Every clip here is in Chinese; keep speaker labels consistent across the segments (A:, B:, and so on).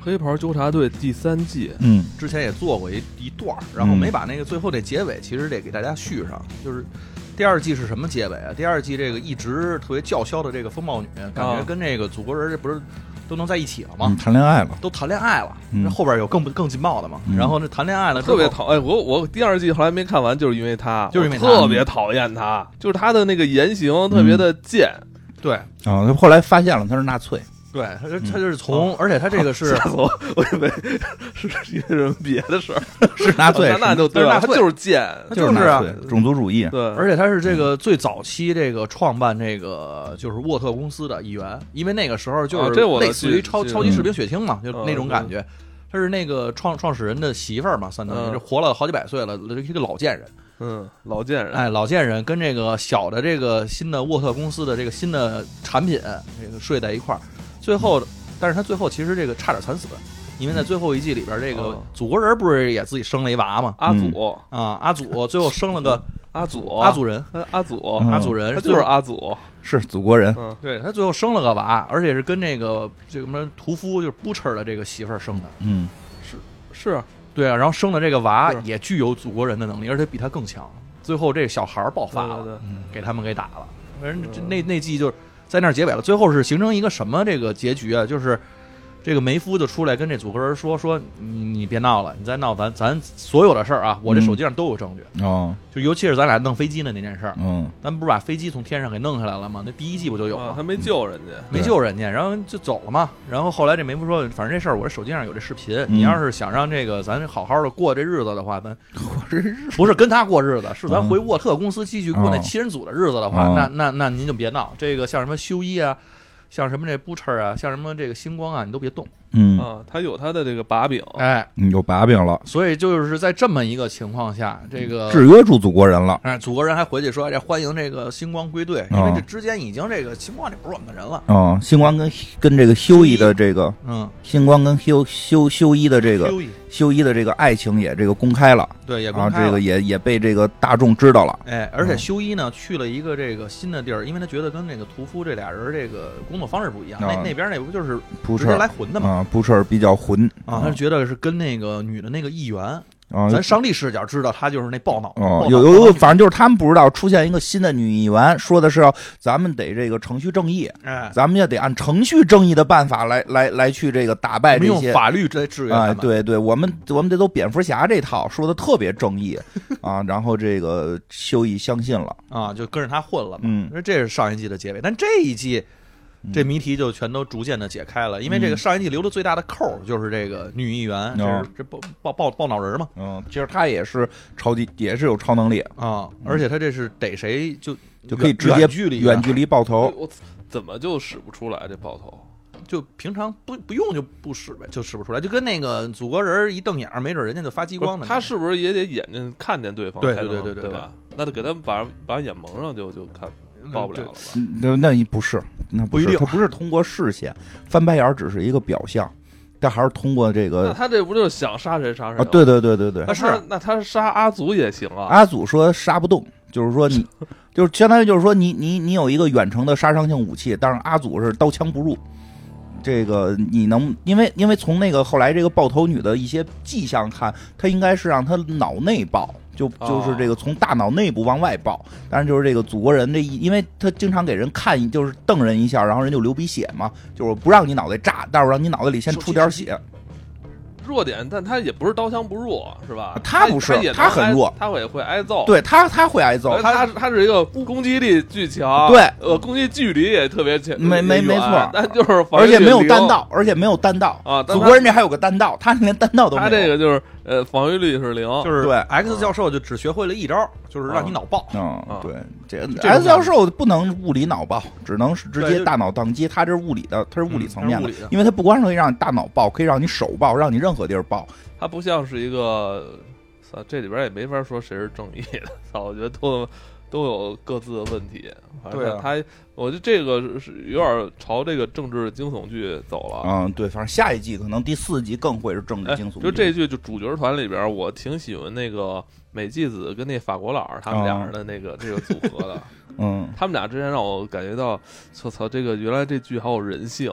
A: 黑袍纠察队》第三季，
B: 嗯，
C: 之前也做过一一段儿，然后
B: 嗯
C: 没把那个最后这结尾，其实得给大家续上。就是第二季是什么结尾啊？第二季这个一直特别叫嚣的这个风暴女，感觉
A: 啊
C: 跟这个祖国人这不是都能在一起了吗？
B: 嗯谈恋爱了，
C: 都谈恋爱了，
B: 嗯
C: 那后边有更不更劲爆的嘛？
B: 嗯
C: 然后那谈恋爱了之
A: 特
C: 后，
A: 别讨哎，我我第二季后来没看完，就是因为他，
C: 就是因为
A: 我
C: 他
A: 特别讨厌他，就是他的那个言行特别的贱，
C: 对
B: 啊，他后来发现了他是纳 粹，
C: 对，他
B: 嗯
C: 就他就是
B: 哦
C: 从，而且他这个是
A: 吓死我！我以为是因为什么别的事儿，
B: 是纳粹，
A: 那那就对
C: 哦那
A: 了，他
C: 是纳粹
A: 就是贱，
C: 他
B: 就是
C: 就是
B: 纳
C: 啊
B: 粹，种族主义，
A: 对，
C: 而且他是这个最早期这个创办这个就是沃特公司的一员，因为那个时候就
A: 啊
C: 是
A: 这我
C: 类似于
A: 记
C: 超
A: 记
C: 超级士兵血清嘛，就是
A: 嗯
C: 那种感觉。他是那个创创始人的媳妇儿嘛，算等于
A: 嗯
C: 是活了好几百岁了，一个老贱人。
A: 嗯，老贱人，
C: 哎，老贱人跟这个小的这个新的沃特公司的这个新的产品，这个睡在一块儿，最后，
A: 嗯
C: 但是他最后其实这个差点惨死，因为在最后一季里边，这个
A: 哦
C: 祖国人不是也自己生了一娃嘛？
A: 阿祖，
C: 啊，阿祖最后生 了个
A: 阿祖，
C: 阿祖，人，
A: 阿祖，
B: 嗯
C: 阿祖人
A: 他就是阿祖，
B: 是祖国人，
A: 嗯，
C: 对他最后生了个娃，而且是跟那个这个什么屠夫就是 butcher 的这个媳妇儿生的。
B: 嗯，
A: 是啊，
C: 对啊，然后生的这个娃
A: 是
C: 也具有祖国人的能力，而且比他更强。最后这个小孩儿爆发
A: 对对
C: 了，
A: 对，
C: 给他们给打了。反正这
A: 嗯
C: 那那季就是在那儿结尾了。最后是形成一个什么这个结局啊？就是这个梅夫就出来跟这祖国人说说你你别闹了，你再闹咱咱所有的事儿啊，我这
B: 嗯
C: 手机上都有证据。
B: 哦，
C: 就尤其是咱俩弄飞机的那件事儿，
B: 嗯，
C: 咱们不是把飞机从天上给弄下来了吗？那第一季不就有
A: 啊
C: 吗？
A: 还没救人家，
C: 没救人家，然后就走了嘛。然后后来这梅夫说，反正这事儿我这手机上有这视频，
B: 嗯
C: 你要是想让这个咱好好的过这日子的话，咱
B: 我这是
C: 不是跟他过日子，是咱
B: 嗯
C: 回沃特公司继续过那
B: 哦
C: 七人组的日子的话，
B: 哦
C: 那那那您就别闹。这个像什么修一啊，像什么这 Butcher 啊，像什么这个星光啊，你都别动。
B: 嗯，
A: 啊，他有他的这个把柄，
C: 哎，
B: 你有把柄了，
C: 所以就是在这么一个情况下，这个
B: 制约住祖国人了，
C: 哎，祖国人还回去说这欢迎这个星光归队，因为这之间已经这个星光这不是我们的人了。
B: 哦，星光跟跟这个修一的这个
C: 嗯，
B: 星光跟修修修一的这个
C: 修一
B: 修一的这个爱情也这个公开了，
C: 对也
B: 啊，
C: 公开了
B: 这个也也被这个大众知道了，
C: 哎，而且
B: 嗯
C: 修一呢去了一个这个新的地儿，因为他觉得跟那个屠夫这俩人这个工作方式不一样，
B: 啊
C: 那那边那不就是
B: 扑
C: 直
B: 哧
C: 接
B: 儿
C: 来混的嘛？
B: 啊，扑哧儿比较混
C: 啊，他就觉得是跟那个女的那个议员，
B: 啊，
C: 咱上帝视角知道他就是那暴脑，
B: 哦
C: 暴，
B: 有
C: 脑
B: 有有，
C: 暴脑
B: 反正就是他们不知道出现一个新的女议员，说的是要咱们得这个程序正义，
C: 哎，
B: 咱们也得按程序正义的办法来来来去这个打败
C: 我们
B: 这
C: 用
B: 些。
C: 法律来制约他
B: 哎，
C: 们。
B: 对对，我们我们得走蝙蝠侠这套，说的特别正 义啊。然后这个修一相信了，
C: 啊，就跟着他混了嘛。
B: 嗯
C: 那这是上一季的结尾，但这一季这谜题就全都逐渐的解开了，因为这个上一季留的最大的扣儿就是这个女议员，这
B: 嗯哦
C: 是这暴暴暴暴脑人嘛
B: 嗯，其实他也是超级，也是有超能力，
C: 啊，而且他这是逮谁就
B: 嗯就可以
C: 远
B: 直接
C: 远距离的
B: 远距离爆
C: 哦
B: 头。
A: 我怎么就使不出来这爆头？
C: 就平常不不用就不使呗，就使不出来，就跟那个祖国人儿一瞪眼儿，没准人家就发激
A: 不是
C: 光呢。
A: 他是不是也得眼睛看见对方
C: 对
A: 才能？
C: 对对对
A: 对
C: 对
A: 吧？那得给他们把把眼蒙上就就看爆不了了吧？
B: 嗯那那不是，那
C: 不一
B: 是
C: 定
B: 他不是通过视线翻白眼儿只是一个表象，但还是通过这
A: 那
B: 个
A: 他这不就是想杀谁杀谁
B: 啊，
A: 吗？
B: 对对啊对对对
A: 那，他
C: 是
A: 那他杀阿祖也行啊，
B: 阿祖说杀不动，就是 说你，就是相当于就是说你你你有一个远程的杀伤性武器，但是阿祖是刀枪不入。这个你能，因为因为从那个后来这个爆头女的一些迹象看，她应该是让她脑内爆，就
A: 哦
B: 就是这个从大脑内部往外爆。但是就是这个祖国人这一，因为他经常给人看一，就是瞪人一下，然后人就流鼻血嘛，就是我不让你脑袋炸，但是我让你脑袋里先出点血。
A: 弱点，但他也不是刀枪不入，是吧？
B: 他不是
A: 他也能
B: 他很
A: 挨
B: 弱
A: 他也会挨揍。
B: 对他他会挨揍，
A: 而他他是一个攻击力巨强，
B: 对
A: 呃，攻击距离也特别强，
B: 没没
A: 也远
B: 没错
A: 但就是防御
B: 而且没有
A: 力
B: 单
A: 零。
B: 道，而且没有单道
A: 啊但
B: 祖国人这还有个单道，他连单道都没
A: 他
B: 有。
A: 这个就是呃，防御力是零，
C: 就是
B: 对
C: X 教授就只学会了一招，就是让你脑爆。
B: 嗯
A: 啊，
B: 对，这
C: 这种
B: S 教授不能物理脑爆，只能是直
C: 对
B: 接
C: 就
B: 大脑宕机，他这是物理的，他是物理
C: 嗯
B: 层面
C: 它是
B: 的
C: 物理的，
B: 因为他不光是可以让你大脑爆，可以让你手爆，让你任何地儿爆。
A: 他 不像是一个，操，这里边也没法说谁是正义的，操，我觉得都都有各自的问题。反
C: 对
A: 正
C: 啊
A: 他，我觉得这个是是有点朝这个政治惊悚剧走了。
B: 嗯，对，反正下一季可能第四集更会是政治
A: 啊哎
B: 惊悚剧，
A: 就这剧就主角团里边儿，我挺喜欢那个美纪子跟那法国佬儿他们俩
B: 哦
A: 人的那个、这个组合的。
B: 嗯，
A: 他们俩之前让我感觉到，我操，这个原来这剧还有人 性，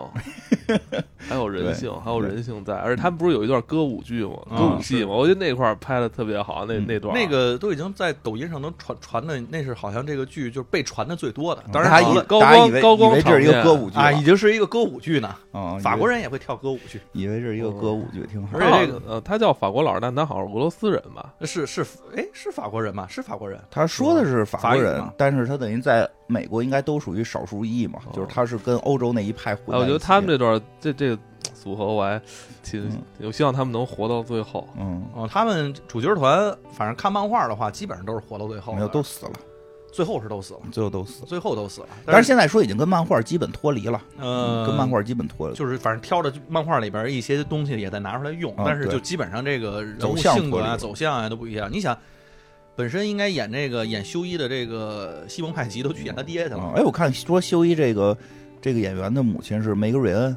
A: 还有人性，还有人性在。而且他们不是有一段歌舞剧吗？
C: 啊
A: 歌舞戏吗？我觉得那块儿拍的特别好，那
B: 嗯
A: 那段儿
C: 那个都已经在抖音上能传传的，那是好像这个剧就是被传的最多的。当然
B: 大家
C: 除
B: 以
C: 了
B: 为
A: 高
B: 大家
A: 光
B: 以为
A: 高光
B: 以为这是一个
A: 场面
B: 嗯歌舞剧
C: 啊，已经是一个歌舞剧呢，
B: 啊，
C: 法国
B: 人
C: 人也会跳歌舞剧，
B: 以为这是一个歌舞剧，挺好
A: 他
C: 而。且这个
A: 呃，他叫法国佬，但他好像是俄罗斯人吧？
C: 是是，哎，是法国人吗？是法国人，
B: 他说的是法国
C: 法
B: 人
C: 语嘛，
B: 但是他等于在美国应该都属于少数裔嘛，
A: 哦
B: 就是他是跟欧洲那一派混在
A: 哎，
B: 一起。
A: 我觉得他们这段这这个组合我还挺
B: 嗯，
A: 我希望他们能活到最 后。
B: 嗯，
C: 哦，他们主角团，反正看漫画的话，基本上都是活到最后的，
B: 没有都死了，
C: 最后是都死了，
B: 最后都死了。
C: 最后都死了。
B: 但是
C: 是
B: 现在说已经跟漫画基本脱离了，
C: 呃，
B: 跟漫画基本脱离了。
C: 就是反正挑着漫画里边一些东西也在拿出来用，
B: 啊
C: 但是
B: 对
C: 就基本上这个人物
B: 走向
C: 性格啊、
B: 脱
C: 走向啊都不一样。你想，本身应该演这个演修一的这个西蒙派奇都去演他爹去
B: 啊
C: 了，
B: 哎，我看说修一这个这个演员的母亲是梅格瑞恩，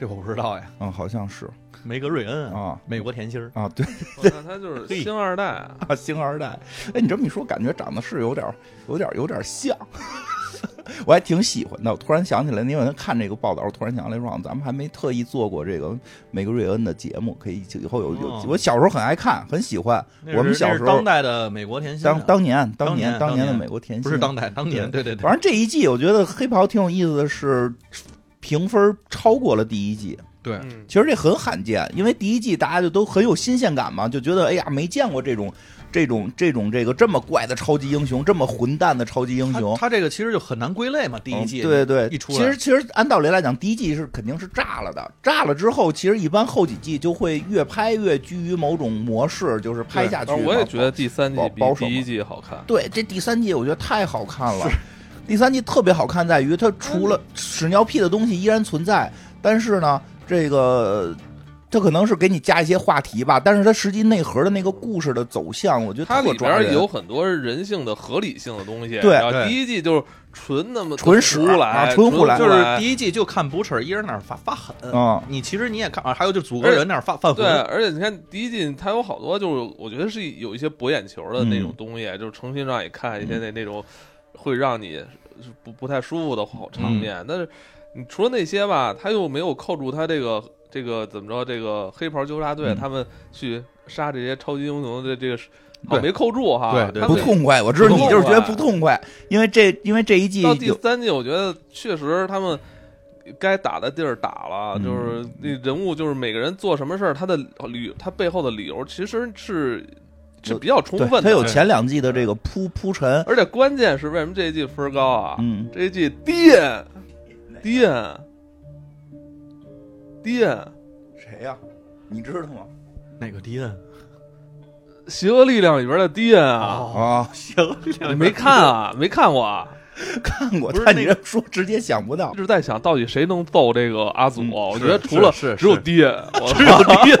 C: 这我不知道呀。
B: 嗯，好像是
C: 梅格瑞恩，
B: 啊
C: 嗯美国甜心儿，
B: 啊，对，
A: 我看他就是
C: 嘿
A: 星二代，
B: 啊， 星二代。哎，你这么一说，感觉长得是有点儿、有点儿、有点儿像。 我还挺喜欢的。我突然想起来，因为看这个报道，我突然想起来说，咱们还没特意做过这个梅格瑞恩的节目，可以以后有有
C: 哦。
B: 我小时候很爱看，很喜欢。
C: 那是
B: 我们小
C: 那是
B: 时
C: 当
B: 候
C: 代的美国甜心啊，
B: 当当年
C: 当
B: 年
C: 年
B: 当
C: 当
B: 年的
C: 年
B: 美国甜心
C: 不是当代，当年，对对对
B: 反正这一季，我觉得黑袍挺有意思的是，评分超过了第一季。
C: 对，
A: 嗯，
B: 其实这很罕见，因为第一季大家就都很有新鲜感嘛，就觉得哎呀，没见过这种、这种、这种、这个这么怪的超级英雄，这么混蛋的超级英
C: 他
B: 雄。
C: 他这个其实就很难归类 嘛，第一季
B: 嗯对对，
C: 一出
B: 其
C: 来
B: 实其实按道理来讲，第一季是肯定是炸了的，炸了之后，其实一般后几季就会越拍越居于某种模式，就是拍下去。
A: 我也觉得第三季
B: 保
A: 比
B: 保守
A: 第一
B: 嘛
A: 季好看。
B: 对，这第三季我觉得太好看了。第三季特别好看，在于它除了屎尿屁的东西依然存在，但是呢，这个它可能是给你加一些话题吧，但是它实际内核的那个故事的走向，我觉得
A: 它
B: 特
A: 里边
B: 抓
A: 儿
B: 人。
A: 有很多人性的合理性的东西。
B: 对
A: 然后
C: 对
A: 第一季就是纯那么
B: 纯屎
A: 胡
B: 啊
A: 来，
B: 纯胡来
A: 就
C: 就是是
A: 第
C: 第一季就看 Butcher 一人那儿发发狠，
B: 嗯
C: 你其实你也看啊，还有就祖国人那儿发犯浑
A: 对，，而且你看第一季它有好多就是我觉得是有一些博眼球的那种东西，
B: 嗯
A: 就是重新让你看一些那那种会让你是不不太舒服的好场面。
B: 嗯
A: 但是你除了那些吧，他又没有扣住他这个这个怎么着这个黑袍纠察队、
B: 嗯
A: 他们去杀这些超级英雄的这这个。
C: 对
A: 好没扣住哈，
C: 对对
A: 他
B: 不
A: 们
B: 痛快，我知道
A: 不
B: 你
A: 痛
B: 就是觉得
A: 快
B: 不痛快，因为这因为这一季
A: 啊到第
B: 有
A: 三季，我觉得确实他们该打的地儿打了，
B: 嗯
A: 就是那人物就是每个人做什么事儿，他的理他背后的理由其实是是比较充
B: 对
A: 分
B: 它
A: 的，
B: 有前两季的这个铺铺陈，
A: 而且关键是为什么这一季分儿高啊？
B: 嗯，
A: 这一季电电电
B: 谁呀、你知道吗？
C: 哪个迪恩
A: 邪恶力量里边的电啊，
C: 哦，
B: 啊，
C: 行，
A: 你没看啊？没看过啊？
B: 哦看过，
A: 不是
B: 但你
A: 那
B: 这说直接想不到
A: 一。直在想到底谁能揍这个阿祖？
B: 嗯
A: 我觉
C: 是
A: 得除了
C: 是是
A: 只有
C: 是
A: 电， 我 只有电，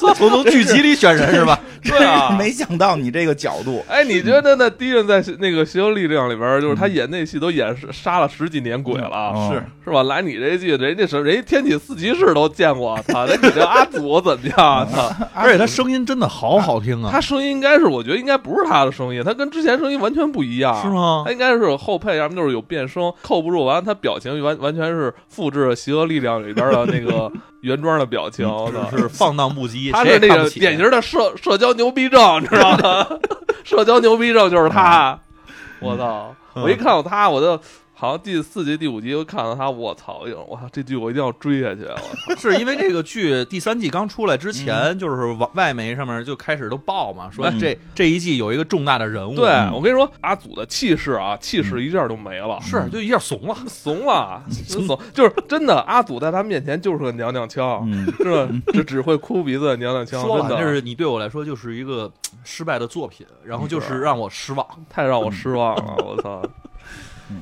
C: 从从剧集里选人是吧？
A: 对啊，
B: 没想到你这个角度，
A: 哎，你觉得那敌人在那个《邪恶力量》里边儿，就是他演那戏都演是杀了十几年鬼了，啊
B: 嗯
C: 是
A: 是吧？来你这剧，人家什人家天启四骑士都见过，操！那你这阿祖怎么样？操！
C: 而且他声音真的好好听啊，
A: 他声音应该是，我觉得应该不是他的声音，他跟之前声音完全不一样，
C: 是？吗嗯
A: 他？应该是有后配，要么就是有变声，扣不住。完了，他表情完完全是复制《邪恶力量》里边儿的那个原装的表情，我操！
C: 是放荡不 羁，
A: 他
C: 谁
A: 是那
C: 也看不
A: 个
C: 起
A: 典型的社社交牛逼症，你知道 吗？社交牛逼症就是他。我操！
C: 嗯
A: 我一看到他，我就好像第四集、第五集，我看到他，我操！哎呦我操，这剧我一定要追下去！我 操
C: 是因为这个剧第三季刚出来之前，就是外外媒上面就开始都报嘛，说
B: 嗯
C: 这这一季有一个重大的人物，
A: 对我跟你说，阿祖的气势啊，气势一下就没了，
C: 是就一下怂了，
A: 怂了，真怂！ 就是真的，阿祖在他面前就是个娘娘腔，
B: 嗯，
A: 是吧？只只会哭鼻子的娘娘腔，
C: 说
A: 真
C: 了
A: 的
C: 就是你对我来说就是一个嘖失败的作品，然后就是让我失望，
A: 太让我失望了！我操！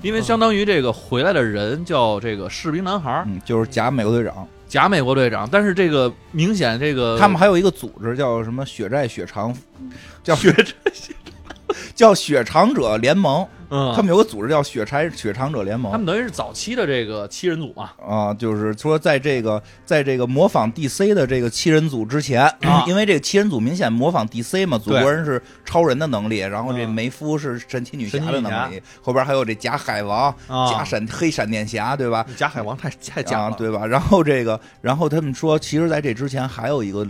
C: 因为相当于这个回来的人叫这个士兵男孩儿，
B: 嗯，就是假美国队长，
C: 假美国队长，但是这个明显这个
B: 他们还有一个组织叫什么“血债血偿”，叫
C: 血
B: 债叫血长者联盟，
C: 嗯，
B: 他们有个组织叫血柴血长者联盟
C: 他们等于是早期的这个七人组嘛，
B: 啊，就是说在这个在这个模仿 DC 的这个七人组之前，
C: 啊
B: 因为这个七人组明显模仿 DC 嘛，祖
C: 对
B: 国人是超人的能力，然后这
C: 嗯
B: 梅夫是神奇女侠的
C: 神奇女侠
B: 能力，后边还有这假海王、
C: 啊
B: 假闪黑闪电侠，对吧？
C: 假海王太太假
B: 啊
C: 了，，
B: 对吧？然后这个，然后他们说，其实在这之前还有一个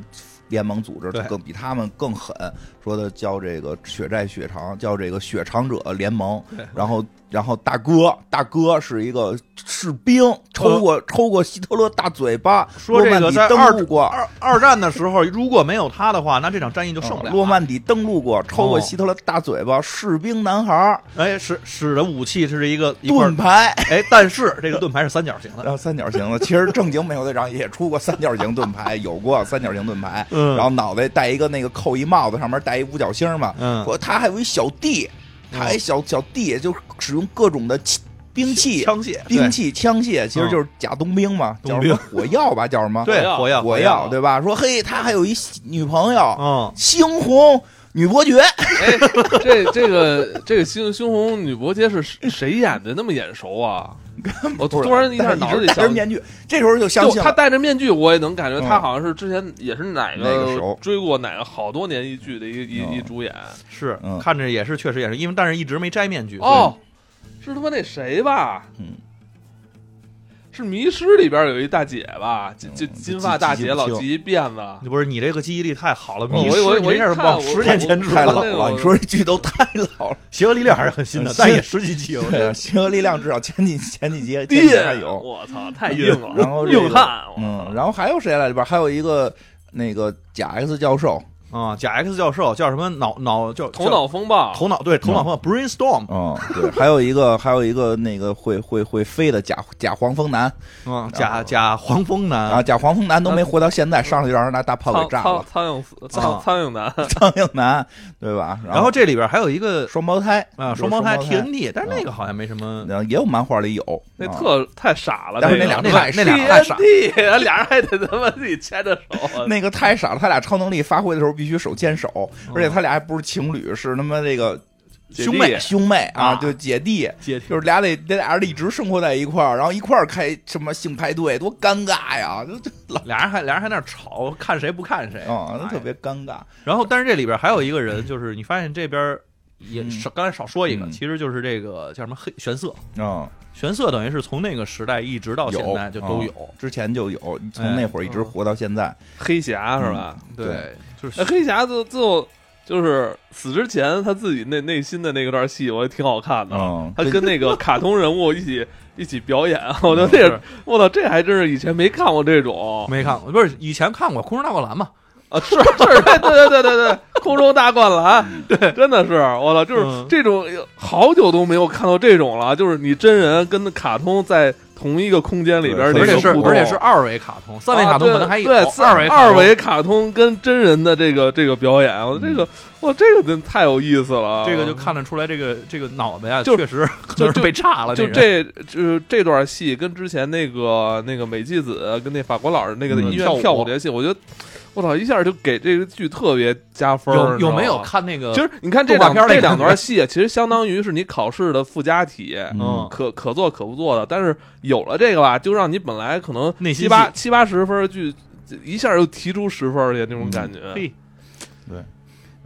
B: 联盟组织
C: 对，
B: 更比他们更狠，说的叫这个血债血偿，叫这个血偿者联盟
C: 对。
B: 然后，然后大哥，大哥是一个士兵，抽过、抽过希特勒大嘴巴，
C: 呃说这
B: 诺
C: 个
B: 曼底
C: 在
B: 登
C: 二
B: 陆过。
C: 二二战的时候，如果没有他的话，那这场战役就胜不了。
B: 诺啊曼底登陆过，抽过
C: 哦
B: 希特勒大嘴巴，士兵男孩，
C: 哎，使使的武器是一个一块
B: 盾，牌，
C: 哎，但是这个盾牌是三角形
B: 然
C: 的，
B: 后三角形的，其实正经美国队长也出过三角形盾牌，有过三角形盾牌，
C: 嗯
B: 然后脑袋戴一个那个扣一帽子，上面戴一五角星嘛。
C: 嗯
B: 我他还有一小弟，他还小小弟，就是使用各种的器兵器、
C: 枪械，
B: 兵器、枪械，其实就是假冬兵嘛，
C: 冬
B: 叫什
C: 兵
B: 么火药吧，叫什么？
C: 对
A: 火药
C: 火药
B: 火药，对吧？说嘿，他还有一女朋友，
C: 嗯，
B: 猩红女伯 爵，
A: 哎，这这个这个猩猩红女伯爵是谁演的？那么眼熟啊！我突然一下脑子里
B: 戴着
A: 想，
B: 面具，这时候就相
A: 就
B: 信了
A: 他戴着面具，我也能感觉
B: 嗯
A: 他好像是之前也是哪
B: 哪个熟
A: 个追过哪个好多年一剧的一
B: 嗯
A: 一一主演
C: 是
B: 嗯
C: 看着也是确实也是，因为但是一直没摘面具
A: 哦，，是他妈那谁吧？
B: 嗯
A: 是《迷失》里边有一大姐吧，金
B: 嗯
A: 金
B: 记
A: 金发大
B: 记
A: 姐，
B: 不
A: 老
B: 清
A: 系一辫子。
C: 所以不是你这个记忆力太好了，
A: 我
C: 迷
A: 我我
C: 失，你
A: 我
C: 这是
A: 一看
C: 往
A: 我
C: 十年前知
B: 太
C: 道
B: 老
A: 我，那
B: 了，
A: 个
B: 你说这剧都太老了。
C: 邪恶力量还是很新的
B: 嗯，
C: 但也十几集了，我觉
B: 对，
C: 得
B: 邪恶力量至少前 几前几集前几
A: 爹
B: 集还，有，
A: 我操，太硬
C: 硬
A: 了，
B: 然后这个
A: 硬汉，我
B: 嗯，
A: 操
B: 然后还有谁来里边？还有一个那个假 X 教授，
C: 啊，假 X 教授叫什么脑脑叫
A: 头脑风暴
C: 叫，头脑对头脑风暴 brainstorm
B: 嗯，对，还有一个还有一个那个会会会飞的假假黄蜂男
C: 啊，
B: 然
C: 假
B: 后
C: 假黄蜂
B: 啊，
C: 男，
B: 假黄蜂男都没活到现在，上来就让人拿大炮
A: 苍
B: 给炸
A: 苍
B: 了，
A: 苍蝇死苍
C: 啊
A: 苍蝇男，
B: 苍蝇男，对吧？
C: 然后这里边还有一个
B: 双胞胎
C: 啊
B: 有
C: 双
B: 双
C: 胞
B: 胞
C: 胎
B: 胎啊
C: TNT，但是那个好像没什么，
B: 然后也有漫画里有，
A: 那
B: 啊
A: 特太傻了，
B: 但是
A: 那
B: 那俩
A: 个
B: 太
C: 那俩
B: 傻
C: 太傻
A: TNT，俩啊人还得他妈自己牵着手，啊
B: 那个太傻了，他俩超能力发挥的时候必须手牵手，而且他俩还不是情侣，是他妈这个
A: 姐弟
B: 兄妹兄妹啊，
C: 啊
B: 就姐弟，
C: 姐弟
B: 就是俩得得俩人一直生活在一块儿，然后一块儿开什么性派对，多尴尬呀！就就老
C: 俩人还俩人还那儿吵，看谁不看谁
B: 啊，那
C: 哎
B: 特别尴尬。
C: 然后，但是这里边还有一 个人，就是你发现这边也
B: 嗯
C: 少，刚才少说一个，
B: 嗯
C: 其实就是这个叫什么黑玄色，
B: 嗯，
C: 玄色等于是从那个时代一直到现在
B: 有啊
C: 就都有，
B: 之前就有，从那会儿一直活到现在。
A: 黑侠是吧？
C: 嗯
B: 对，
C: 就是
A: 那黑侠最最后就是死之前他自己那内心的那个段戏，我也挺好看的。
B: 嗯，
A: 他
B: 对
A: 跟那个卡通人物一起一起表演，我觉得
C: 嗯
A: 这
C: 是
A: 个，我操，这还真是以前没看过这种
C: 没看过，不是以前看过《空中大灌篮》嘛，
A: 啊！是是，对对对对对，空中大灌篮，对，真的是我操，就是
C: 嗯
A: 这种好久都没有看到这种了，就是你真人跟那卡通在同一个空间里边儿那
B: 对
C: 而且
A: 个
C: 是
A: 互动，
C: 而且是二维卡通，三维卡通
A: 啊
C: 可能还有，
A: 对
C: 哦
A: 对
C: 二维卡通
A: 二维卡通跟真人的这个这个表演，我这个哇，这个真太有意思了，
C: 嗯
A: 啊
C: 这个就看得出来，这个这个脑袋啊，
A: 就
C: 确实可能是
A: 就
C: 被炸了，
A: 就
C: 人
A: 这就是这段戏跟之前那个那个美纪子啊跟那法国佬那个
B: 嗯
A: 医院
C: 跳舞
A: 跳舞这戏，我觉得我操一下就给这个剧特别加分儿。
C: 有有没
A: 你知
C: 有
A: 道吗？
C: 看那个？
A: 其实你看这两
C: 呃动画片儿那
A: 这两
C: 感觉
A: 段戏，啊其实相当于是你考试的附加题，
C: 嗯
A: 可可做可不做的。但是有了这个吧，就让你本来可能
C: 内心
A: 七八七八十分儿的剧，一下就提出十分儿去那种
B: 嗯
A: 感觉。
C: 嘿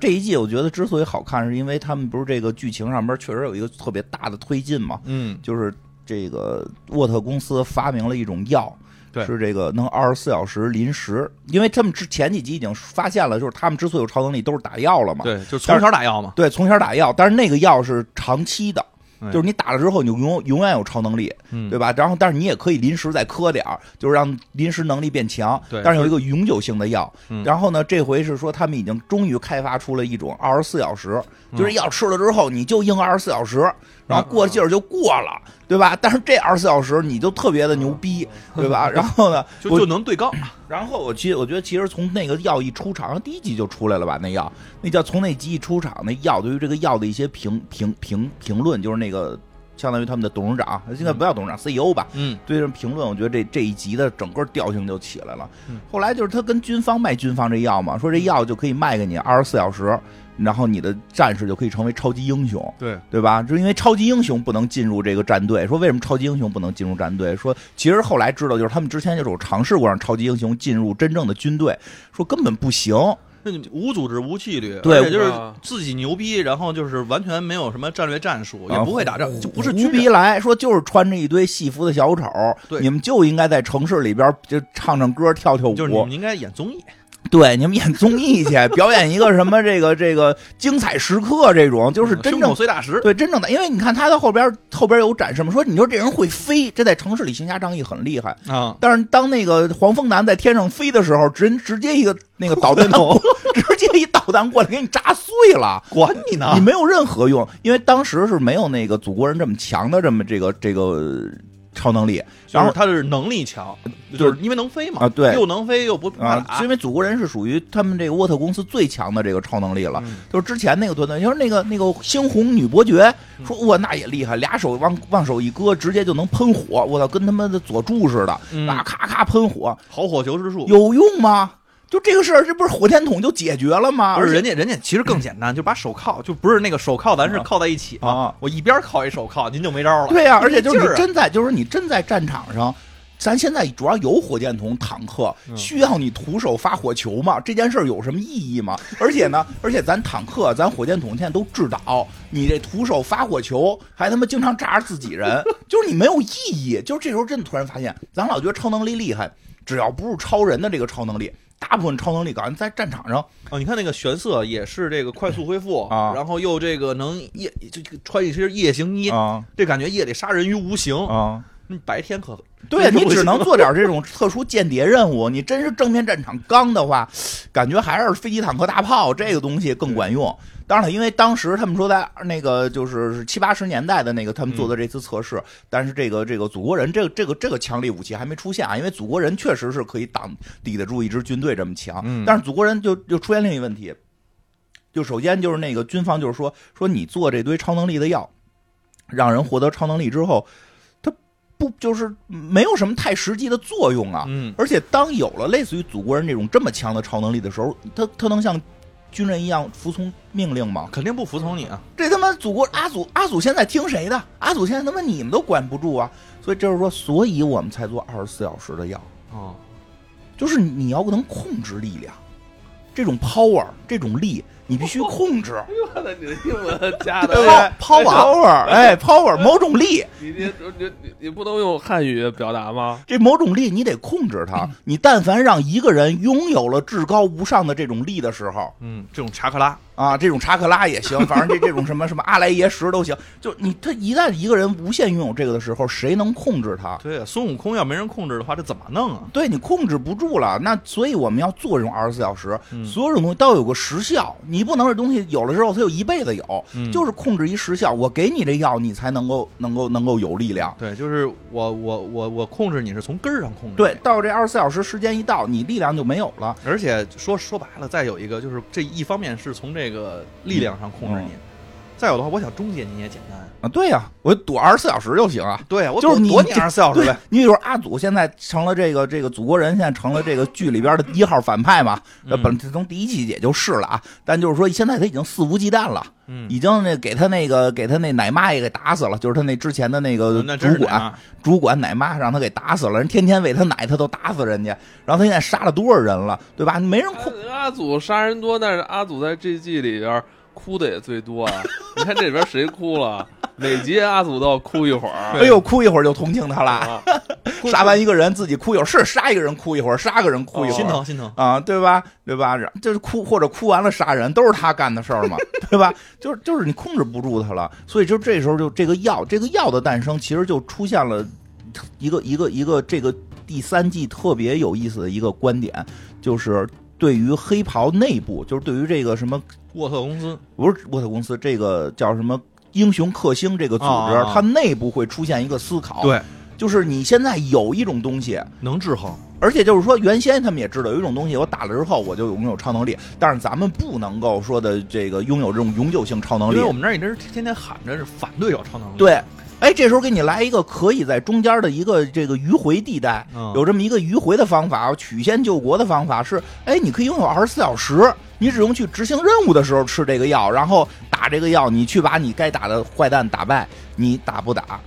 B: 这一季我觉得之所以好看，是因为他们不是这个剧情上边确实有一个特别大的推进嘛，
C: 嗯，
B: 就是这个沃特公司发明了一种药。
C: 对
B: 是这个能二十四小时临时，因为他们之前几集已经发现了，就是他们之所以有超能力都是打药了嘛，
C: 对，就从小打药嘛，
B: 对，从小打药，但是那个药是长期的，
C: 嗯
B: 就是你打了之后，你就永永远有超能力，
C: 嗯
B: 对吧？然后，但是你也可以临时再磕点儿，就是让临时能力变强。
C: 对
B: 但是有一个永久性的药。
C: 嗯
B: 然后呢，这回是说他们已经终于开发出了一种二十四小时，
C: 嗯
B: 就是药吃了之后你就硬二十四小时，然后过劲儿就过了，对吧？但是这二十四小时你就特别的牛逼，对 吧？然后呢，
C: 就
B: 我
C: 就能对杠，
B: 然后我其实我觉得，其实从那个药一出场，第一集就出来了吧？那药，那叫从那集一出场，那药对于这个药的一些评评评评论，就是那个相当于他们的董事长，现在不叫董事长，CEO 吧，
C: 嗯
B: 对这评论，我觉得这这一集的整个调性就起来了
C: 嗯。
B: 后来就是他跟军方卖军方这药嘛，说这药就可以卖给你二十四小时，然后你的战士就可以成为超级英雄，
C: 对
B: 对吧？就因为超级英雄不能进入这个战队，说为什么超级英雄不能进入战队？说其实后来知道，就是他们之前就是有尝试过让超级英雄进入真正的军队，说根本不行。
C: 那你无组织无纪律，
B: 对
C: 而且就是
A: 啊
C: 自己牛逼，然后就是完全没有什么战略战术，也
B: 啊
C: 不会打仗，就不是
B: 胡
C: 军
B: 逼
C: 人。
B: 来说，就是穿着一堆戏服的小丑，
C: 对
B: 你们就应该在城市里边就唱唱歌、跳跳舞，
C: 就是你们应该演综艺，
B: 对，你们演综艺去，表演一个什么这个这个精彩时刻这种，就是真
C: 胸
B: 正
C: 口碎大石。
B: 对真正的，因为你看他到后边后边有展示嘛，说你说这人会飞，这在城市里行侠仗义很厉害，
C: 啊，
B: 但是当那个黄蜂男在天上飞的时候，直直接一个那个导弹头，直接一导弹过来给你炸碎了。
C: 管你呢
B: 你！没有任何用，因为当时是没有那个祖国人这么强的这么这个这个超能力然
C: 然后
B: 后
C: 他是能力强，就是因为能飞嘛，
B: 啊对
C: 又能飞又不怕
B: 啊，
C: 打
B: 是因。为祖国人是属于他们这个沃特公司最强的这个超能力了。
C: 嗯
B: 就是之前那个团队，就是那个那个猩红女伯爵，
C: 嗯
B: 说哇那也厉害，俩手往往手一搁，直接就能喷火，我操，跟他妈的佐助似的，
C: 嗯
B: 啊咔咔喷火，
C: 好火球之术，
B: 有用吗？就这个事儿，这不是火箭筒就解决了吗？
C: 不
B: 而
C: 是
B: 且
C: 人家人家其实更简单，就把手铐，就不是那个手铐，咱是铐在一起嘛
B: 啊
C: 我一边铐一手铐，您就没招了。
B: 对呀、而且就是
C: 劲儿
B: 你
C: 啊
B: 真在，就是你真在战场上，咱现在主要有火箭筒、坦克，需要你徒手发火球吗？这件事儿有什么意义吗？而且呢，而且咱坦克、咱火箭筒现在都制导，你这徒手发火球还他妈经常炸着自己人，就是你没有意义。就是这时候真的突然发现，咱老觉得超能力厉害，只要不是超人的这个超能力，大部分超能力感觉在战场上
C: 哦，你看那个玄色也是这个快速恢复
B: 啊
C: 然后又这个能夜就就穿一身夜行衣，
B: 啊
C: 这感觉夜里杀人于无形。
B: 啊。
C: 你白天可
B: 对
C: 那
B: 你
C: 就不
B: 只
C: 行
B: 能
C: 了
B: 做点这种特殊间谍任务。你真是正面战场刚的话，感觉还是飞机、坦克、大炮这个东西更管用。当然了，因为当时他们说在那个就是七八十年代的那个他们做的这次测试，但是这个这个祖国人这个这个这个强力武器还没出现啊，因为祖国人确实是可以挡抵得住一支军队这么强。
C: 嗯
B: 但是祖国人就就出现另一个问题，就首先就是那个军方就是说说你做这堆超能力的药，让人获得超能力之后，它不就是没有什么太实际的作用啊。
C: 嗯
B: 而且当有了类似于祖国人这种这么强的超能力的时候，他他能像军人一样服从命令吗？
C: 肯定不服从你啊。
B: 这他妈祖国阿祖阿祖现在听谁的？阿祖现在他妈你们都管不住啊！所以就是说，所以我们才做二十四小时的药。
C: 哦，
B: 就是你要能控制力量，这种 power，这种力，你必须控制，
A: 我的你的英文加
B: 对不
A: 的
B: 对
A: 抛啊
B: ？power，哎，power，某种力，
A: 你你你你你不能用汉语表达吗？
B: 这某种力你得控制它。你但凡让一个人拥有了至高无上的这种力的时候，
C: 嗯，这种查克拉，
B: 啊，这种查克拉也行，反正这这种什么什么阿莱耶识都行。就你他一旦一个人无限拥有这个的时候，谁能控制他？
C: 对啊，孙悟空要没人控制的话，这怎么弄啊？
B: 对你控制不住了，那所以我们要做这种二十四小时，
C: 嗯
B: 所有这种东西都要有个时效，你不能这东西有了之后它就一辈子有，
C: 嗯
B: 就是控制一时效，我给你这药，你才能够能够能够有力量。
C: 对，就是我我我我控制你是从根儿上控制。
B: 对，，到这二十四小时时间一到，你力量就没有了。
C: 而且说说白了，再有一个就是这一方面是从这个力量上控制你，再有的话，我想终结你也简单。
B: 啊，对呀、我躲二十四小时就行啊。
C: 对啊，我
B: 就是
C: 躲
B: 你
C: 躲你
B: 这
C: 二十四小时
B: 对，
C: 呗。
B: 你比如说阿祖现在成了这个这个祖国人，现在成了这个剧里边的一号反派嘛。那
C: 嗯
B: 本从第一季也就是了啊，但就是说现在他已经肆无忌惮了，
C: 嗯，
B: 已经那给他那个给他那奶妈也给打死了，就是他那之前的那个
C: 哦那真
B: 主
C: 是啊奶
B: 管
C: 妈
B: 主管奶妈让他给打死了，人天天喂他奶，他都打死人家，然后他现在杀了多少人了，对吧？没人控，
A: 阿阿祖杀人多，但是阿祖在这季里边哭的也最多啊！你看这里边谁哭了？ 每集阿祖都要哭一会儿。
B: 哎呦，哭一会儿就同情他了，
A: 啊，
B: 杀完一个人自己哭一会儿，是杀一个人哭一会儿，杀个人哭一会儿，
C: 哦心疼心疼。
B: 啊，对吧？对吧？然就是哭或者哭完了杀人，都是他干的事儿嘛，对吧？就是就是你控制不住他了，所以就这时候就这个药，这个药的诞生其实就出现了一个一个一个这个第三季特别有意思的一个观点，就是对于黑袍内部，就是对于这个什么
C: 沃特公司，
B: 不是沃特公司这个叫什么英雄克星这个组织，
C: 啊啊啊
B: 哦它内部会出现一个思考，，
C: 对，
B: 就是你现在有一种东西，
C: 能制衡。
B: 而且就是说，原先他们也知道有一种东西，我打了之后我就拥有超能力，但是咱们不能够说的这个拥有这种永久性超能
C: 因
B: 力
C: 为。我们那儿一直天天喊着是反对有超能力，，
B: 对，哎，这时候给你来一个可以在中间的一个这个迂回地带，
C: 嗯
B: 有这么一个迂回的方法，曲线救国的方法是，哎，你可以拥有二十四小时，你只用去执行任务的时候吃这个药，然后打这个药，你去把你该打的坏蛋打败，你打不打？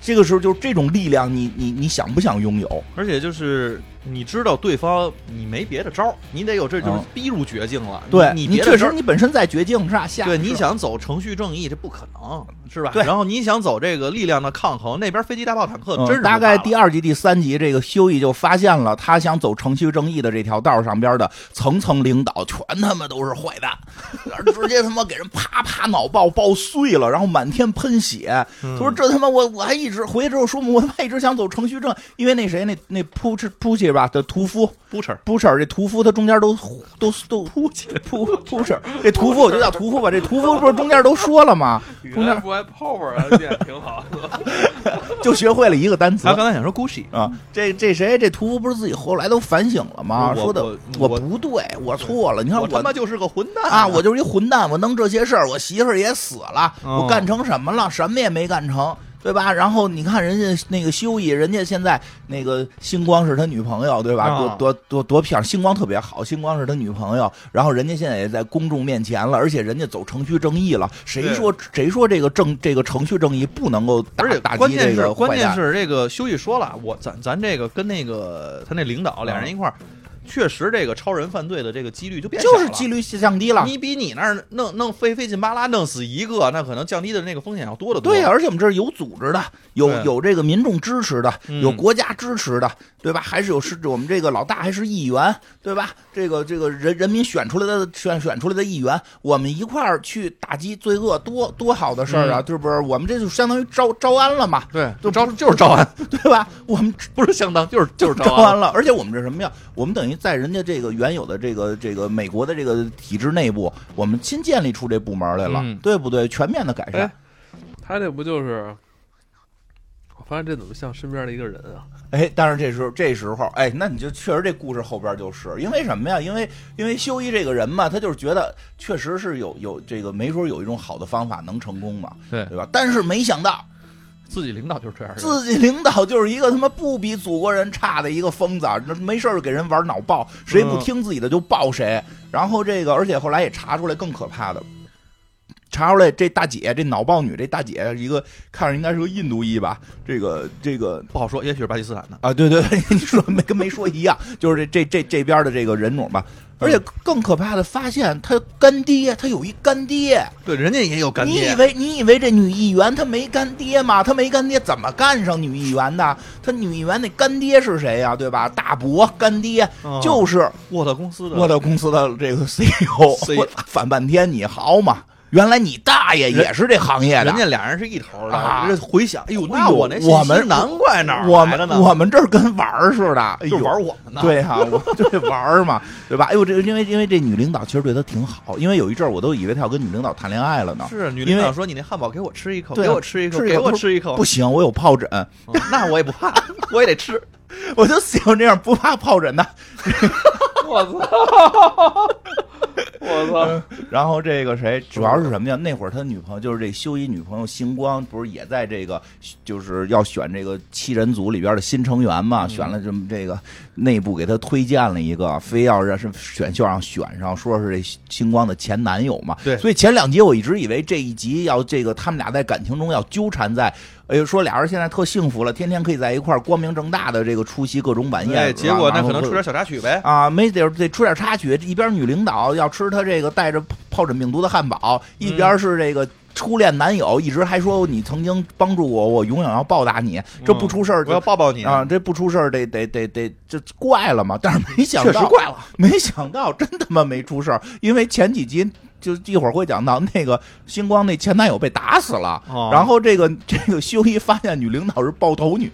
B: 这个时候就是这种力量，你你你想不想拥有？
C: 而且就是你知道对方你没别的招儿，你得有这就是
B: 嗯
C: 逼入绝境了。
B: 对
C: 你
B: 你
C: 别
B: 确
C: 的招
B: 实
C: 儿，
B: 你本身在绝境是吧？下
C: 对
B: 是
C: 你想走程序正义这不可能是吧？
B: 对
C: 然后你想走这个力量的抗衡，那边飞机大炮坦克
B: 嗯
C: 呃真是
B: 大概
C: 第
B: 第二集、第三集，这个修义就发现了，他想走程序正义的这条道上边的层层领导，全他妈都是坏蛋，直接他妈给人啪啪脑爆爆碎了，然后满天喷血。他说：“这他妈我我还一直回去之后说，我他妈一直想走程序正，因为那谁那那扑哧扑去吧的屠夫
C: Butcher
B: 扑哧这屠夫他中间都都都扑扑扑哧这屠夫我就叫屠夫吧，这屠夫不是中间都说了吗？
A: 原
B: 中
A: 来
B: 间
A: 不爱 power 啊，这也挺好的。
B: 就学会了一个单词
C: 他。刚才想说 Gucci，
B: 啊，这这谁这屠夫不是自己后来都反省了吗？
C: 我
B: 说的
C: 我
B: 我
C: 我
B: 不对，我错了。你看
C: 我他妈
B: 我
C: 就是个混蛋
B: 啊，我就是一混蛋，我弄这些事儿，我媳妇儿也死了，
C: 哦
B: 我干成什么了？什么也没干成。对吧？然后你看人家那个修一，人家现在那个星光是他女朋友，对吧？
C: 啊
B: 多多多多漂亮，星光特别好，星光是他女朋友。然后人家现在也在公众面前了，而且人家走程序正义了。谁
C: 对
B: 说谁说这个正这个程序正义不能够打
C: 而且
B: 打
C: 关
B: 击这
C: 键是
B: 个
C: 关
B: 坏
C: 键
B: 蛋？
C: 是这个修一说了，我咱咱这个跟那个他那领导
B: 嗯
C: 俩人一块儿，确实这个超人犯罪的这个几率就变小
B: 就是
C: 了
B: 几率降低了。
C: 你比你那儿弄弄费费劲巴拉弄死一个，那可能降低的那个风险要多得多。
B: 对呀、啊而且我们这是有组织的，有
C: 对
B: 有这个民众支持的，
C: 嗯
B: 有国家支持的，对吧？还是有是我们这个老大还是议员，对吧？这个这个人人民选出来的选选出来的议员，我们一块儿去打击罪恶，多多好的事儿啊，
C: 嗯
B: 对不对？我们这就相当于招招安了嘛，
C: 对，
B: 就
C: 招就是招安，
B: 对吧？我们
C: 不是相当，就是就是
B: 招
C: 安。
B: 安了，而且我们这什么呀？我们等于在人家这个原有的这个这个美国的这个体制内部，我们新建立出这部门来了，
C: 嗯
B: 对不对？全面的改善
A: 哎。他这不就是？我发现这怎么像身边的一个人啊？
B: 哎，但是这时候这时候，哎，那你就确实这故事后边就是因为什么呀？因为因为修一这个人嘛，他就是觉得确实是有有这个没准有一种好的方法能成功嘛，
C: 对
B: 对吧？但是没想到
C: 自己领导就是这样的人，
B: 自己领导就是一个他妈不比祖国人差的一个疯子，啊那没事儿就给人玩脑爆，谁不
C: 嗯
B: 听自己的就爆谁。然后这个，而且后来也查出来更可怕的。查出来，这大姐，这脑爆女，这大姐一个看着应该是个印度裔吧，这个这个
C: 不好说，也许是巴基斯坦的。
B: 啊，对对对， 你说没跟没说一样，就是这这这这边的这个人种吧。
C: 嗯
B: 而且更可怕的，发现他干爹，他有一干爹。
C: 对，人家也有干
B: 你以
C: 爹，
B: 为你以为这女议员她没干爹吗？她没干爹怎么干上女议员的？她女议员那干爹是谁呀、对吧？大伯干爹、
C: 嗯
B: 就是
C: 沃特公司的，
B: 沃特公司的这个 CEO。
C: C- E
B: 我反半天，你好嘛？原来你大爷也是这行业的。
C: 人家俩人是一头的
B: 啊。
C: 这回想，哎呦，
B: 哎
C: 那
B: 呦
C: 我那信
B: 我
C: 息
B: 们
C: 难怪哪儿
B: 我
C: 来的
B: 们
C: 呢？
B: 我们这儿跟玩儿似的，哎呦
C: 就是玩我们呢。，
B: 对哈、啊我对玩儿嘛，对吧？哎呦，这因为因为这女领导其实对他挺好，因为有一阵儿我都以为他要跟女领导谈恋爱了呢。
C: 是啊女
B: 啊因
C: 领
B: 为
C: 导说你那汉堡给我吃一口，
B: 对啊
C: 给我吃一口，
B: 吃一口
C: 给我
B: 不
C: 吃一口。
B: 不行，我有疱疹，
C: 嗯那我也不怕，我也得吃。
B: 我就喜欢这样不怕疱疹的。
A: 我操！我
B: 然后这个谁，主要是什么呀？那会儿他女朋友就是这修一女朋友星光，不是也在这个就是要选这个七人组里边的新成员
C: 嗯
B: 嘛？选了这么这个内部给他推荐了一个，非要让是选秀上选上，说是这星光的前男友嘛。
C: 对
B: 所以前两集我一直以为这一集要这个他们俩在感情中要纠缠在。哎呦，说俩人现在特幸福了，天天可以在一块儿光明正大的这个出席各种晚宴。
C: 哎，结果那
B: 然后
C: 可能
B: 会
C: 出点小插曲呗。
B: 啊，没得得出点插曲。一边女领导要吃她这个带着疱疹病毒的汉堡，一
C: 嗯
B: 边是这个初恋男友，一直还说你曾经帮助我，我永远要报答你。这不出事儿
C: 嗯我要
B: 就、
C: 抱抱你
B: 啊，！这不出事儿得得得得这怪了嘛？但是没想到，
C: 确实怪了，
B: 没想到真他妈没出事儿，因为前几集。就一会儿会讲到那个星光那前男友被打死了，
C: 哦
B: 然后这个这个修一发现女领导是爆头女，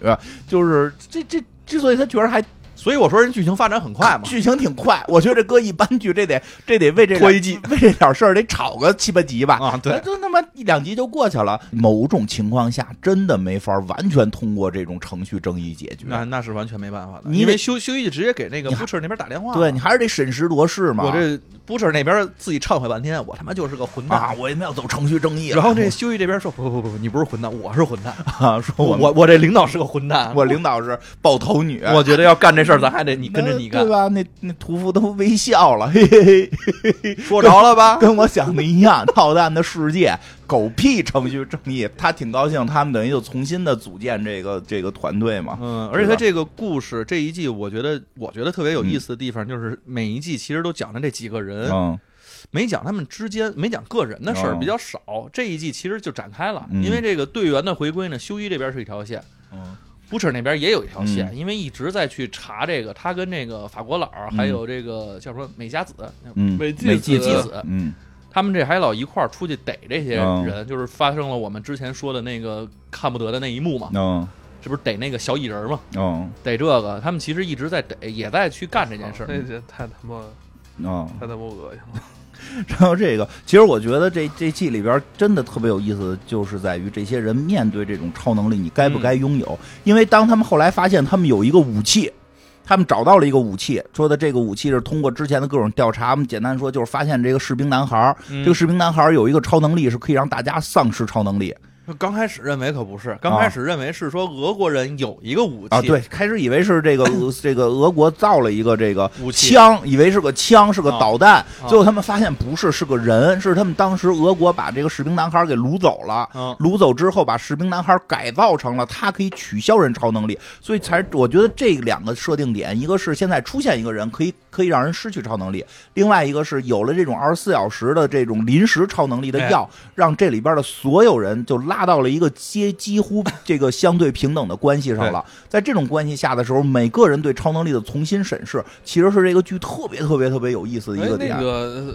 B: 就是这这之所以他觉得还
C: 所以我说人剧情发展很快嘛，
B: 剧情挺快，我觉得这搁一般剧，这得这得为这
C: 拖一季，
B: 为这点事儿得吵个七八集吧。
C: 啊，对，
B: 就他妈一两集就过去了。某种情况下，真的没法完全通过这种程序争议解决。
C: 那那是完全没办法的，
B: 你
C: 因
B: 得
C: 为修修一直接给那个
B: 你
C: Butcher 那边打电话，
B: 对你还是得审时度势嘛。
C: 我这 Butcher 那边自己忏悔半天，我他妈就是个混蛋
B: 啊，我也没有走程序正义了。
C: 然后这修一这边说：“不不不不，你不是混蛋，我是混蛋。
B: 啊，说
C: 我
B: 我
C: 我我这领导是个混蛋，
B: 我领导是爆头女，
C: 我觉得要干这事儿，咱还得你跟着你干
B: 对，吧？那那屠夫都微笑了，嘿嘿嘿，
C: 说着了吧？
B: 跟我想的一样。炮弹的世界，狗屁程序正义，他挺高兴，他们等于就重新的组建这个这个团队嘛。
C: 嗯，而且他这个故事这一季，我觉得我觉得特别有意思的地方，就是每一季其实都讲的这几个人，
B: 嗯
C: 没讲他们之间，没讲个人的事儿
B: 哦
C: 比较少。这一季其实就展开了，
B: 嗯
C: 因为这个队员的回归呢，修一这边是一条线。
B: 嗯，
C: Butcher 那边也有一条线，
B: 嗯
C: 因为一直在去查这个，他跟这个法国佬儿还有这个叫什么美加子，
B: 嗯，
A: 美纪
B: 美
A: 子
B: 子，
C: 子
B: 嗯
C: 他们这还老一块儿出去逮这些
B: 嗯
C: 人，就是发生了我们之前说的那个看不得的那一幕嘛，
B: 嗯
C: 这不是逮那个小蚁人嘛，
B: 嗯
C: 逮这个，他们其实一直在逮，也在去干这件事
A: 那
C: 儿。
A: 这太他妈
B: 嗯。
A: 太他妈恶心了。
B: 然后这个，其实我觉得这这季里边真的特别有意思，就是在于这些人面对这种超能力，你该不该
C: 嗯
B: 拥有？因为当他们后来发现他们有一个武器，他们找到了一个武器，说的这个武器是通过之前的各种调查，我们简单说就是发现这个士兵男孩儿，
C: 嗯
B: 这个士兵男孩儿有一个超能力是可以让大家丧失超能力
C: 刚开始认为可不是，刚开始认为是说俄国人有一个武器
B: 啊。对，，开始以为是这个 这个俄国造了一个这个
C: 武器
B: 枪，以为是个枪，是个
C: 啊
B: 导弹，
C: 啊
B: 最后他们发现不是，是个人，是他们当时俄国把这个士兵男孩儿给掳走了。
C: 嗯，
B: 掳走之后，把士兵男孩改造成了他可以取消人超能力，所以才我觉得这两个设定点，一个是现在出现一个人可以可以让人失去超能力，另外一个是有了这种二十四小时的这种临时超能力的药，让这里边的所有人就拉到了一个接几乎这个相对平等的关系上了。在这种关系下的时候，每个人对超能力的重新审视，其实是这个剧特别特别特别有意思嗯的一个
A: 哎，
B: 点
A: 那。个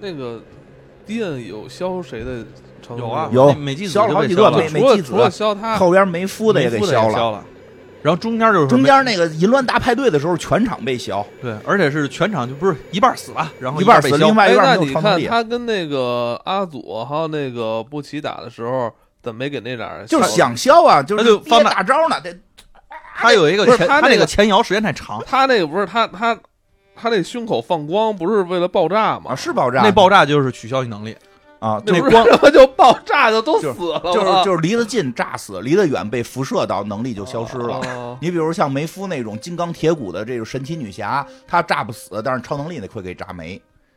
A: 那个电有消谁的成
C: 有啊，
B: 有
C: 那美纪子
B: 消了
C: 就
B: 好
C: 被
B: 几
C: 消
B: 段
C: 了
B: 美，美
A: 除了
B: 纪子
A: 除了消他，
B: 后边梅夫的也给
C: 梅夫的
B: 消
C: 也
B: 了。
A: 了。
C: 然后中间就是
B: 中间那个淫乱大派对的时候，全场被消，
C: 对，而且是全场就不是一半死了，然后
B: 一半
C: 被
B: 死
C: 消
B: 另外
A: 哎
B: 一，半
A: 那
B: 没有
A: 你
B: 超能
A: 看
B: 力。啊
A: 他跟那个阿祖还有那个布奇打的时候，怎么没给那俩人？
B: 就是想消啊，就是
C: 那就
B: 憋
C: 方
B: 大招呢，得
C: 他有一个
A: 不是
C: 前
A: 他那
C: 那个
A: 个
C: 前摇时间太长，
A: 他那个不是他他他那胸口放光不是为了爆炸吗
B: 啊？是爆炸，
C: 那爆炸就是取消你能力。
B: 啊，
A: 那
B: 那
A: 不是
B: 光
A: 他妈 就爆炸就都
B: 就是
A: 死了吗，
B: 就是就是离得近炸死，离得远被辐射到，能力就消失了。
A: 哦
B: 你比如像梅夫那种金刚铁骨的这种神奇女侠，她炸不死，但是超能力那会给炸没。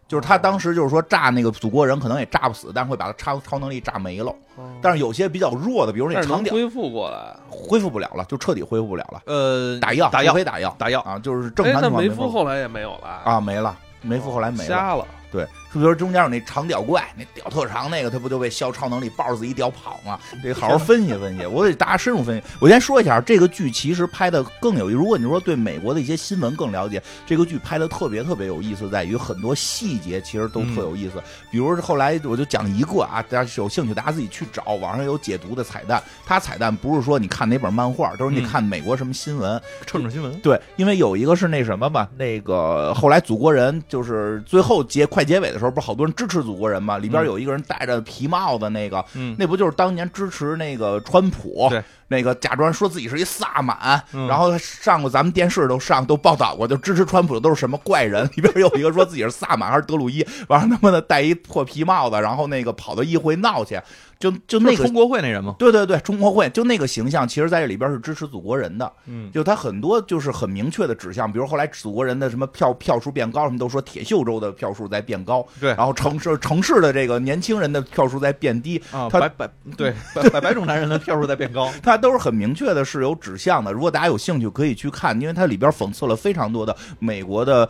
B: 就是
A: 哦
B: 她当时就是说炸那个祖国人可能也炸不死，但会把她超超能力炸没了。
A: 哦
B: 但是有些比较弱的，比如那
A: 但是
B: 长
A: 能
B: 点
A: 恢复过来。
B: 恢复不了了，就彻底恢复不了了。
C: 呃，
B: 打药，
C: 打药
B: 除非打药，
C: 打药
B: 啊，就是正
A: 哎，
B: 常
A: 那
B: 情况
A: 梅
B: 恢复
A: 夫后来也没有了啊，
B: 啊，没了，梅夫后来没了。
A: 瞎了。
B: 对，是不是中间有那长屌怪，那屌特长那个，他不就被消超能力抱着自己屌跑吗？得好好分析分析，我得大家深入分析。我先说一下，这个剧其实拍的更有意。如果你说对美国的一些新闻更了解，这个剧拍的特别特别有意思，在于很多细节其实都特有意思。比如是后来我就讲一个啊，大家有兴趣大家自己去找，网上有解读的彩蛋。它彩蛋不是说你看哪本漫画，都是你
C: 嗯
B: 看美国什么新闻，
C: 政治新闻，
B: 对，因为有一个是那什么嘛，那个后来祖国人就是最后结快结尾的时候，不是好多人支持祖国人嘛？里边
C: 嗯
B: 有一个人戴着皮帽子，那个、
C: 嗯，
B: 那不就是当年支持那个川普？
C: 对，
B: 那个假装说自己是一萨满，
C: 嗯
B: 然后他上过咱们电视都上都报道过，就支持川普的都是什么怪人？ 里边有一个说自己是萨满还是德鲁伊，完了他妈的戴一破皮帽子，然后那个跑到议会闹去，就就那
C: 是
B: 个
C: 冲。国会那人吗？
B: 对对对，中国会就那个形象，其实在这里边是支持祖国人的。
C: 嗯，
B: 就他很多就是很明确的指向，比如后来祖国人的什么票票数变高，什么都说铁锈州的票数在变高，
C: 对
B: 然后城市城市的这个年轻人的票数在变低，
C: 啊，
B: 他
C: 白白对白白白种男人的票数在 变高。
B: 它都是很明确的是有指向的。如果大家有兴趣可以去看，因为它里边讽刺了非常多的美国的。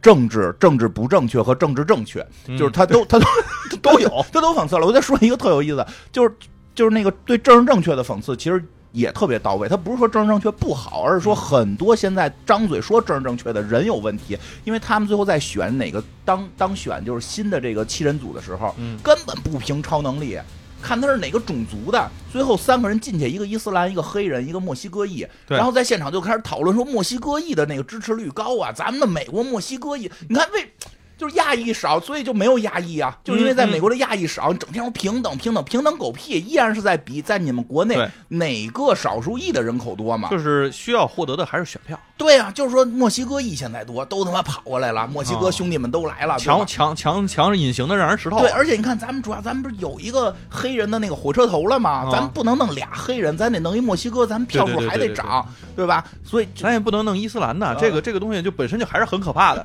B: 政治、政治不正确和政治正确，就是它都、它都 都有，它都讽刺了。我再说一个特有意思的，就是就是那个对政治正确的讽刺，其实也特别到位。他不是说政治正确不好，而是
C: 嗯
B: 说很多现在张嘴说政治正确的人有问题，因为他们最后在选哪个当当选就是新的这个七人组的时候，
C: 嗯
B: 根本不凭超能力。看他是哪个种族的。最后三个人进去，一个伊斯兰，一个黑人，一个墨西哥裔，
C: 对
B: 然后在现场就开始讨论说墨西哥裔的那个支持率高啊，咱们的美国墨西哥裔，你看为。就是亚裔少，所以就没有亚裔啊，就是因为在
C: 嗯
B: 美国的亚裔少，你整天说平等平等平等狗屁，依然是在比在你们国内
C: 对
B: 哪个少数裔的人口多嘛？
C: 就是需要获得的还是选票，
B: 对啊，就是说墨西哥裔现在多，都他妈跑过来了，墨西哥
C: 啊
B: 兄弟们都来了，对吧
C: 强强强强是隐形的，让人石头。啊
B: 对，而且你看，咱们主要咱们不是有一个黑人的那个火车头了吗？
C: 啊
B: 咱们不能弄俩黑人，咱得弄一墨西哥，咱们票数
C: 对对对
B: 还得
C: 对对
B: 涨，对吧？所以这
C: 咱也不能弄伊斯兰
B: 啊
C: 的，这个这个东西就本身就还是很可 怕的。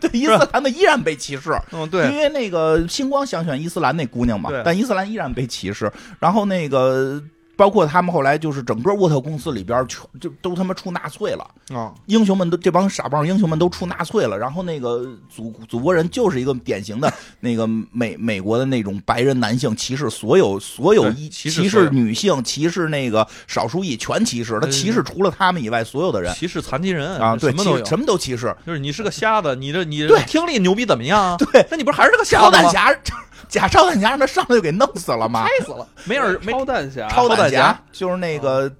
B: 对伊斯兰的依然被歧视。
C: 嗯，
B: 因
C: 对，
B: 为那个星光想选伊斯兰那姑娘嘛
C: 对，
B: 但伊斯兰依然被歧视。然后那个包括他们后来就是整个沃特公司里边全就都他妈出纳粹了，
C: 啊，
B: 英雄们都这帮傻棒英雄们都出纳粹了，然后那个祖祖国人就是一个典型的那个美美国的那种白人男性歧视所有所有
C: 对
B: 一
C: 歧
B: 歧
C: 视所有
B: 女性歧视那个少数裔全歧视，他
C: 对对
B: 歧视除了他们以外所有的人
C: 歧视残疾人
B: 啊，对，
C: 什
B: 歧
C: 么都
B: 视
C: 有。
B: 什么都歧 视，
C: 就是你是个瞎子，你这你
B: 对
C: 听力牛逼怎么样啊？
B: 对，
C: 那你不是还是个瞎
B: 超
C: 子
B: 弹
C: 吗？
B: 侠 假超弹侠他妈上来就给弄死了吗？
C: 嗨死了，没耳没
A: 哎超弹侠，
B: 超
C: 弹
B: 弹
C: 侠
B: 侠就是那个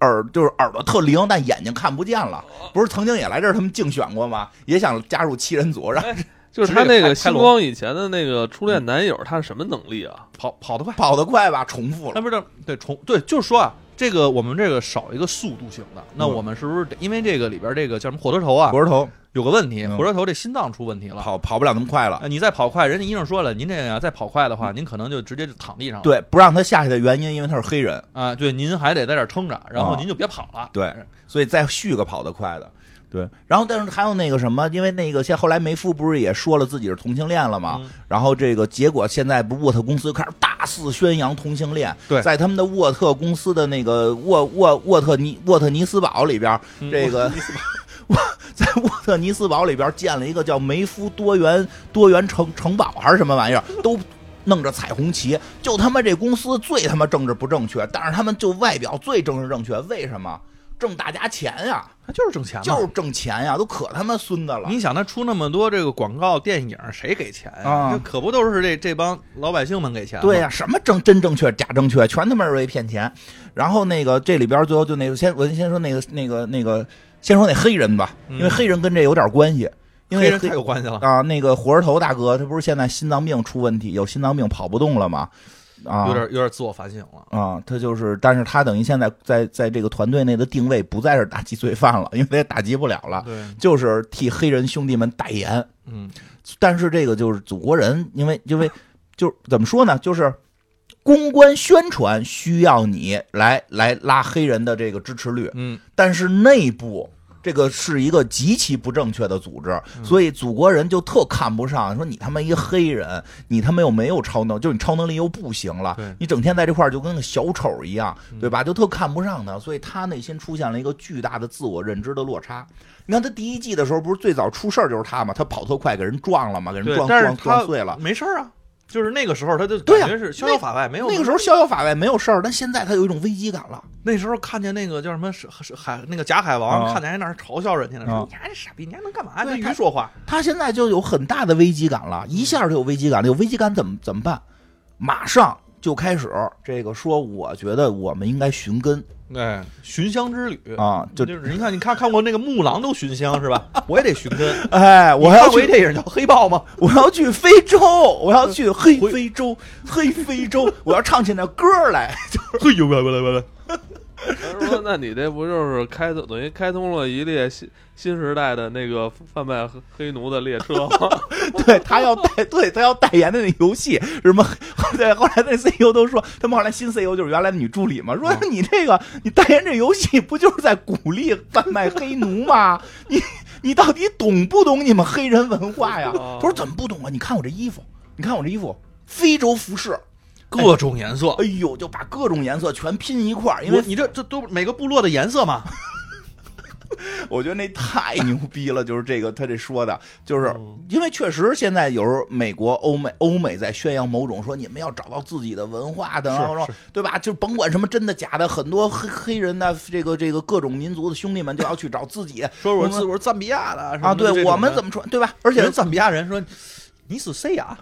B: 耳就是耳朵特灵，但眼睛看不见了，不是曾经也来这儿他们竞选过吗？也想加入七人组，然后
A: 就是他那
C: 这个开
A: 个
C: 开
A: 星
C: 龙
A: 光以前的那个初
B: 嗯
A: 恋男友，他是什么能力啊？
C: 跑跑得快。
B: 跑得快吧，重复了
C: 那。不是对重对，就是说啊，这个我们这个少一个速度型的，那
B: 嗯
C: 我们是不是得因为这个里边这个叫什么火车头啊，
B: 着头
C: 有个问题，
B: 嗯
C: 火车头这心脏出问题了。
B: 跑跑不了那么快了。
C: 呃你再跑快，人家医生说了，您这个再跑快的
B: 嗯
C: 话，您可能就直接就躺地上了。
B: 对，不让他下去的原因，因为他是黑人，
C: 啊，对，您还得在这儿撑着，然后
B: 啊
C: 您就别跑了。
B: 对，所以再续个跑得快的。对，然后但是还有那个什么，因为那个现在后来梅夫不是也说了自己是同性恋了吗？
C: 嗯
B: 然后这个结果现在不沃特公司开始大肆宣扬同性恋，
C: 对
B: 在他们的沃特公司的那个沃沃沃特尼沃特尼斯堡里边，
C: 嗯
B: 这个沃在沃特尼斯堡里边建了一个叫梅夫多元多元城城堡还是什么玩意儿，都弄着彩虹旗，就他妈这公司最他妈政治不正确，但是他们就外表最政治正确，为什么？挣大家钱呀，
C: 他就是挣钱嘛。
B: 就是挣钱呀，都可他妈孙子了。
C: 你想他出那么多这个广告电影，谁给钱呀
B: 啊
C: 这可不都是这这帮老百姓们给钱吗？
B: 对呀、什么正真正确假正确，全他妈是为骗钱。然后那个这里边最后就那个先我先说那个那个那个，先说那黑人吧，
C: 嗯
B: 因为黑人跟这有点关系，因
C: 黑
B: 为
C: 人太有关系了。
B: 啊那个火车头大哥他不是现在心脏病出问题，有心脏病跑不动了吗？啊，
C: 有点有点自我反省了。
B: 啊，他就是，但是他等于现在在在这个团队内的定位不再是打击罪犯了，因为他也打击不了了，
C: 对，
B: 就是替黑人兄弟们代言。
C: 嗯，
B: 但是这个就是祖国人，因为因为就是怎么说呢，就是公关宣传需要你来来拉黑人的这个支持率，
C: 嗯，
B: 但是内部。这个是一个极其不正确的组织，
C: 嗯
B: 所以祖国人就特看不上，说你他妈一黑人，你他妈又没有超能，就是你超能力又不行了
C: 对，嗯
B: 你整天在这块儿就跟个小丑一样，对吧？就特看不上他，所以他内心出现了一个巨大的自我认知的落差。你看他第一季的时候，不是最早出事儿就是他嘛，他跑特快给人撞了嘛，给人
C: 对
B: 撞，
C: 但
B: 撞
C: 是他
B: 撞碎了。
C: 没事儿啊，就是那个时候他就
B: 对呀
C: 感觉是逍遥法外，没有
B: 那个时候逍遥法外没有事儿，但现在他有一种危机感了。
C: 那时候看见那个叫什么是是海那个假海王，
B: 啊
C: 看见还那儿嘲笑人家呢，说
B: 啊
C: 你还是傻逼，你还能干嘛？
B: 对
C: 跟鱼
B: 他
C: 说话，
B: 他现在就有很大的危机感了，
C: 嗯
B: 一下就有危机感了。有危机感怎么怎么办？马上就开始这个说，我觉得我们应该寻根
C: 对，哎寻香之旅。
B: 啊，就
C: 就是你看，你看看过那个木狼都寻香是吧？ 我也得寻根。
B: 哎，我
C: 你看
B: 要
C: 过一
B: 去，
C: 电影叫《黑豹》吗？
B: 我要去非洲，我要去黑非洲，黑非洲，我要唱起那歌儿来。
C: 嘿哎呦，喂喂喂喂！
A: 他说：“那你这不就是开通等于开通了一列新新时代的那个贩卖黑奴的列车 吗？
B: 对他要代，对他要代言的那游戏什么？ 对，后来那 CEO 都说，他们后来新 CEO 就是原来的女助理嘛，说你这个你代言这游戏不就是在鼓励贩卖黑奴吗？ 你你到底懂不懂你们黑人文化呀？
A: 哦
B: 他说怎么不懂啊？你看我这衣服，你看我这衣服，非洲服饰，
C: 各种颜色
B: 哎，呦，就把各种颜色全拼一块儿，因
C: 我
B: 为
C: 你这这都每个部落的颜色 嘛。
B: 我觉得那太牛逼了，就是这个他这说的，就是
C: 嗯
B: 因为确实现在有时候美国、欧美、欧美在宣扬某种说你们要找到自己的文化的，然后对吧？就甭管什么真的假的，很多黑黑人的这个这个各种民族的兄弟们就要去找自己
C: 说我
B: 我
C: 是
B: 们
C: 我是赞比亚的什么
B: 啊，
C: 嗯的这
B: 对
C: 种
B: 我们
C: 的
B: 怎么穿，对吧？而
C: 人
B: 且
C: 赞比亚人说，你是谁呀？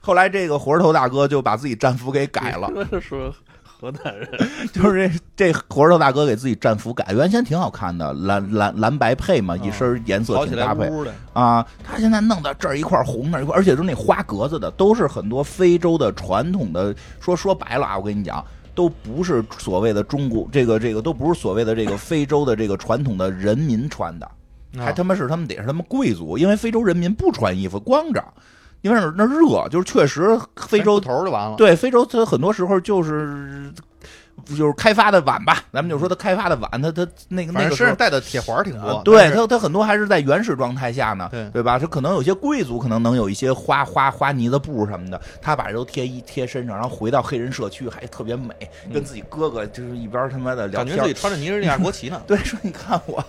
B: 后来这个火车头大哥就把自己战服给改 了，
A: 说是说河南 人，
B: 就是这这火车头大哥给自己战服改，原先挺好看的，蓝蓝蓝白配嘛，一身颜色
C: 跑嗯起
B: 挺
C: 来
B: 搭配
C: 呜呜的，
B: 啊。他现在弄到这儿一块儿红那儿一块儿，而且就是那花格子的，都是很多非洲的传统的。说说白了啊，我跟你讲。都不是所谓的中国，这个这个都不是所谓的这个非洲的这个传统的人民穿的，
D: 啊
B: 还他妈是他们得是他们贵族，因为非洲人民不穿衣服，光着，因为那儿那儿热，就是确实非洲
C: 头就完了。
B: 对，非洲它很多时候就是就是开发的晚吧，咱们就说它开发的晚，它它那个
D: 反
B: 那
D: 正身
B: 个时候
D: 上。带的铁环儿挺多
B: 啊，对
D: 但是
B: 它，它很多还是在原始状态下呢，
C: 对
B: 吧？它可能有些贵族可能能有一些花花花呢子布什么的，他把这都贴一贴身上，然后回到黑人社区还特别美，跟自己哥哥就是一边他妈的聊
C: 感
B: 天。
C: 觉自己穿着尼日利亚国旗呢
B: 对，说你看我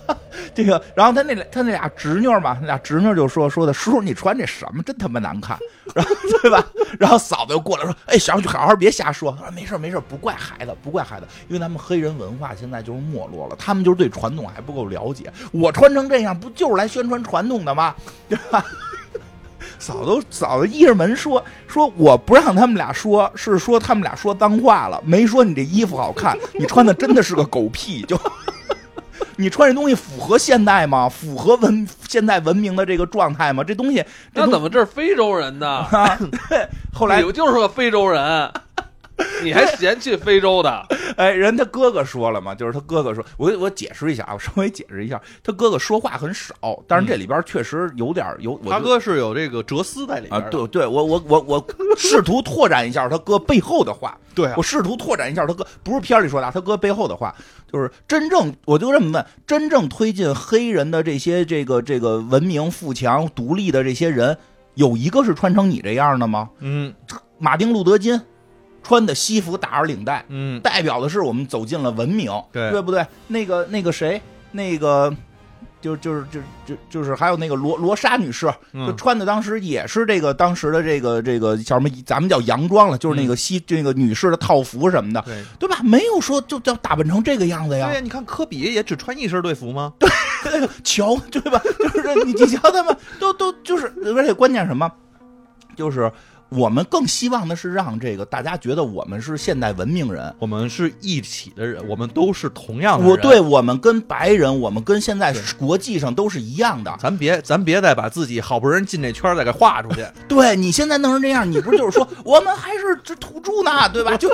B: 这个，然后他那俩他那俩侄女儿嘛，那俩侄女儿就说说的叔叔你穿这什么真他妈难看，然后对吧？然后嫂子又过来说，哎，小去好好别瞎说，啊没事儿没事儿，不怪孩子，不怪孩子，因为咱们黑人文化现在就是没落了，他们就是对传统还不够了解，我穿成这样不就是来宣传传统的吗？对吧？嫂子嫂子掖着门说说我不让他们俩说，是说他们俩说脏话了，没说你这衣服好看，你穿的真的是个狗屁，就 你穿这东西符合现代吗？符合文现代文明的这个状态吗？这东西，这
A: 那
B: 东
A: 怎么这是非洲人呢？
B: 后来
A: 你就是个非洲 人，你还嫌弃非洲的？
B: 哎，人他哥哥说了嘛，就是他哥哥说，我我解释一下啊，我稍微解释一下，他哥哥说话很少，但是这里边确实有点有，我
C: 他
B: 就
C: 哥是有这个哲思在里
B: 啊
C: 边，的。
B: 对对，我我我我试图拓展一下他哥背后的话，
C: 对啊
B: 我试图拓展一下他哥不是片儿里说的啊，他哥背后的话，就是真正我就这么问，真正推进黑人的这些这个这个文明富强独立的这些人，有一个是穿成你这样的吗？
C: 嗯
B: 马丁路德金穿的西服打着领带，
C: 嗯，
B: 代表的是我们走进了文明，
C: 对
B: 不对？那个那个谁，那个就就是就就就是还有那个罗罗莎女士，
C: 嗯
B: 就穿的当时也是这个当时的这个这个叫什么，咱们叫洋装了，就是那个西、这个女士的套服什么的，
C: 嗯
B: 对
C: 对
B: 吧？没有说就叫打扮成这个样子呀
C: 对，呀，你看科比也只穿一身队服吗？
B: 瞧，对吧？ 就是你你瞧他们都都就是，而且关键什么，就是我们更希望的是让这个大家觉得我们是现代文明人。
C: 我们是一起的人，我们都是同样的人。
B: 我对，我们跟白人，我们跟现在国际上都是一样的。
C: 咱别咱别再把自己好不容易进这圈儿再给划出去。
B: 对你现在弄成这样，你不就是说我们还是这土著呢，对吧？就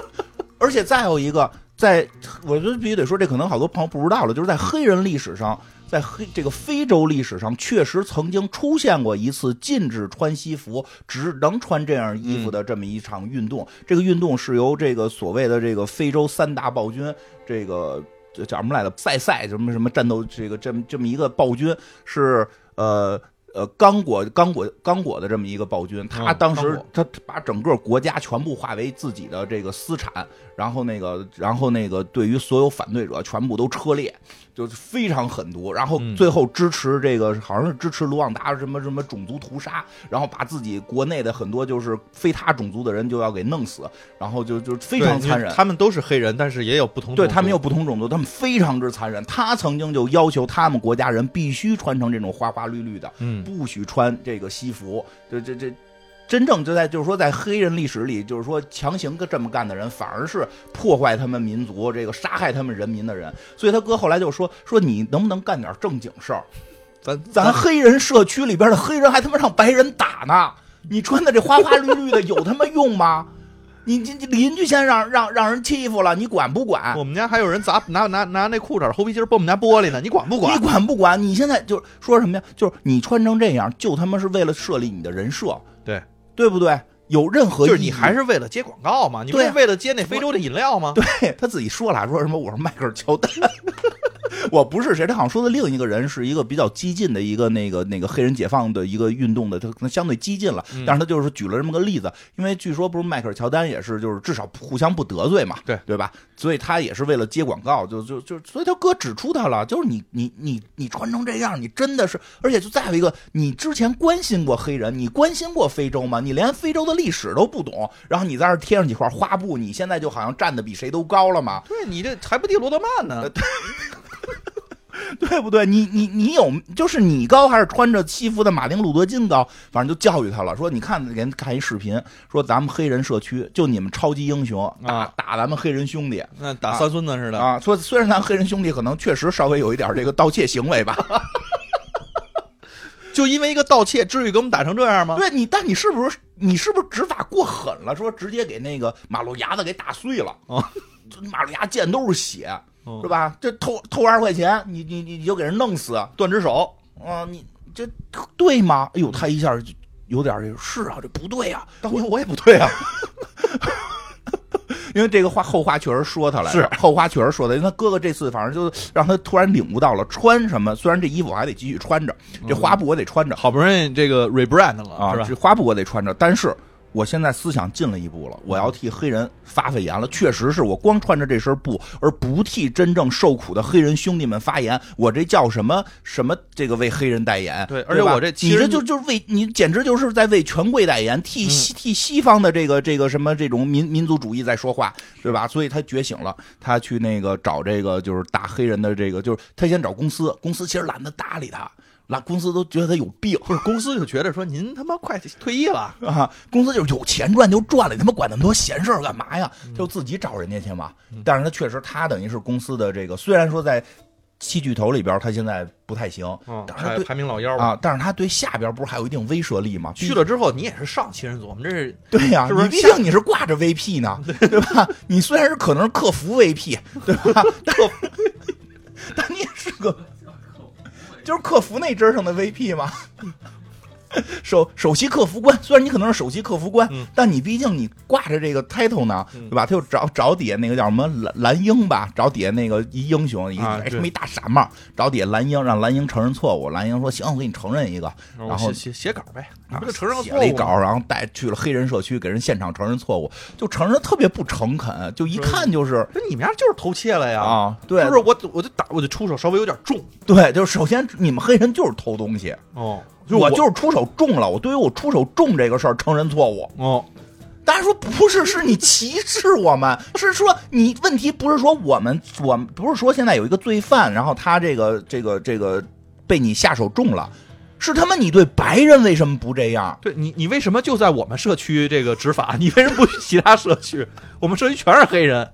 B: 而且再有一个，在我就必须得说，这可能好多朋友不知道了，就是在黑人历史上，在黑这个非洲历史上，确实曾经出现过一次禁止穿西服，只能穿这样衣服的这么一场运动。这个运动是由这个所谓的这个非洲三大暴君，这个这叫什么来着？塞塞什么什么战斗，这个这么这么一个暴君是呃。呃，刚果刚果刚果的这么一个暴君，他
C: 嗯
B: 当
C: 刚
B: 时
C: 果
B: 他他把整个国家全部化为自己的这个私产，然后那个，然后那个，对于所有反对者全部都车裂，就是非常狠毒。然后
C: 嗯
B: 最后支持这个，好像是支持卢旺达什么什么种族屠杀，然后把自己国内的很多就是非他种族的人就要给弄死，然后就就非常
C: 对
B: 残
C: 因为
B: 忍。
C: 他们都是黑人，但是也有不同种族。
B: 对他们有不同种族，他们非常之残忍。他曾经就要求他们国家人必须穿成这种花花绿绿的，
C: 嗯
B: 不许穿这个西服。这这这，真正就在就是说，在黑人历史里，就是说强行跟这么干的人，反而是破坏他们民族、这个杀害他们人民的人。所以他哥后来就说说你能不能干点正经事儿？
C: 咱
B: 咱黑人社区里边的黑人还他妈让白人打呢，你穿的这花花绿绿的有他妈用吗？你你你邻居先让让让人欺负了，你管不管？
C: 我们家还有人砸拿拿拿那裤衩后皮筋儿崩我们家玻璃呢，你管不管
B: 你？管不管？你现在就是说什么呀？就是你穿成这样，就他妈是为了设立你的人设，
C: 对
B: 对不对？有任何
C: 就是
B: 意义
C: 你还是为了接广告嘛？你不
B: 对
C: 是
B: 啊
C: 为了接那非洲的饮料 吗？
B: 对他自己说了，说什么我是迈克尔乔丹，我不是谁。他好像说的另一个人是一个比较激进的一个那个那个黑人解放的一个运动的，他可能相对激进了，但是他就是举了这么个例子，因为据说不是迈克尔乔丹也是就是至少互相不得罪嘛，
C: 对
B: 对吧？所以他也是为了接广告，就就就所以他哥指出他了，就是你你你你穿成这样，你真的是，而且就再有一个，你之前关心过黑人，你关心过非洲吗？你连非洲的历史都不懂，然后你在这儿贴上几块花布，你现在就好像站得比谁都高了吗？
C: 对你这还不敌罗德曼呢？
B: 对不对？你你你有就是你高还是穿着西服的马丁路德金高？反正就教育他了，说你看给人看一视频，说咱们黑人社区就你们超级英雄打、
C: 啊
B: 打咱们黑人兄弟。
C: 那打三孙子似的，
B: 啊啊，说虽然咱黑人兄弟可能确实稍微有一点这个盗窃行为吧，
C: 就因为一个盗窃，至于给我们打成这样吗？
B: 对你，但你是不是你是不是执法过狠了？说直接给那个马路牙子给打碎了
C: 啊，
B: 就 马路牙溅都是血，
C: 嗯
B: 是吧？这偷偷二十块钱，你你你你就给人弄死，
C: 断只手，
B: 啊，你这对吗？哎呦，他一下就有点这个是啊，这不对啊，
C: 当年我也不对啊。
B: 因为这个话后话确实说他来着，后话确实说的。因为他哥哥这次反正就让他突然领悟到了穿什么，虽然这衣服我还得继续穿着，
C: 嗯
B: 这花布我得穿着、
C: 好不容易这个 rebrand 了，
B: 啊
C: 是，吧
B: 这？花布我得穿着，但是。我现在思想进了一步了，我
C: 嗯
B: 要替黑人发发言了。确实是我光穿着这身布，而不替真正受苦的黑人兄弟们发言，我这叫什么什么？这个为黑人代言，
C: 对
B: 对
C: 而且
B: 吧
C: 我这其
B: 你
C: 实嗯
B: 这就就是为你简直就是在为权贵代言，替西、替西方的这个这个什么这种民民族主义在说话，对吧？所以他觉醒了，他去那个找这个就是打黑人的这个，就是他先找公司，公司其实懒得搭理他，懒公司都觉得他有病。
C: 不是公司就觉得说您他妈快退役了，
B: 啊，公司就是有钱赚就赚了，你他妈管那么多闲事儿干嘛呀？
C: 嗯
B: 就自己找人家去嘛。但是他确实，他等于是公司的这个，虽然说在戏巨头里边儿他现在不太行，
C: 嗯
B: 但是他
C: 排
B: 对
C: 排名老幺吧。
B: 啊，但是他对下边儿不是还有一定威慑力吗？
C: 去了之后你也是上七人组，我们这是
B: 对呀、
C: 是不是
B: 你毕竟你是挂着 VP 呢，对吧？你虽然是可能是客服 VP，对 吧？但但你也是个，就是客服那职上的 VP 嘛。首首席客服官，虽然你可能是首席客服官，
C: 嗯
B: 但你毕竟你挂着这个 title 呢，
C: 嗯
B: 对吧？他就找找底下那个叫什么蓝蓝鹰吧，找底下那个一英雄，一
C: 啊
B: 哎
C: 对
B: 这么一大傻帽，找底下蓝鹰，让蓝鹰承认错误。蓝鹰说：“行，我给你承认一个。”然后
C: 写写写稿呗，你
B: 啊
C: 不就承认个
B: 写
C: 错
B: 了一
C: 误
B: 稿，
C: 吗？
B: 然后带去了黑人社区，给人现场承认错误，就承认得特别不诚恳，就一看就是
C: 那你们家就是偷窃了呀！，
B: 啊，对，
C: 就是我我就打我就出手稍微有点重
B: 对，就是首先你们黑人就是偷东西，
C: 哦，
B: 我
C: 我
B: 就是出手重了，我对于我出手重这个事儿承认错误。
C: 哦，
B: 大家说不是，是你歧视我们，是说你问题不是说我们，我们不是说现在有一个罪犯，然后他这个这个这个被你下手重了，是他妈你对白人为什么不这样？
C: 对你，你为什么就在我们社区这个执法？ 你为什么不去其他社区？我们社区全是黑人，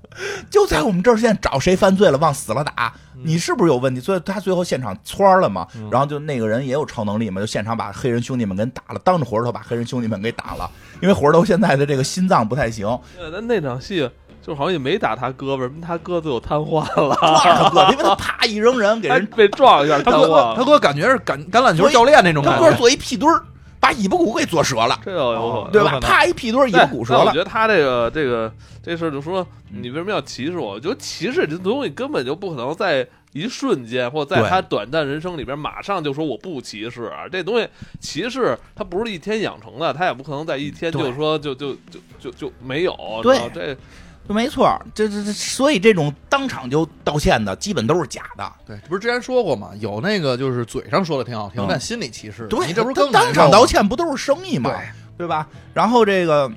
B: 就在我们这儿现在找谁犯罪了，往死了打，你是不是有问题？所以他最后现场窜儿了嘛，然后就那个人也有超能力嘛，就现场把黑人兄弟们给打了，当着火车头把黑人兄弟们给打了，因为火车头现在的这个心脏不太行，
A: 对，但那场戏就好像也没打他胳膊，他胳膊有瘫痪
B: 撞
A: 了，
B: 上胳膊，因为他啪啊一扔人，给
A: 还
B: 人
A: 被撞一下
C: 他
A: 瘫
C: 给我
A: 痪
C: 他
A: 了，
C: 给我感觉是橄橄榄球教练那种
B: 他
C: 感
B: 哥
C: 觉。
B: 做一屁墩儿，把尾巴骨给做折了，
A: 这有有可能
B: 哎对
C: 有可
B: 吧？
C: 能
B: 啪一屁墩儿，尾巴
A: 但
B: 骨折
A: 但我
B: 了嗯
A: 觉。得他这个这个这事儿，就说你为什么要歧视我？我觉得歧视这东西根本就不可能在一瞬间，或在
B: 对
A: 他短暂人生里边马上就说我不歧视啊。这东西歧视它不是一天养成的，他也不可能在一天
B: 对
A: 就说就就就就就没有。
B: 对
A: 知道这
B: 没错儿，这这这，所以这种当场就道歉的，基本都是假的。
C: 对，不是之前说过吗？有那个就是嘴上说的挺好听，
B: 嗯
C: 但心里歧视。
B: 对，
C: 你这不是
B: 他
C: 更
B: 当
C: 难受
B: 场
C: 吗
B: 道？歉不都是生意吗？对吧？然后这个，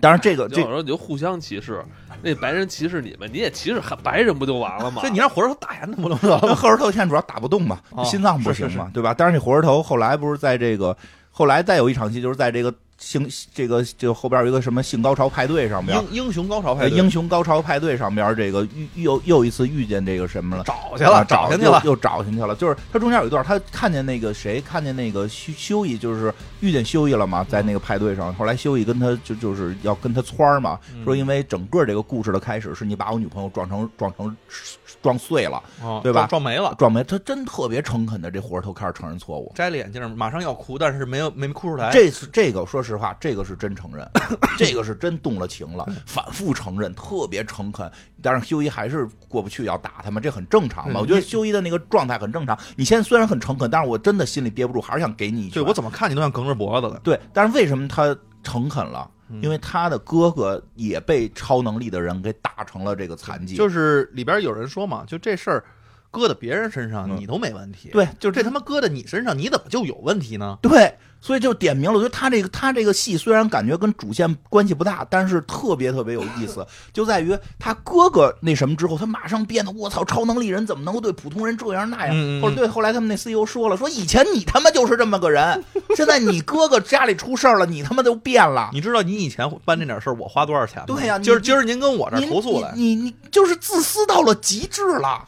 B: 当然这个
A: 就
B: 呃这
A: 有时候你就互相歧视，那白人歧视你们，你也歧视白人不就完了吗？
C: 所以你让火车头打呀，那不能不 能？
B: 那赫尔特现在主要打不动嘛，
C: 哦
B: 心脏不行嘛，
C: 是是
B: 对吧？但是这火车头后来不是在这个，后来再有一场戏就是在这个性这个就后边有一个什么性高潮派对上边，
C: 英英雄高潮
B: 呃
C: 派对
B: 英雄高潮派对上边这个遇又又一次遇见这个什么了。
C: 找去了，
B: 啊
C: 找
B: 找
C: 去了。
B: 又又找进去了。就是他中间有一段，他看见那个谁，看见那个修修一，就是遇见修一了嘛，在那个派对上。后来修一跟他就就是要跟他窜儿嘛，
C: 嗯
B: 说因为整个这个故事的开始是你把我女朋友撞成撞成撞碎了，
C: 哦
B: 对吧
C: 撞撞没了，
B: 撞没，他真特别诚恳的，这火车头开始承认错误。
C: 摘了眼镜，马上要哭，但是没有没哭出来。
B: 这是这个，说实话，这个是真承认，这个是真动了情了，反复承认，特别诚恳。但是修一还是过不去，要打他们，这很正常嘛。
C: 嗯
B: 我觉得修一的那个状态很正常。你现在虽然很诚恳，但是我真的心里憋不住，还是想给你一
C: 对
B: 拳。
C: 我怎么看你都像梗着脖子了。
B: 对，但是为什么他诚恳了？
C: 嗯
B: 因为他的哥哥也被超能力的人给打成了这个残疾。
C: 就是里边有人说嘛，就这事儿搁到别人身上
B: 嗯
C: 你都没问题，
B: 对，
C: 就这他妈搁在你身上，你怎么就有问题呢？
B: 对，所以就点明了，我觉得他这个他这个戏虽然感觉跟主线关系不大，但是特别特别有意思，就在于他哥哥那什么之后，他马上变得我操，超能力人怎么能够对普通人这样那样？
C: 嗯嗯嗯
B: 后来对后来他们那 CEO 说了，说以前你他妈就是这么个人，现在你哥哥家里出事儿了，你他妈都变了。
C: 你知道你以前办这点事儿我花多少钱吗？
B: 啊对呀你
C: 今儿今儿您跟我这儿
B: 您
C: 投诉来，
B: 你你你就是自私到了极致了。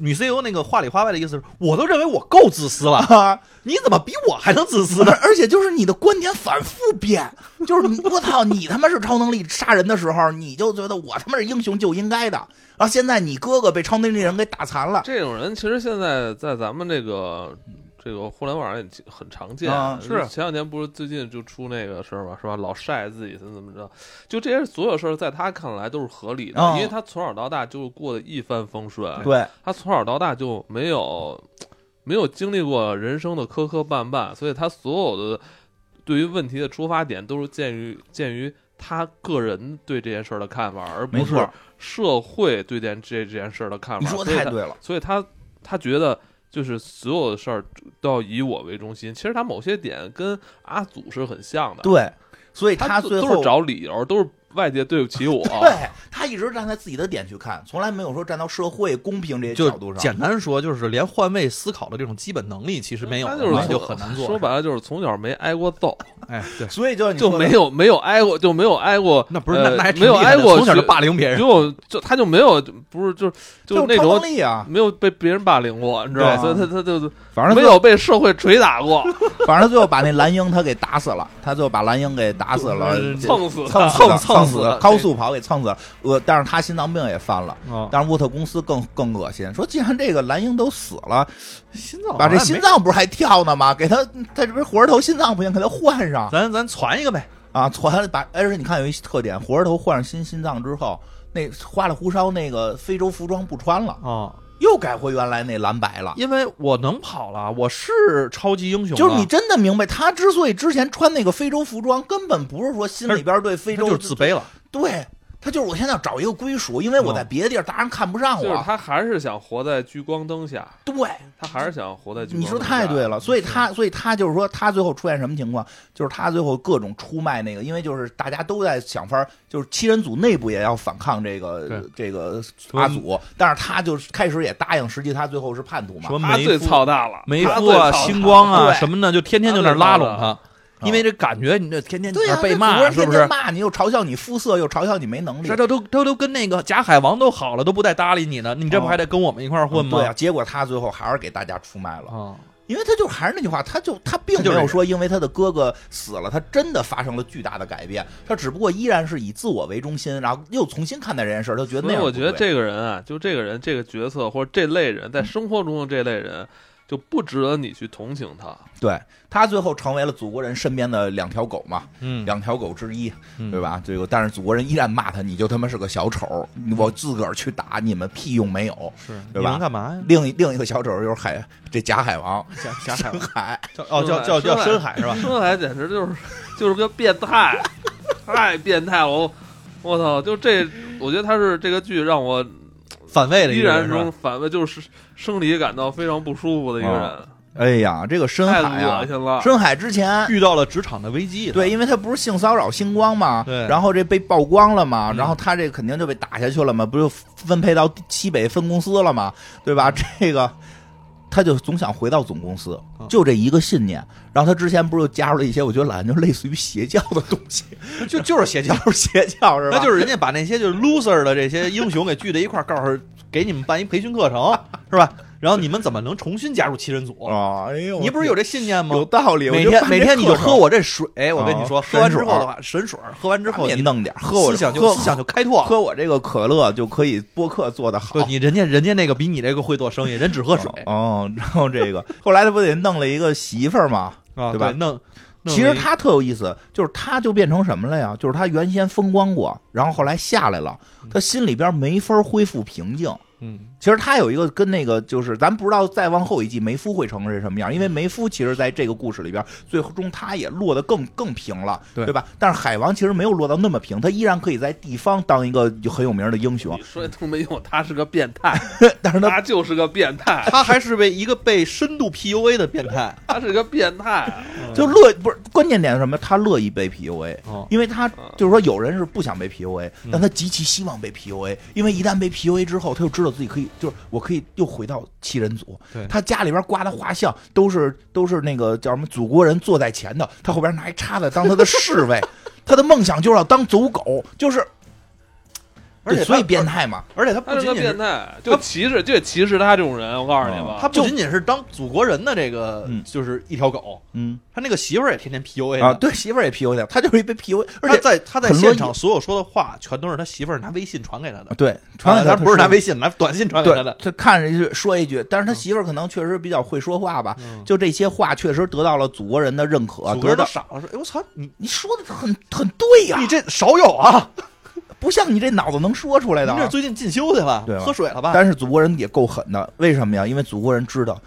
C: 女 CEO 那个话里话外的意思是，我都认为我够自 私了，
B: 啊，
C: 你怎么比我还能自私呢？
B: 而 且就是你的观点反复变，就是你我操，你他妈是超能力杀人的时候，你就觉得我他妈是英雄就应该的，然后现在你哥哥被超能力人给打残了，
A: 这种人其实现在在咱们这个这个互联网上也很常见。
B: 啊
C: 是
A: 前两天不是最近就出那个事儿嘛，是吧？老晒自己怎么怎么着，就这些所有事儿，在他看来都是合理的，
B: 啊
A: 因为他从小到大就过得一帆风顺，
B: 对，
A: 他从小到大就没有没有经历过人生的磕磕绊绊，所以他所有的对于问题的出发点都是鉴于鉴于他个人对这件事儿的看法，而不
B: 没
A: 是
B: 错
A: 社会对这件这这件事儿的看法。
B: 你说
A: 所以
B: 太
A: 他
B: 对了，
A: 所以他他觉得就是所有的事儿都要以我为中心。其实他某些点跟阿祖是很像的，
B: 对，所以
A: 他都
B: 最
A: 都是
B: 后
A: 找理由，都是外界对不起我。啊
B: 对他一直站在自己的点去看，从来没有说站到社会公平这些
C: 就
B: 角度上。
C: 简单说，就是连换位思考的这种基本能力其实没有
A: 他
C: 的
A: 就是
C: 话，
A: 从
C: 就很难做。
A: 说白了就是从小没挨过 揍，
C: 哎，对，
B: 所以就
A: 就没有没有挨过，就没有挨过，
C: 那不是
A: 呃
C: 那那还挺
A: 没有
C: 厉害
A: 挨
B: 哎
C: 的
A: 过
C: 从小就
A: 学
C: 霸凌别人，
A: 就就他就没有不是就
B: 就
A: 那
B: 超
A: 种
B: 能力啊，
A: 没有被别人霸凌过，你知道吗？所
B: 对
A: 以
B: 啊
A: 他他就
B: 反正
A: 没有被社会捶打过，
B: 反正最后把那蓝鹰他给打死了，他最后把蓝鹰给打死了，
C: 嗯
B: 这
A: 蹭死他
B: 蹭死了
C: 蹭蹭
B: 蹭
C: 死
B: 了
C: 了
B: 高速跑给蹭死了。呃，但是他心脏病也犯了。
C: 啊，
B: 但是沃特公司更更恶心，说既然这个蓝鹰都死了，
C: 心脏
B: 把这
C: 好像
B: 心
C: 哦没，
B: 脏不是还跳呢吗？给他在这边活着头心脏不行，给他换上
C: 咱咱传一个呗，
B: 啊！传把，而且你看有一特点，活着头换上新心脏之后，那花里胡哨那个非洲服装不穿了，
C: 啊，
B: 又改回原来那蓝白了。
C: 因为我能跑了，我是超级英雄了，啊
B: 就是你真的明白，他之所以之前穿那个非洲服装，根本不是说心里边对非
C: 他
B: 洲
C: 就是自卑了，
B: 对他就是我现在要找一个归属，因为我在
C: 嗯
B: 别的地儿大人看不上
A: 就是
C: 啊
B: 我。
A: 他还是想活在聚光灯下，
B: 对，
A: 他还是想活在聚光灯
B: 你
A: 下。
B: 说太对了，所以他，所以他就是说，他最后出现什么情况？就是他最后各种出卖那个，因为就是大家都在想法儿，就是七人组内部也要反抗这个
C: 对
B: 这个阿祖，但是他就是开始也答应，实际他最后是叛徒嘛
C: 什。么
A: 他
C: 梅
A: 最
C: 夫
A: 操蛋了，
C: 梅
A: 他
C: 夫
A: 最操
C: 啊、
A: 蛋
C: 星光啊
B: 对
C: 什么的，就天天就那儿拉拢他，
B: 他
C: 因为这感觉你这天天
B: 对呀、
C: 在那儿被
B: 那祖国
C: 骂
B: 人
C: 是不
B: 天天
C: 是？
B: 骂你，又嘲笑你肤色，又嘲笑你没能力
C: 这。这都都都跟那个假海王都好了，都不带搭理你呢，你这不还得跟我们一块儿混吗？
B: 对啊，结果他最后还是给大家出卖了，
C: 啊，
B: 嗯因为他就还是那句话，他就他并
C: 他
B: 没
C: 就是
B: 有说因为他的哥哥死了，他真的发生了巨大的改变，他只不过依然是以自我为中心，然后又重新看待这件事儿，他觉得
A: 所
B: 那
A: 以
B: 样
A: 我
B: 不
A: 觉得
B: 对
A: 这个人啊，就这个人这个角色或者这类人，在生活中的这类人，就不值得你去同情他。
B: 对他最后成为了祖国人身边的两条狗嘛，
C: 嗯，
B: 两条狗之一，
C: 嗯
B: 对？吧？这个但是祖国人依然骂他，你就他妈是个小丑，我自个儿去打你们屁用没有。
C: 是，
B: 对吧
C: 你能干嘛呀？
B: 另一另一个小丑就是海这 假海王
C: 假假海
B: 深
C: 王
B: 海，
C: 叫哦叫叫叫深海是吧？
A: 深海简直就是就是个变态，太变态了！我我操，就这，我觉得他是这个剧让我
C: 反胃的
A: 依
C: 一个人
A: 然
C: 是吧
A: 中反胃，就是生理感到非常不舒服的一个人，
C: 啊
B: 哎呀，这个深
A: 太
B: 海
A: 恶
B: 啊，
A: 心了。
B: 深海之前
C: 遇到了职场的危机，
B: 对，因为他不是性骚扰星光嘛，
C: 对
B: 然后这被曝光了嘛，
C: 嗯
B: 然后他这肯定就被打下去了嘛，不就分配到西北分公司了嘛，对吧？这个他就总想回到总公司
C: 嗯，
B: 就这一个信念。然后他之前不是又加入了一些我觉得好像就类似于邪教的东西，
C: 就就是邪 教，
B: 就是邪教是吧？
C: 那就是人家把那些就是 loser 的这些英雄给聚在一块儿，告诉给你们办一培训课程，是吧？然后你们怎么能重新加入七人组？
B: 啊，哎呦，
C: 你不是哦有这信念吗
B: 有？道理？
C: 每天每天你就喝
B: 我
C: 我这水，哎我跟你说，
B: 啊
C: 喝完之
B: 神水
C: 后的话，神水儿，喝完之
B: 之
C: 后
B: 后也
C: 你
B: 弄点，喝我
C: 思想就
B: 喝
C: 思想就开拓了。
B: 喝我这个可乐就可以播客做得好
C: 对。你人家人家那个比你这个会做生意，人只喝水
B: 哦，然后这个后来他不得弄了一个媳妇儿吗？
C: 啊，
B: 对吧
C: 弄，弄
B: 其
C: 了
B: 实
C: 一
B: 他特有意思，就是他就变成什么了呀？就是他原先风光过，然后后来下来了，他心里边没法恢复平静，
C: 嗯
B: 其实他有一个跟那个，就是咱不知道再往后一季梅夫会成是什么样，因为梅夫其实在这个故事里边，最终他也落得更更平了，
C: 对
B: 吧？但是海王其实没有落到那么平，他依然可以在地方当一个很有名的英雄
A: 你，说的都没用，他是个变 态，
B: 但是他
A: 他就是个变态，
C: 他还是被一个被深度 PUA 的变态，
A: 他是个变态。
C: 嗯
B: 就乐不是关键点是什么？他乐意被 PUA，
C: 哦，
B: 因为他
A: 嗯
B: 就是说有人是不想被 PUA，
C: 嗯
B: 但他极其希望被 PUA，因为一旦被 PUA 之后，他就知道自己可以，就是我可以又回到七人组
C: 对。
B: 他家里边挂的画像都是都是那个叫什么祖国人坐在前头，他后边拿一叉子当他的侍 卫，他的梦想就是要当走狗，就是，
C: 而且
B: 对
C: 他
B: 所以变态 嘛。
C: 而且他
A: 他
C: 不
A: 是
C: 仅
A: 个
C: 仅
A: 变
C: 是
A: 态，就歧视，就得歧视他这种人。我告诉你
B: 哦
A: 吧，
C: 他不仅仅是当祖国人的这个
B: 嗯，
C: 就是一条狗，
B: 嗯
C: 他那个媳妇儿也天天 PUA
B: 啊，
C: 他，
B: 对媳妇儿也 PUA 他，他就是一被 PUA，而
C: 他
B: 且
C: 在他在
B: 很乐
C: 现
B: 意
C: 场所有说的话，全都是他媳妇儿拿微信传给他的，
B: 对传
C: 啊
B: 给
C: 他不是拿
B: 微。
C: 微信，拿短信传给
B: 对
C: 他的，嗯
B: 他看着就说一句，但是他媳妇儿可能确实比较会说话吧，就这些话确实得到了祖国人的认可，
C: 祖国
B: 得
C: 人都
B: 到
C: 傻了，说：“哎，我操，你
B: 你说的很很对呀、
C: 你这少有啊，
B: 不像你这脑子能说出来的
C: 您
B: 啊、
C: 这最近进修去了
B: 对，吧
C: 喝水了吧？
B: 但是祖国人也够狠的，为什么呀？因为祖国人知道，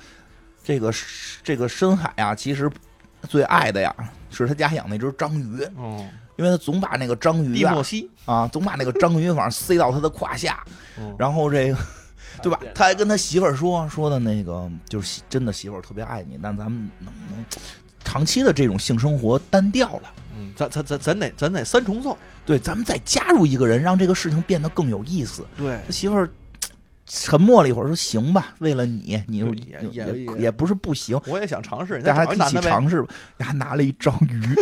B: 这个是这个深海啊，其实最爱的呀是他家养那只章鱼，
C: 嗯，
B: 因为他总把那个章鱼
C: 蒂
B: 啊
C: 莫西，
B: 啊，总把那个章鱼往上塞到他的胯下，
C: 嗯
B: 然后这个。对吧
A: 变？态
B: 他还跟他媳妇儿说说的那个，就是媳真的媳妇儿特别爱你，但咱们能不能长期的这种性生活单调了？
C: 嗯，咱咱咱咱得咱得三重奏，
B: 对，咱们再加入一个人，让这个事情变得更有意思。
C: 对
B: 他媳妇儿沉默了一会儿，说：“行吧，为了你，你
C: 对也
B: 也
C: 也也
B: 不是不行，
C: 我也想尝试，你再
B: 大家
C: 找一
B: 一
C: 男
B: 起
C: 的呗。
B: 尝试吧。”他拿了一章 鱼，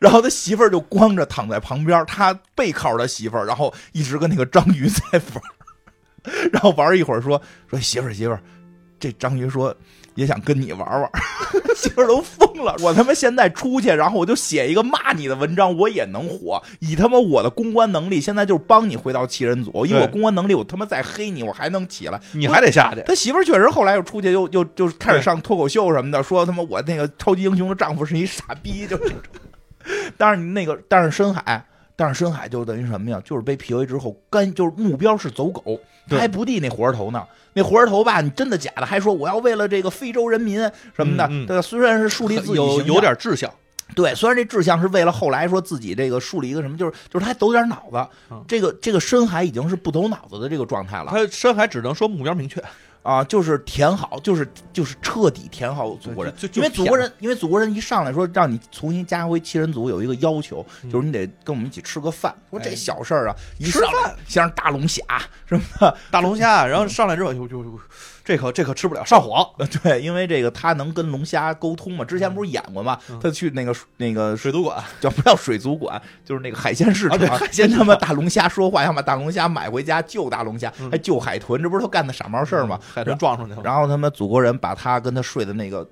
B: 然后他媳妇儿就光着躺在旁边，他背靠着媳妇儿，然后一直跟那个章鱼在玩儿， 然后玩儿一会儿说说媳妇儿媳妇儿，这章鱼说。也想跟你玩玩， 媳妇儿都疯了。我他妈现在出去，然后我就写一个骂你的文章，我也能火。以他妈我的公关能力，现在就是帮你回到七人组，因为我
C: 对
B: 公关能力，我他妈再黑你，我还能起来。
C: 你还得下去，
B: 他媳妇儿确实后来又出去又又就开始上脱口秀什么的，说他妈我那个超级英雄的丈夫是一傻逼，就这种。但是你那个，但是深海，但是深海就等于什么呀？就是被 PUA 之后，干就是目标是走狗，他
C: 对
B: 还不递那火车头呢。那火车头吧，你真的假的？还说我要为了这个非洲人民什么的，
C: 嗯嗯
B: 对吧？虽然是树立自己
C: 有
B: 形象
C: 有点志向，
B: 对，虽然这志向是为了后来说自己这个树立一个什么，就是就是他还走点脑子。
C: 嗯
B: 这个这个深海已经是不走脑子的这个状态了。
C: 他深海只能说目标明确，
B: 啊，就是填好，就是就是彻底填好祖国人，
C: 对就就
B: 因为
C: 就
B: 祖国人，因为祖国人一上来说让你重新加回七人组，有一个要求，
C: 嗯
B: 就是你得跟我们一起吃个饭。说这
C: 哎
B: 小事儿啊，一
C: 吃
B: 上来像是大龙虾什么的，
C: 大龙虾，啊然后上来之后就就就这可这可吃不了，上火，
B: 呃对，因为这个他能跟龙虾沟通嘛，之前不是演过嘛，他去那个那个
C: 嗯水族馆，
B: 叫不叫水族馆，就是那个海鲜市
C: 啊对
B: 场，
C: 海鲜市
B: 跟
C: 场嗯
B: 他们大龙虾说话，要把大龙虾买回家救大龙虾，还救海豚，这不是都干的傻猫事儿吗？
C: 海豚撞上去了，
B: 然后他们祖国人把他跟他睡的那个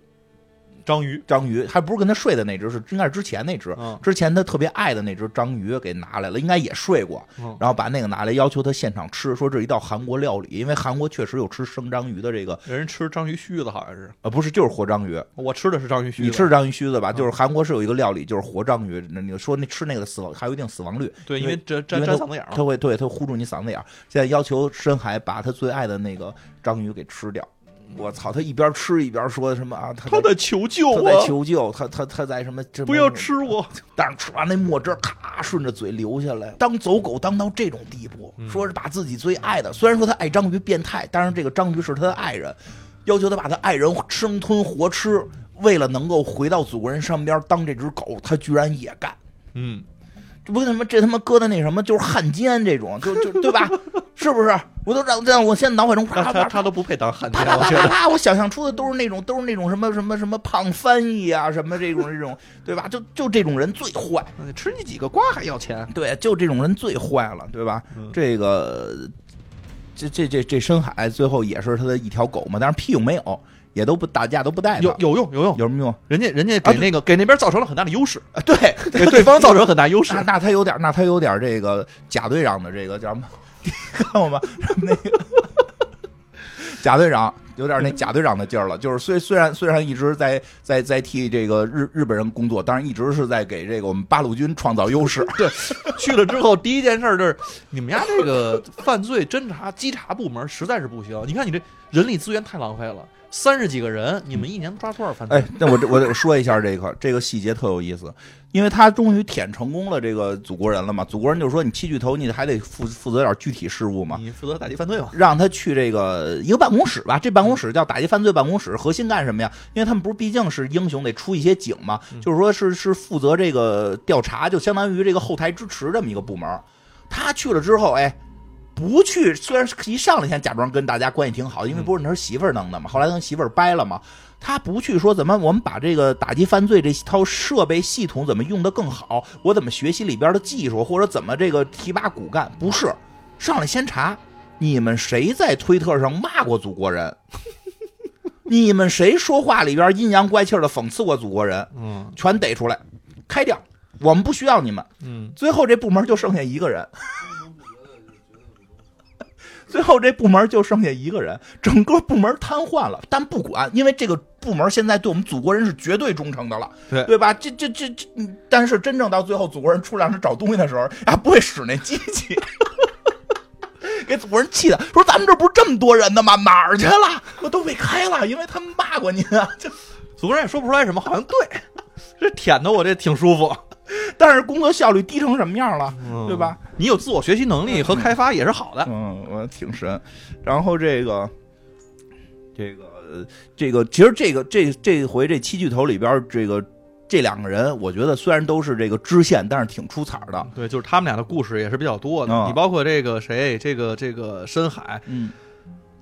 C: 章鱼，
B: 章鱼，还不是跟他睡的那只，是应该是之前那只，
C: 嗯
B: 之前他特别爱的那只章鱼给拿来了，应该也睡过，
C: 嗯
B: 然后把那个拿来要求他现场吃，说这是一道韩国料理，因为韩国确实有吃生章鱼的这个，
C: 人吃章鱼须子好像是，
B: 呃，不是就是活章鱼，
C: 我吃的是嗯章鱼须子，
B: 你吃章鱼须子吧，就是韩国是有一个料理就是活章鱼，那你说那吃那个的死亡还有一定死亡率，
C: 对，
B: 因
C: 因为
B: 为
C: 粘粘
B: 因
C: 粘
B: 为
C: 嗓子眼儿
B: 他
C: 嘛，
B: 会对他呼住你嗓子眼儿。现在要求深海把他最爱的那个章鱼给吃掉。我操！他一边吃一边说什么啊？他
C: 他
B: 在
C: 在求救
B: 他在
C: 我，
B: 求救，他他他在什么？这
C: 不要吃 我，
B: 但是吃完那墨汁儿，咔顺着嘴流下来。当走狗当到这种地步，
C: 嗯
B: 说是把自己最爱的，虽然说他爱章鱼变态，但是这个章鱼是他的爱人，要求他把他爱人生吞活吃，为了能够回到祖国人身边当这只狗，他居然也干。
C: 嗯，
B: 这不他妈这他妈搁的那什么，就是汉奸这种，就就对吧？是不是？我都让让我现在脑海 中啪啪
C: 他他
B: 啪
C: 他都不配当汉
B: 啪
C: 奸，
B: 啪
C: 我
B: 啪
C: 觉
B: 啪
C: 得，
B: 啪！我想象出的都是那种都是那种什么什么什么胖翻译啊，什么这种这种，对吧？就就这种人最坏，
C: 嗯吃你几个瓜还要钱，
B: 对，就这种人最坏了，对吧？
C: 嗯
B: 这个这这这这深海最后也是他的一条狗嘛，但是屁用没有，也都不打架都不带他
C: 哎有有用有用，
B: 有什么用？
C: 人家人家
B: 啊
C: 给那个给那边造成了很大的优势，
B: 啊，对， 啊
C: 给对方造成很大优势
B: 那，那他有点，那他有点这个贾 队长的这个叫什么？你看过吗？什么那个贾队长有点那贾队长的劲儿了。就是虽虽然虽然一直在在在替这个日日本人工作，但是一直是在给这个我们八路军创造优势。
C: 去了之后，第一件事儿就是你们家这个犯罪侦查稽查部门实在是不行。你看你这人力资源太浪费了，三十几个人，你们一年抓多少犯罪？
B: 哎，那我这我得说一下这个这个细节特有意思，因为他终于舔成功了这个祖国人了嘛。祖国人就说你七巨头，你还得负负责点具体事务嘛。
C: 你负责打击犯罪嘛？
B: 让他去这个一个办公室吧，这办公室叫打击犯罪办公室，核心干什么呀？因为他们不是毕竟是英雄，得出一些警嘛，就是说是是负责这个调查，就相当于这个后台支持这么一个部门。他去了之后，哎，不去，虽然是一上来先假装跟大家关系挺好，因为不是他媳妇儿弄的嘛，后来他媳妇儿掰了嘛。他不去说怎么我们把这个打击犯罪这套设备系统怎么用得更好，我怎么学习里边的技术，或者怎么这个提拔骨干，不是上来先查你们谁在推特上骂过祖国人， 你们谁说话里边阴阳怪气的讽刺过祖国人，
C: 嗯
B: 全逮出来，开掉，我们不需要你们。
C: 嗯，
B: 最后这部门就剩下一个人。 最后这部门就剩下一个人，整个部门瘫痪了。但不管，因为这个部门现在对我们祖国人是绝对忠诚的了，
C: 对
B: 吧？这这这这，嗯但是真正到最后，祖国人出来让他找东西的时候， 啊，不会使那机器， 给祖国人气的，说咱们这不是这么多人呢吗？哪儿去了？我都被开了，因为他们骂过您啊。就
C: 祖国人也说不出来什么，好像对， 这舔的我这挺舒服，
B: 但是工作效率低成什么样了，对吧？？
C: 你有自我学习能力和开发也是好 的。
B: 嗯，我挺神。然后这个，这个，呃这个，其实这个这这回这七巨头里边儿，这个这两个人，我觉得虽然都是这个支线，但是挺出彩儿的。
C: 对，就是他们俩的故事也是比较多的。
B: 嗯
C: 你包括这个谁，这个这个深海
B: 嗯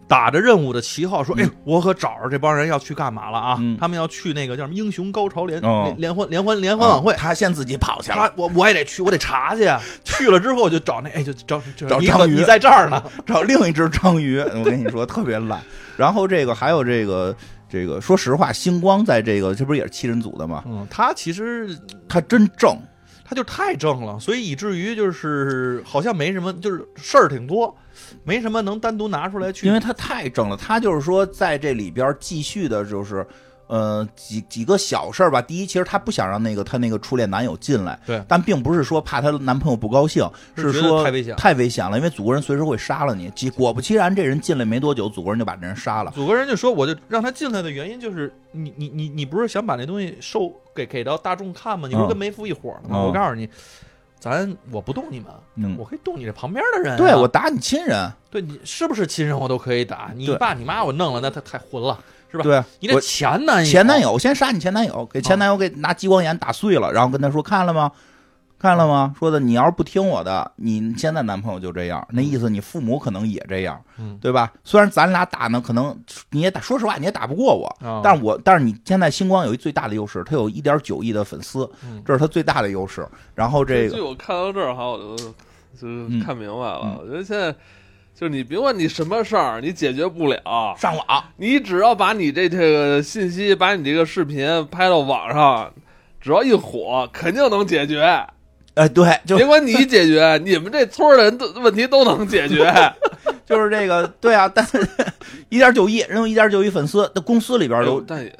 C: 打着任务的旗号说：“
B: 嗯
C: 哎，我可找着这帮人要去干嘛了啊
B: 嗯？
C: 他们要去那个叫什么英雄高潮联
B: 哦啊
C: 联联欢联欢联欢晚会。”
B: 他先自己跑去
C: 他
B: 了，
C: 我我也得去，我得查去。啊去了之后我就找那，哎，就找就
B: 找
C: 你
B: 章
C: 可
B: 鱼
C: 你在这儿呢。
B: 找另一只章鱼。我跟你说，特别烂。然后这个还有这个这个，说实话，星光在这个这不是也是七人组的吗？
C: 嗯，他其实
B: 他真正
C: 他就太正了，所以以至于就是好像没什么，就是事儿挺多，没什么能单独拿出来去。
B: 因为他太正了，他就是说在这里边继续的就是。呃，几几个小事儿吧。第一，其实他不想让那个他那个初恋男友进来，
C: 对
B: 但并不是说怕她男朋友不高兴，
C: 是觉得
B: 说
C: 太危险
B: 太危险了，因为祖国人随时会杀了你。结果不其然，这人进来没多久，祖国人就把这人杀了。
C: 祖国人就说，我就让他进来的原因就是你你你你不是想把那东西售给给到大众看吗？你不是
B: 嗯
C: 跟梅夫一伙儿的吗？
B: 嗯
C: 我告诉你，咱我不动你们，
B: 嗯
C: 我，可以动你这旁边的人啊、
B: 对我打你亲人，
C: 对你是不是亲人我都可以打，你
B: 对
C: 爸你妈我弄了，那他太混了。是吧
B: 对
C: 你这
B: 我
C: 前男友
B: 前男友先杀你前男友，给前男友给拿激光眼打碎了，然后跟他说看了吗？看了吗？说的你要是不听我的，你现在男朋友就这样，那意思你父母可能也这样，
C: 嗯
B: 对吧？虽然咱俩打呢，可能你也打，说实话你也打不过我，
C: 啊
B: 但是我但是你现在星光有一最大的优势，他有一点九亿的粉丝
C: 嗯，
B: 这是他最大的优势。然后这
A: 这
B: 个，
A: 我看到这儿哈，我就就是
B: 嗯
A: 看明白了。
B: 嗯
A: 我觉得现在就是你别管你什么事儿，你解决不了，
B: 上网，
A: 你只要把你这这个信息，把你这个视频拍到网上，只要一火，肯定能解决。
B: 哎，对，就
A: 别管你 解决，你们这村儿人的问题都能解决。
B: 就是这个，对啊，但是 一点九亿，人有一点九亿粉丝，那公司里边
A: 哎
B: 都
A: 呦但也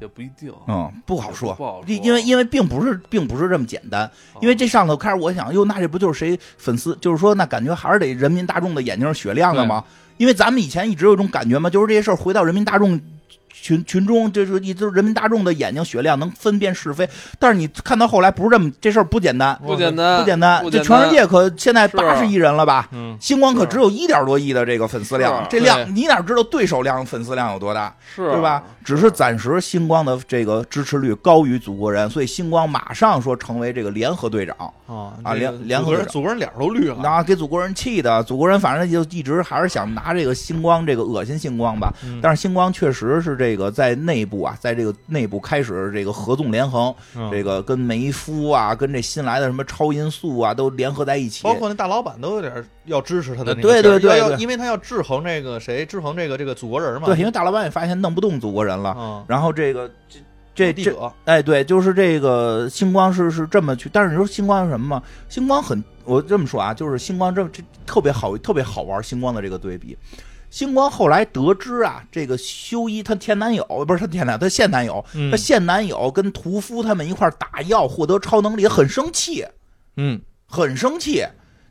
A: 也不一定。
B: 嗯，不好说，
A: 不好说哦
B: 因因为因为并不是并不是这么简单，因为这上头开始我想，哟，那这不就是谁粉丝，就是说那感觉还是得人民大众的眼睛是雪亮的嘛，因为咱们以前一直有一种感觉嘛，就是这些事儿回到人民大众。群群众，这就是一就是人民大众的眼睛雪亮，能分辨是非。但是你看到后来，不是这么这事儿不简单，
A: 啊不简单，
B: 不简单。
A: 不
B: 这
A: 简
B: 全世
A: 单。
B: 界可现在
A: 是
B: 八十亿人了吧？
C: 嗯
B: 星光可
A: 是
B: 只有一点多亿的这个粉丝量，
A: 是啊
B: 这量你哪知道对手量粉丝量有多大？
C: 啊
A: 是啊
B: 对吧？？只是暂时星光的这个支持率高于祖国人，所以星光马上说成为这个联合队长，
C: 啊
B: 啊
C: 这个
B: 联联合队
C: 祖国人
B: 长
C: 祖国人脸都绿了，
B: 那给祖国人气的，祖国人反正就一直还是想拿这个星光这个恶心星光吧。
C: 嗯
B: 但是星光确实是这个在内部啊，在这个内部开始这个合纵连横，
C: 嗯
B: 这个跟梅夫啊，跟这新来的什么超音速啊都联合在一起，
C: 包括那大老板都有点要支持他的那个
B: 对
C: 劲
B: 对
C: 儿
B: 对
C: 要要
B: 对
C: 因为他要制衡这个谁，制衡这个这个祖国人嘛。
B: 对，因为大老板也发现弄不动祖国人了，
C: 嗯，
B: 然后这个这这
C: 地
B: 这
C: 者
B: 哎，对，就是这个星光是是这么去，但是你说星光是什么吗？星光很，我这么说啊，就是星光这这特别好，特别好玩。星光的这个对比，星光后来得知啊，这个修一她前男友不是她前男友，她现男友，
C: 嗯
B: 她现男友跟屠夫他们一块儿打药获得超能力，很生气，
C: 嗯
B: 很生气，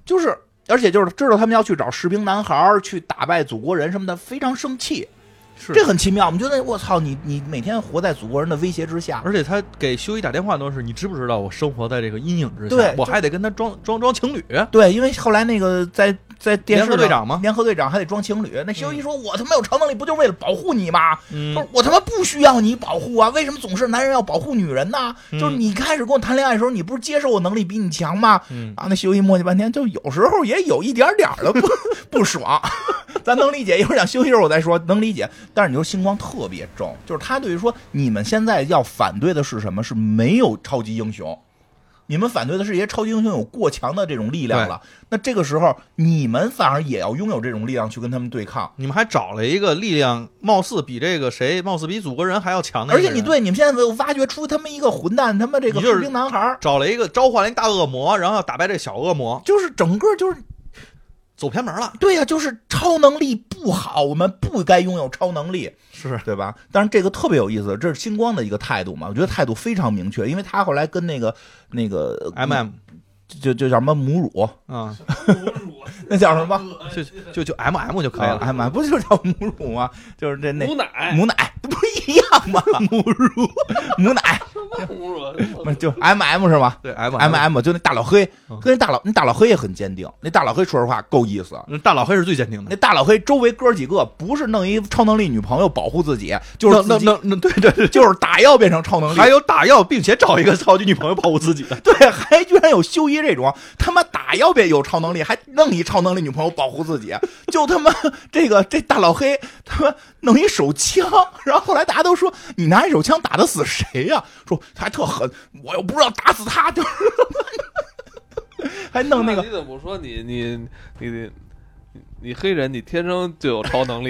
B: 就是而且就是知道他们要去找士兵男孩儿去打败祖国人什么的，非常生气，
C: 是
B: 这很奇妙。我们觉得我操，你你每天活在祖国人的威胁之下，
C: 而且他给修一打电话都是，你知不知道我生活在这个阴影之下？
B: 对
C: 我
B: 就
C: 还得跟他装装装情侣。
B: 对，因为后来那个在在电视
C: 联合队长吗
B: 联合队长还得装情侣。那修一说：“我他妈有超能力，不就是为了保护你吗？”
C: 嗯
B: 他说：“我他妈不需要你保护啊，为什么总是男人要保护女人呢？
C: 嗯
B: 就是你开始跟我谈恋爱的时候，你不是接受我能力比你强吗？”
C: 嗯，
B: 啊，那修一磨叽半天，就有时候也有一点点儿的不 不爽，咱能理解。一会儿想休息一会儿我再说，能理解。但是你说星光特别正，就是他对于说你们现在要反对的是什么？是没有超级英雄，你们反对的是一些超级英雄有过强的这种力量了。那这个时候你们反而也要拥有这种力量去跟他们对抗。
C: 你们还找了一个力量，貌似比这个谁，貌似比祖国人还要强的一
B: 而
C: 个人，
B: 且你对你们现在挖掘出他们一个混蛋，他妈这个
C: 你就是
B: 士兵男孩儿，
C: 找了一个召唤了一大恶魔，然后要打败这小恶魔，
B: 就是整个就是
C: 走偏门了。
B: 对呀、就是超能力不好，我们不该拥有超能力。
C: 是，
B: 对吧？但是这个特别有意思，这是星光的一个态度嘛，我觉得态度非常明确，因为他后来跟那个那个
C: M M
B: 就就叫什么母乳，
C: 啊，
B: 那叫什么？
C: 就就就 M 啊 M 就可以
B: 哎
C: 了。
B: 哎妈，不就叫母乳吗？就是这 那
A: 母奶，
B: 母奶不一样 吗？母乳母奶
A: 母乳，
B: 不是就 M M 是吗
C: 对 M
B: ？M M 就那大老黑
C: 嗯，
B: 跟那大老那大老黑也很坚定，那大老黑说实话够意思。
C: 大老黑是最坚定
B: 那
C: 的。
B: 大老黑周围哥几个不是弄一超能力女朋友保护自己，就是
C: 那
B: 自己
C: 那那对对对，
B: 就是打药变成超能力，
C: 还有打药，并且找一个超级女朋友保护自己的。
B: 对，还居然有修一这种他妈打药别有超能力，还弄一超能力女朋友保护自己，就他妈这个这大老黑他妈弄一手枪，然后后来大家都说你拿一手枪打得死谁呀、说他还特狠，我又不知道打死他，就是 还弄那个
A: 你怎么说你你你你你黑人，你天生就有超能力，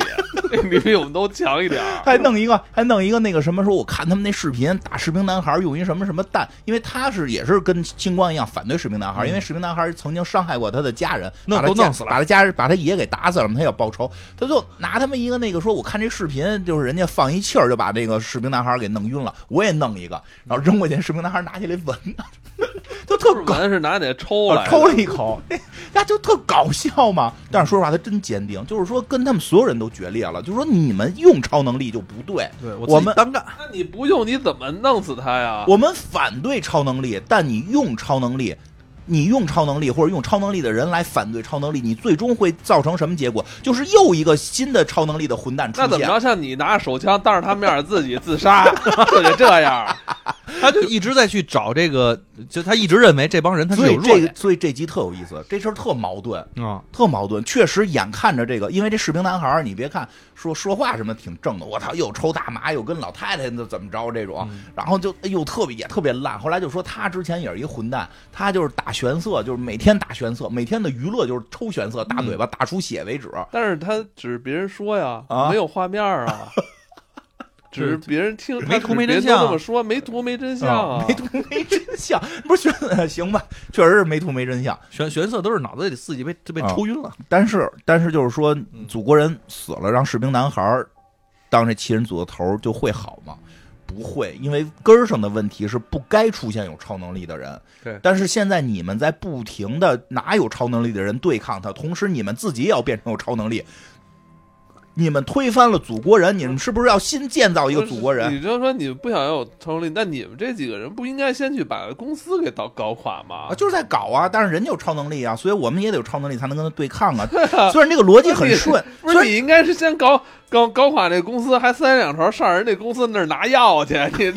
A: 你比我们都强一点儿。
B: 还弄一个，还弄一个那个什么，说我看他们那视频打士兵男孩用一什么什么弹，因为他是也是跟星光一样反对士兵男孩，因为士兵男孩曾经伤害过他的家人，
C: 那
B: 把他
C: 都
B: 家
C: 嗯弄死了
B: 把他家人把他爷给打死了嘛，他要报仇，他就拿他们一个那个说，我看这视频就是人家放一气儿就把这个士兵男孩给弄晕了，我也弄一个，然后扔过去，士兵男孩拿起来闻， 就特搞
A: 咱是拿那抽
B: 我
A: 来的，
B: 抽了一口，那就特搞笑嘛。但是说实话，他真坚定，就是说跟他们所有人都决裂了，就是说你们用超能力就不对，
C: 对
B: 我们
C: 单干。
A: 那你不用你怎么弄死他呀？
B: 我们反对超能力，但你用超能力。你用超能力或者用超能力的人来反对超能力，你最终会造成什么结果？就是又一个新的超能力的混蛋出
A: 那怎么
B: 现。
A: 着？像你拿着手枪当着他面儿自己自杀， 就得这样。
C: 他就一直在去找这个，就他一直认为这帮人他是
B: 所
C: 有
B: 以
C: 弱
B: 这个
C: 点，
B: 所以这集特有意思，这事儿特矛盾。
C: 啊。
B: 特矛盾，确实眼看着这个，因为这士兵男孩儿，你别看说说话什么挺正的，我操，又抽大麻，又跟老太太怎么着这种，然后就哎呦特别也特别烂。后来就说他之前也是一混蛋，他就是打玄色，就是每天打玄色，每天的娱乐就是抽玄色，大嘴巴、打出血为止。
A: 但是他只是别人说呀，
B: 啊
A: 没有画面儿啊，只是别人听，他
C: 没图
A: 只是
C: 没真
A: 别人都
C: 相
A: 这么说，没图没真相啊，
B: 没图没真相，不是 玄行吧？确实是没图没真相。
C: 玄玄色都是脑子里自己被就被
B: 啊
C: 抽晕了，
B: 但是但是就是说，
A: 嗯
B: 祖国人死了，让士兵男孩儿当这七人组的头儿就会好吗？不会，因为根儿上的问题是不该出现有超能力的人。
C: 对
B: 但是现在你们在不停的拿有超能力的人对抗他，同时你们自己也要变成有超能力。你们推翻了祖国人，你们是不是要新建造一个祖国 人？
A: 你就说你不想要有超能力，那你们这几个人不应该先去把公司给搞搞垮吗
B: 啊，？就是在搞啊！但是人家有超能力啊，所以我们也得有超能力才能跟他对抗 啊。虽然这个逻辑很顺，
A: 不
B: 虽
A: 是
B: 然
A: 你应该是先搞搞搞垮这公司，还三两头上人那公司那儿拿药 去，你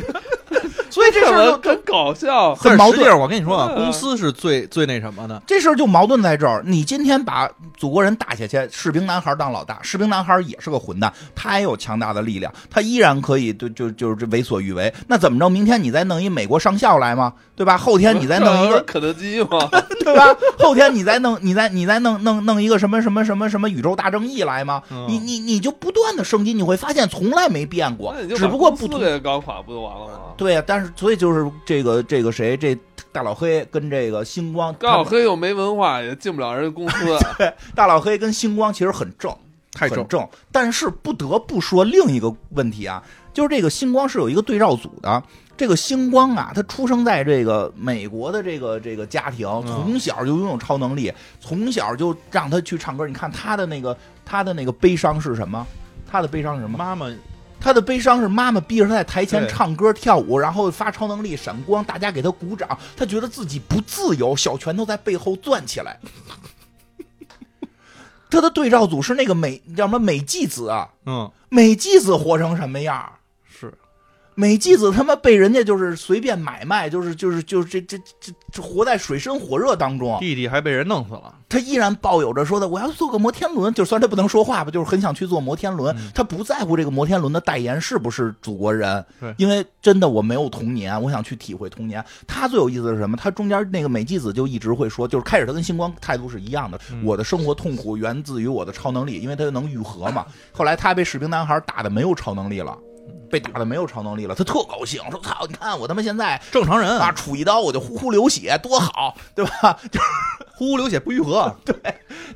B: 所以这事
A: 怎
B: 儿 就
A: 么真搞笑？
B: 很矛盾
C: 但是实际上我跟你说啊，
A: 嗯
C: 公司是最最那什么的，
B: 这事儿就矛盾在这儿。你今天把祖国人打下去，士兵男孩当老大，士兵男孩也是个混蛋，他也有强大的力量，他依然可以就就就是为所欲为。那怎么着？明天你再弄一美国上校来吗？对吧？后天你再 弄一个，
A: 肯德基 吗？
B: 对吧？后天你再弄，你再你再弄弄弄一个什么什么什么什么宇宙大正义来吗？
C: 嗯
B: 你你你就不断的升级，你会发现从来没变过
A: 那你，就
B: 只
A: 把
B: 不过
A: 公
B: 不
A: 司
B: 同
A: 给搞垮不就完了吗？
B: 对呀、但是所以就是这个这个谁这大老黑跟这个星光，
A: 高晓黑又没文化，也进不了人家公司。
B: 大老黑跟星光其实很正，
C: 太
B: 很
C: 正
B: 正。但是不得不说另一个问题啊，就是这个星光是有一个对照组的。这个星光啊，他出生在这个美国的这个这个家庭，从小就拥有超能力，从小就让他去唱歌。你看他的那个他的那个悲伤是什么？他的悲伤是什么？
C: 妈妈
B: 他的悲伤是妈妈逼着他在台前
C: 对
B: 唱歌跳舞，然后发超能力闪光，大家给他鼓掌，他觉得自己不自由，小拳头在背后攥起来。 他的对照组是那个美叫什么美纪子啊？
C: 嗯
B: 美纪子活成什么样儿？
C: 是
B: 美纪子他妈被人家就是随便买卖，就是就是就是这这这这活在水深火热当中，
C: 弟弟还被人弄死了，
B: 他依然抱有着说的我要坐个摩天轮，就虽然他不能说话吧，就是很想去坐摩天轮。
C: 嗯
B: 他不在乎这个摩天轮的代言是不是祖国人
C: 对，
B: 因为真的我没有童年，我想去体会童年。他最有意思的是什么？他中间那个美纪子就一直会说，就是开始他跟星光态度是一样的，
C: 嗯
B: 我的生活痛苦源自于我的超能力，因为他能愈合 嘛。后来他被士兵男孩打的没有超能力了。被打的没有超能力了，他特高兴，说：“操，你看我他妈现在
C: 正常人
B: 啊，杵一刀我就呼呼流血，多好，对吧？
C: 呼呼流血不愈合，啊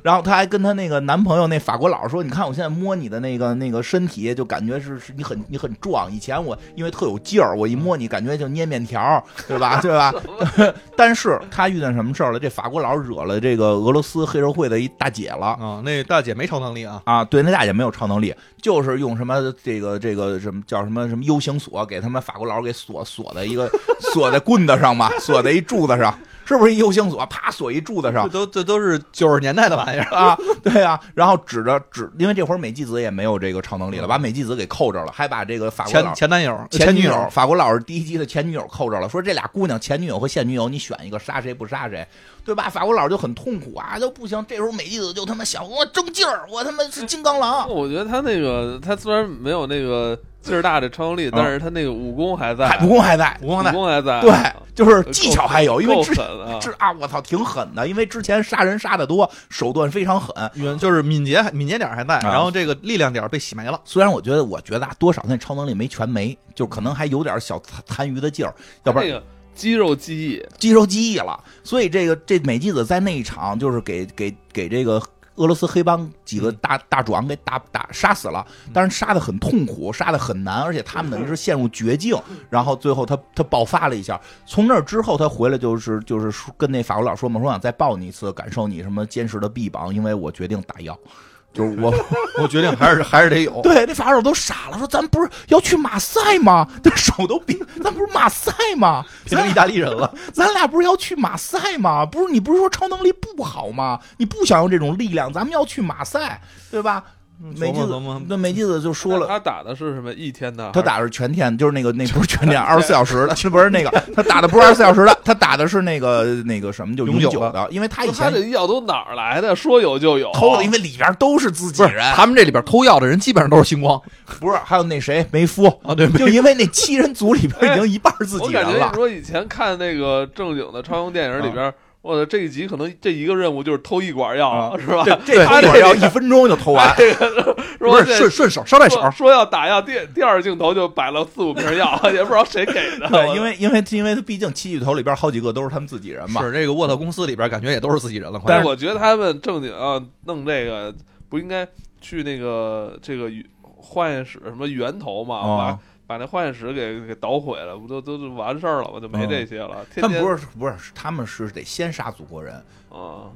B: 然后她还跟她那个男朋友那法国佬说：“你看我现在摸你的那个那个身体，就感觉是是你很你很壮。以前我因为特有劲儿，我一摸你感觉就捏面条，对吧？对吧？但是她遇见什么事儿了？这法国佬惹了这个俄罗斯黑社会的一大姐了。”
C: 啊，那大姐没超能力啊，
B: 啊，对，那大姐没有超能力，就是用什么这个这个什么叫什么什么 U 型锁给他们法国佬给锁锁在一个锁在棍子上嘛，锁在一柱子上，是不是一 U 型锁？啪锁一柱子上
C: 这，都这都是啊九十年代的玩意儿，
B: 啊，对啊，然后指着指，因为这会儿美纪子也没有这个超能力了，把美纪子给扣着了，还把这个法国
C: 前
B: 佬
C: 前男友
B: 前女
C: 友
B: 友，法国佬是第一集的前女友扣着了，说这俩姑娘前女友和现女友，你选一个杀谁不杀谁，对吧？法国佬就很痛苦啊，就不行。这时候美纪子就他妈想，我争劲儿，我他妈是金刚狼，
A: 我觉得他那个，他虽然没有那个劲儿大的超能力，但是他那个武功还在，
B: 还嗯武功还在，
C: 武功
A: 武
C: 在，
A: 功还在，啊
B: 对，就是技巧还有，因为
A: 够
B: 之
A: 狠啊！
B: 之啊，我操，挺狠的，因为之前杀人杀的多，手段非常狠，
C: 原就是敏捷敏捷点还在，
B: 啊
C: 然后这个力量点被洗没了，
B: 虽然我觉得，我觉得啊，多少那超能力没全没，就可能还有点小残残余的劲儿，要不
A: 那
B: 然
A: 个肌肉记忆，
B: 肌肉记忆了。所以这个这美纪子在那一场就是给给给这个俄罗斯黑帮几个大大壮给打打杀死了，但是杀的很痛苦，杀的很难，而且他们等于是陷入绝境。然后最后他他爆发了一下，从那儿之后他回来就是就是说跟那法国佬说嘛，说我想再抱你一次，感受你什么坚实的臂膀，因为我决定打药。就是我
C: 我决定还是还是得有，
B: 对，那法老都傻了，说咱不是要去马赛吗？ 他手都比咱不是马赛吗？
C: 变成意大利人了，
B: 咱俩不是要去马赛吗？不是你不是说超能力不好吗？你不想要这种力量，咱们要去马赛，对吧？美纪
C: 嗯
B: 子
C: 琢磨琢啊磨，
B: 那美纪子就说了。
A: 他打的是什么？一天的，
B: 他打的是全天，就是那个那不是 全天，二十四小时的， 是不是那个？他打的不是二十四小时的，他打的是那个那个什么，就
C: 永
B: 永
C: 久
B: 久的，因为他以
A: 他
B: 前
A: 这药都哪儿来的？说有就有，
B: 偷的，因为里边都是自己
C: 不是
B: 人，
C: 他们这里边偷药的人基本上都是星光
B: 不是还有那谁梅夫，
C: 啊，对，
B: 就因为那七人组里边已经一半是自
A: 我
B: 己
A: 感
B: 人
A: 觉
B: 了啊
A: 你。说以前看那个正经的超英电影里边，我的这一集可能这一个任务就是偷一管药，
B: 啊
A: 是吧？
B: 这
A: 他
B: 他
A: 这
B: 这要一分钟就偷完，
A: 这个
C: 不
A: 说
C: 是
A: 这
C: 顺顺手捎带手
A: 说，说要打药，第第二镜头就摆了四五瓶药， 也不知道谁给的。
B: 对，因为因为因为他毕竟七巨头里边好几个都是他们自己人嘛，
C: 是这个沃特公司里边感觉也都是自己人了，快
A: 但是我觉得他们正经啊弄这个不应该去那个这个化验室什么源头嘛，
B: 哦
A: 把把那化验室给给捣毁了，不就都就完事儿了吗？就没
B: 嗯
A: 这些了。天
B: 他们
A: 天
B: 不是不是，他们是得先杀祖国人。
A: 啊，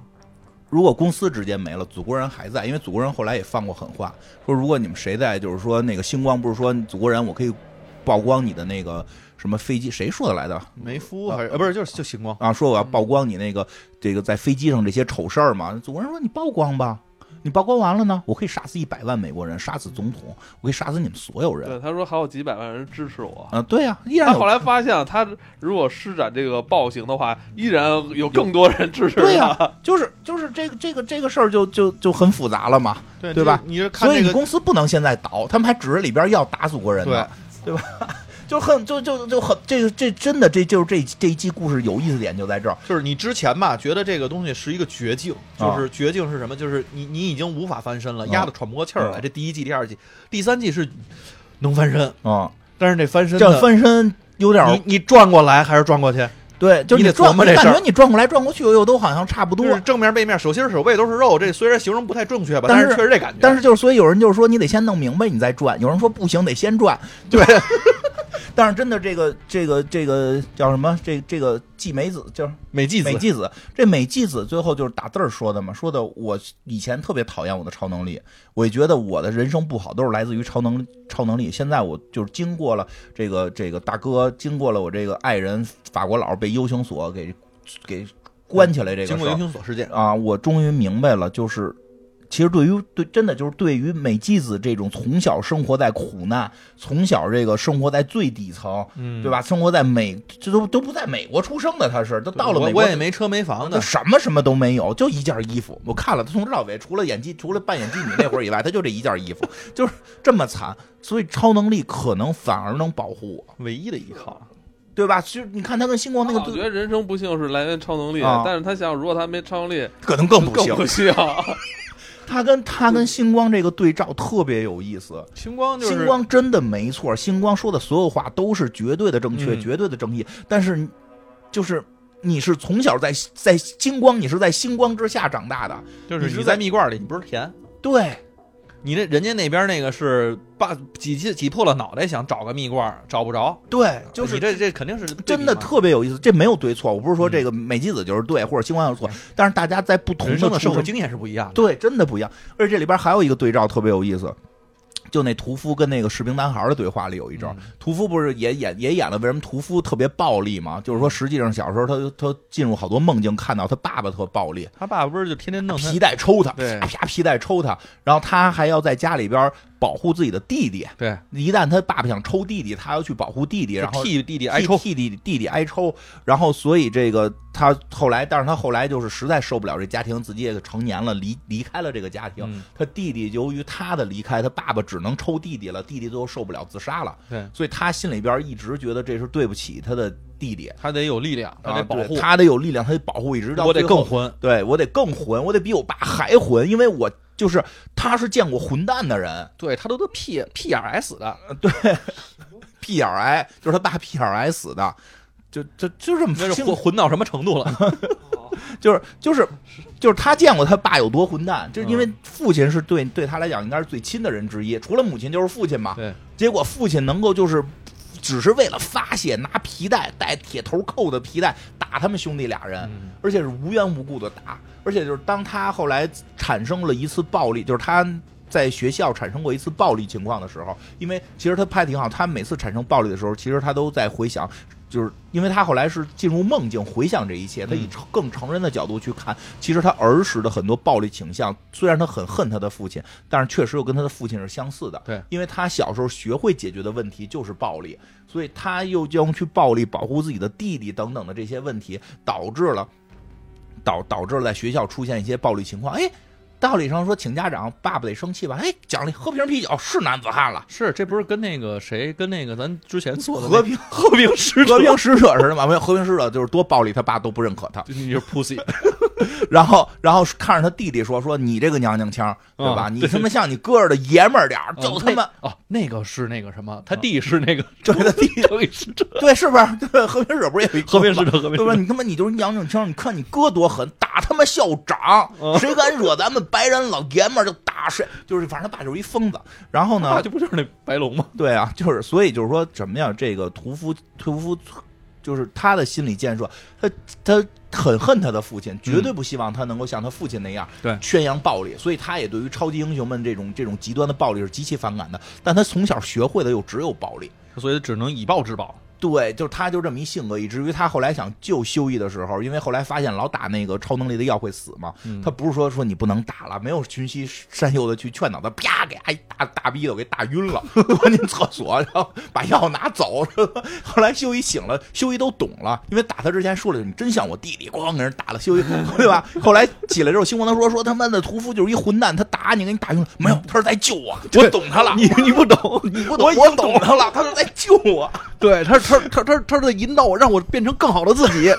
B: 如果公司直接没了，祖国人还在，因为祖国人后来也放过狠话，说如果你们谁在，就是说那个星光不是说祖国人，我可以曝光你的那个什么飞机，谁说的来的？
C: 梅夫还是呃不是就是就星光，
B: 啊，说我要
C: 嗯
B: 曝光你那个这个在飞机上这些丑事儿嘛。祖国人说你曝光吧，你曝光完了呢，我可以杀死一百万美国人，杀死总统，我可以杀死你们所有人。
A: 对，他说还有几百万人支持我。
B: 啊，对呀、依然
A: 他
B: 有
A: 后来发现，他如果施展这个暴行的话，依然有更多人支持他。
B: 对呀、就是就是这个这个这个事儿就就就很复杂了嘛，
C: 对
B: 对吧
C: 就是你是看
B: 所以
C: 这
B: 你
C: 个
B: 公司不能现在倒，他们还指着里边要打祖国人
C: 对
B: 呢，对吧？就很就就就很这个这真的这就是这这一季故事有意思点就在这儿，
C: 就是你之前吧，觉得这个东西是一个绝境，就是绝境是什么？就是你你已经无法翻身了，
B: 嗯
C: 压得喘不过气儿来。
B: 嗯
C: 这第一季、第二季、第三季是能翻身，
B: 啊、
C: 但是这翻身
B: 这
C: 的
B: 翻身有点儿
C: 你你转过来还是转过去？
B: 对，就是
C: 你得
B: 转，
C: 琢磨这
B: 感
C: 事儿
B: 觉你转过来转过去又都好像差不多
C: 就。是正面背面手心儿手背都是肉，这虽然形容不太正确吧，
B: 但
C: 但
B: 是
C: 确实这感觉。
B: 但是就是，所以有人就是说你得先弄明白你再转，有人说不行得先转，对。 但是真的这个这个这个叫什么？这这个纪美子叫
C: 美纪子
B: 美纪子，这美纪子最后就是打字儿说的嘛，说的我以前特别讨厌我的超能力，我也觉得我的人生不好都是来自于超能超能力。现在我就是经过了这个这个大哥，经过了我这个爱人法国佬被游刑所给给关起来这个
C: 经
B: 事
C: 过游
B: 儿
C: 行所事件，
B: 啊，我终于明白了，就是。其实对于对真的就是对于美纪子这种从小生活在苦难，从小这个生活在最底层，
A: 嗯
B: 对？吧？生活在美，这都都不在美国出生的，他是都到了
C: 我
B: 美国
C: 我也没车没房
B: 那
C: 的，
B: 什么什么都没有，就一件衣服。我看了他从头到尾，除了演技，除了扮演妓女那会儿以外，他就这一件衣服， 就是这么惨。所以超能力可能反而能保护我，
C: 唯一的依靠。
B: 对吧？其实你看他跟星光 那个
A: 啊我觉得人生不幸是来源超能力
B: 啊，
A: 但是他想，如果他没超能力，
B: 可能更不
A: 更
B: 行
A: 不。幸。
B: 他跟他跟星光这个对照特别有意思。
C: 星光就是
B: 星光真的没错，星光说的所有话都是绝对的正确、
C: 嗯
B: 绝对的正义。但是，就是你是从小在在星光，你是在星光之下长大的，
C: 就
B: 你
C: 是
B: 是
C: 你
B: 在
C: 在蜜罐里，你不是甜。
B: 对
C: 你那人家那边那个是把挤挤挤破了脑袋想找个蜜罐，找不着，
B: 对，就是
C: 你这这肯定是对比
B: 啊真的
C: 嘛嗯
B: 特别有意思，这没有对错，我不是说这个美纪子就是对，或者星光就是错，但是大家在不同
C: 人生的
B: 社
C: 社
B: 会
C: 会经验是不一样的。
B: 对真的不一样，而且这里边还有一个对照特别有意思，就那屠夫跟那个士兵男孩的对话里有一招，屠夫不是也演也演了为什么屠夫特别暴力吗？就是说实际上小时候他他进入好多梦境，看到他爸爸特暴力，
C: 他爸爸不是就天天弄他
B: 皮带抽他，
C: 对
B: 啪啪皮带抽他，然后他还要在家里边保护自己的弟弟，
C: 对，
B: 一旦他爸爸想抽弟弟，他要去保护弟弟，然后
C: 就替弟弟挨抽。
B: 替弟弟弟弟挨抽，然后所以这个他后来，但是他后来就是实在受不了这家庭，自己也成年了，离离开了这个家庭。
C: 嗯
B: 他弟弟由于他的离开，他爸爸只能抽弟弟了，弟弟最后受不了自杀了，
C: 对，
B: 所以他心里边一直觉得这是对不起他的弟弟，
C: 他得有力量，他
B: 啊
C: 得保
B: 对
C: 护，
B: 他得有力量，他得保护，一直到
C: 我得
B: 最后
C: 更混。
B: 对我得更混，我得比我爸还混，因为我就是他是见过混蛋的人
C: 对他都都 P P R S 的，
B: 嗯，P R I 就是他爸 P R I 死的，就就就这么
C: 那是
B: 清嗯
C: 混混到什么程度了？
B: 就是就是就是他见过他爸有多混蛋，就是
C: 嗯
B: 因为父亲是对对他来讲应该是最亲的人之一，除了母亲就是父亲嘛。
C: 对，
B: 结果父亲能够就是只是为了发泄，拿皮带带铁头扣的皮带打他们兄弟俩人，
C: 嗯
B: 而且是无缘无故的打，而且就是当他后来产生了一次暴力，就是他。在学校产生过一次暴力情况的时候，因为其实他拍得挺好，他每次产生暴力的时候，其实他都在回想，就是因为他后来是进入梦境回想这一切，他以
C: 嗯
B: 成更成人的角度去看，其实他儿时的很多暴力倾向，虽然他很恨他的父亲，但是确实又跟他的父亲是相似的。
C: 对
B: 因为他小时候学会解决的问题就是暴力，所以他又将去暴力保护自己的弟弟等等的这些问题，导致了导导致了在学校出现一些暴力情况。哎，道理上说请家长，爸爸得生气吧？哎，奖励喝瓶啤酒是男子汉了。
C: 是这不是跟那个谁跟那个咱之前做的
B: 和平
C: 和平使
B: 和平使者似的嘛，没有和平使者就是多暴力，他爸都不认可他。
C: 你就是 pussy，
B: 然后，然后看着他弟弟说：“说你这个娘娘腔，对吧？
C: 啊
B: 你他妈像你哥似的爷们儿点儿，就他妈、嗯
C: 哦，那个是那个什么，他弟是那个
B: 对他弟 弟，
C: 和平使者，
B: 对，是不是？ 对，和平使者不是也有一
C: 和平
B: 哥
C: 使
B: 吗
C: 者，和平
B: 对吧？
C: 使者，
B: 你他妈你就是娘娘腔，你看你哥多狠，打他妈校长，
C: 嗯
B: 谁敢惹咱们白人老爷们儿就打谁，就是反正他爸就是一疯子。然后
C: 那
B: 呢，
C: 就不就是那白龙吗？
B: 对啊，就是所以就是说什么呀？这个屠夫，屠夫就是他的心理建设，他他很恨他的父亲，绝对不希望他能够像他父亲那样
C: 对
B: 宣扬暴力，所以他也对于超级英雄们这种这种极端的暴力是极其反感的。但他从小学会的又只有暴力。
C: 所以只能以暴制暴。
B: 对，就是他就这么一性格，以至于他后来想救修一的时候，因为后来发现老打那个超能力的药会死嘛，
C: 嗯
B: 他不是说说你不能打了，没有群膝善诱的去劝导他，啪给他一大大逼斗给打晕 了，关进厕所，然后把药拿走。 后来修一醒了，修一都懂了，因为打他之前说了你真像我弟弟，咣给人打了， 修一对吧？后来起来之后，星光他说说他妈的屠夫就是一混蛋，他打你给你打晕了，没有，他是在救我，我懂他了，
C: 你你不懂，
B: 你不懂，我懂他了，他是在救我。
C: 对他他他他他在引导我，让我变成更好的自己。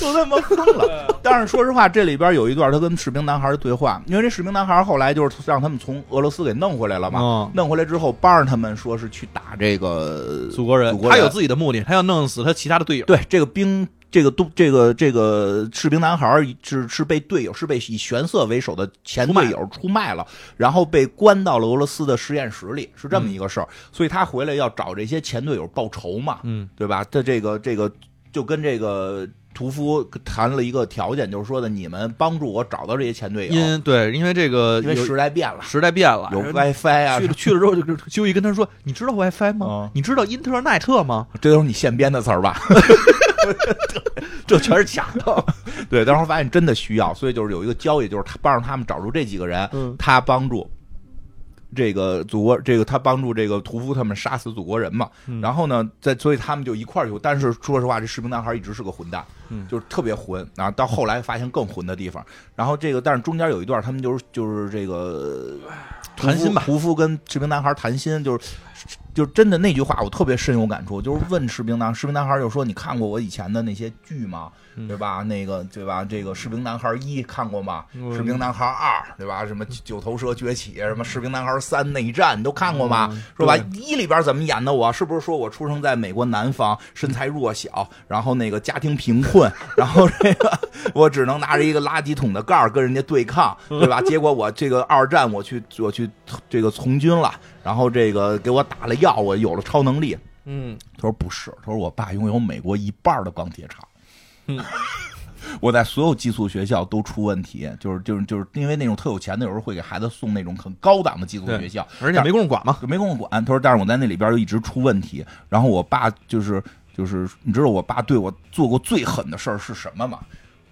B: 都他妈疯了。但是说实话，这里边有一段他跟士兵男孩的对话，因为这士兵男孩后来就是让他们从俄罗斯给弄回来了嘛，
C: 嗯
B: 弄回来之后帮着他们说是去打这个
C: 祖国人，
B: 祖国
C: 他
B: 人
C: 有自己的目的，他要弄死他其他的队友。
B: 对这个兵。这个都这个这个士兵男孩儿是是被队友是被以玄色为首的前队友出卖了，然后被关到了俄罗斯的实验室里，是这么一个事儿。所以他回来要找这些前队友报仇嘛，
C: 嗯，
B: 对吧？他这个这个就跟这个屠夫谈了一个条件，就是说的你们帮助我找到这些前队友，因
C: 因对，哦因为这个
B: 为
C: 有
B: 时代变了，
C: 时代变了，
B: 有
C: 然后
B: WiFi 啊
C: 去，了去了之后就就就一跟他说，你知道 WiFi 吗
B: 嗯？
C: 你知道 Internet 吗？
B: 这都是你现编的词儿吧？
C: 这全是假的。
B: 对，但是发现真的需要，所以就是有一个交易，就是他帮助他们找出这几个人，
C: 嗯
B: 他帮助。这个祖国，这个他帮助这个屠夫他们杀死祖国人嘛，
C: 嗯
B: 然后呢，在所以他们就一块儿去。但是说实话，这士兵男孩一直是个混蛋，
C: 嗯
B: 就是特别混啊。到后来发现更混的地方，然后这个但是中间有一段他们就是就是这个屠夫
C: 谈心吧
B: 屠夫跟士兵男孩谈心，就是就是真的那句话我特别深有感触，就是问士兵男士兵男孩就说你看过我以前的那些剧吗？
C: 嗯
B: 对吧？那个对吧？这个《士兵男孩一》看过吗？
C: 嗯
B: 士兵男孩二》对吧？什么九九头蛇崛起，什么《士兵男孩三》内战，你都看过吗？
C: 嗯
B: 是吧？
C: 对
B: 一里边怎么演的我？是不是说我出生在美国南方，身材弱小，然后那个家庭贫困，然后这个我只能拿着一个垃圾桶的盖儿跟人家对抗，对吧？结果我这个二战我去我去这个从军了，然后这个给我打了药，我有了超能力。
C: 嗯，
B: 他说不是，他说我爸拥有美国一半的钢铁厂。
C: 嗯
B: 我在所有寄宿学校都出问题，就是就是就是因为那种特有钱的，有时候会给孩子送那种很高档的寄宿
C: 对
B: 学校，
C: 而且没工夫管嘛。
B: 就没工夫管。他说，但是我在那里边就一直出问题。然后我爸就是就是，你知道我爸对我做过最狠的事儿是什么吗？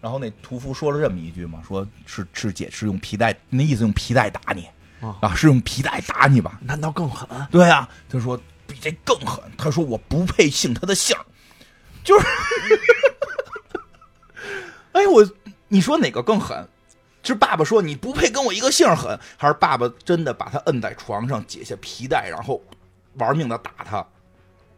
B: 然后那屠夫说了这么一句嘛，说是是姐是用皮带，那意思用皮带打你
C: 啊
B: 啊，是用皮带打你吧？
C: 难道更狠？
B: 对啊，他说比这更狠，他说我不配姓他的姓儿，就是， 哎我，你说哪个更狠？是爸爸说你不配跟我一个姓儿狠，还是爸爸真的把他摁在床上解下皮带，然后玩命的打他？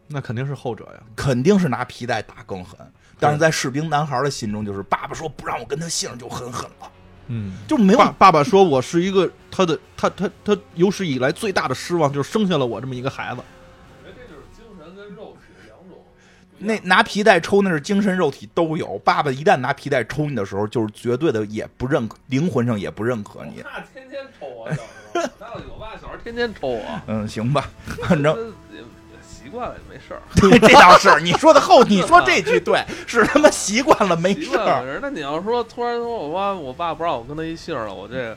C: 那肯定是后者呀。
B: 肯定是拿皮带打更狠。但是在士兵男孩的心中，就是爸爸说不让我跟他姓儿就很狠了，
C: 嗯，
B: 就没有
C: 爸爸爸说我是一个他的他他他有史以来最大的失望就是生下了我这么一个孩子。
A: 哎， 这就是精神跟肉体两种。啊
B: 那拿皮带抽那是精神肉体都有。爸爸一旦拿皮带抽你的时候，就是绝对的也不认可，灵魂上也不认可你。
A: 那天天抽我小时候，那我爸小时候天天抽我，
B: 嗯，行 吧，反正
A: 也也习惯了也没事儿，
B: 这倒是你说的后，你说这句对，是他妈习惯了没
A: 习
B: 事
A: 惯了
B: 儿。
A: 没事儿。那你要说突然说我爸我爸不让我跟他一姓儿了，我这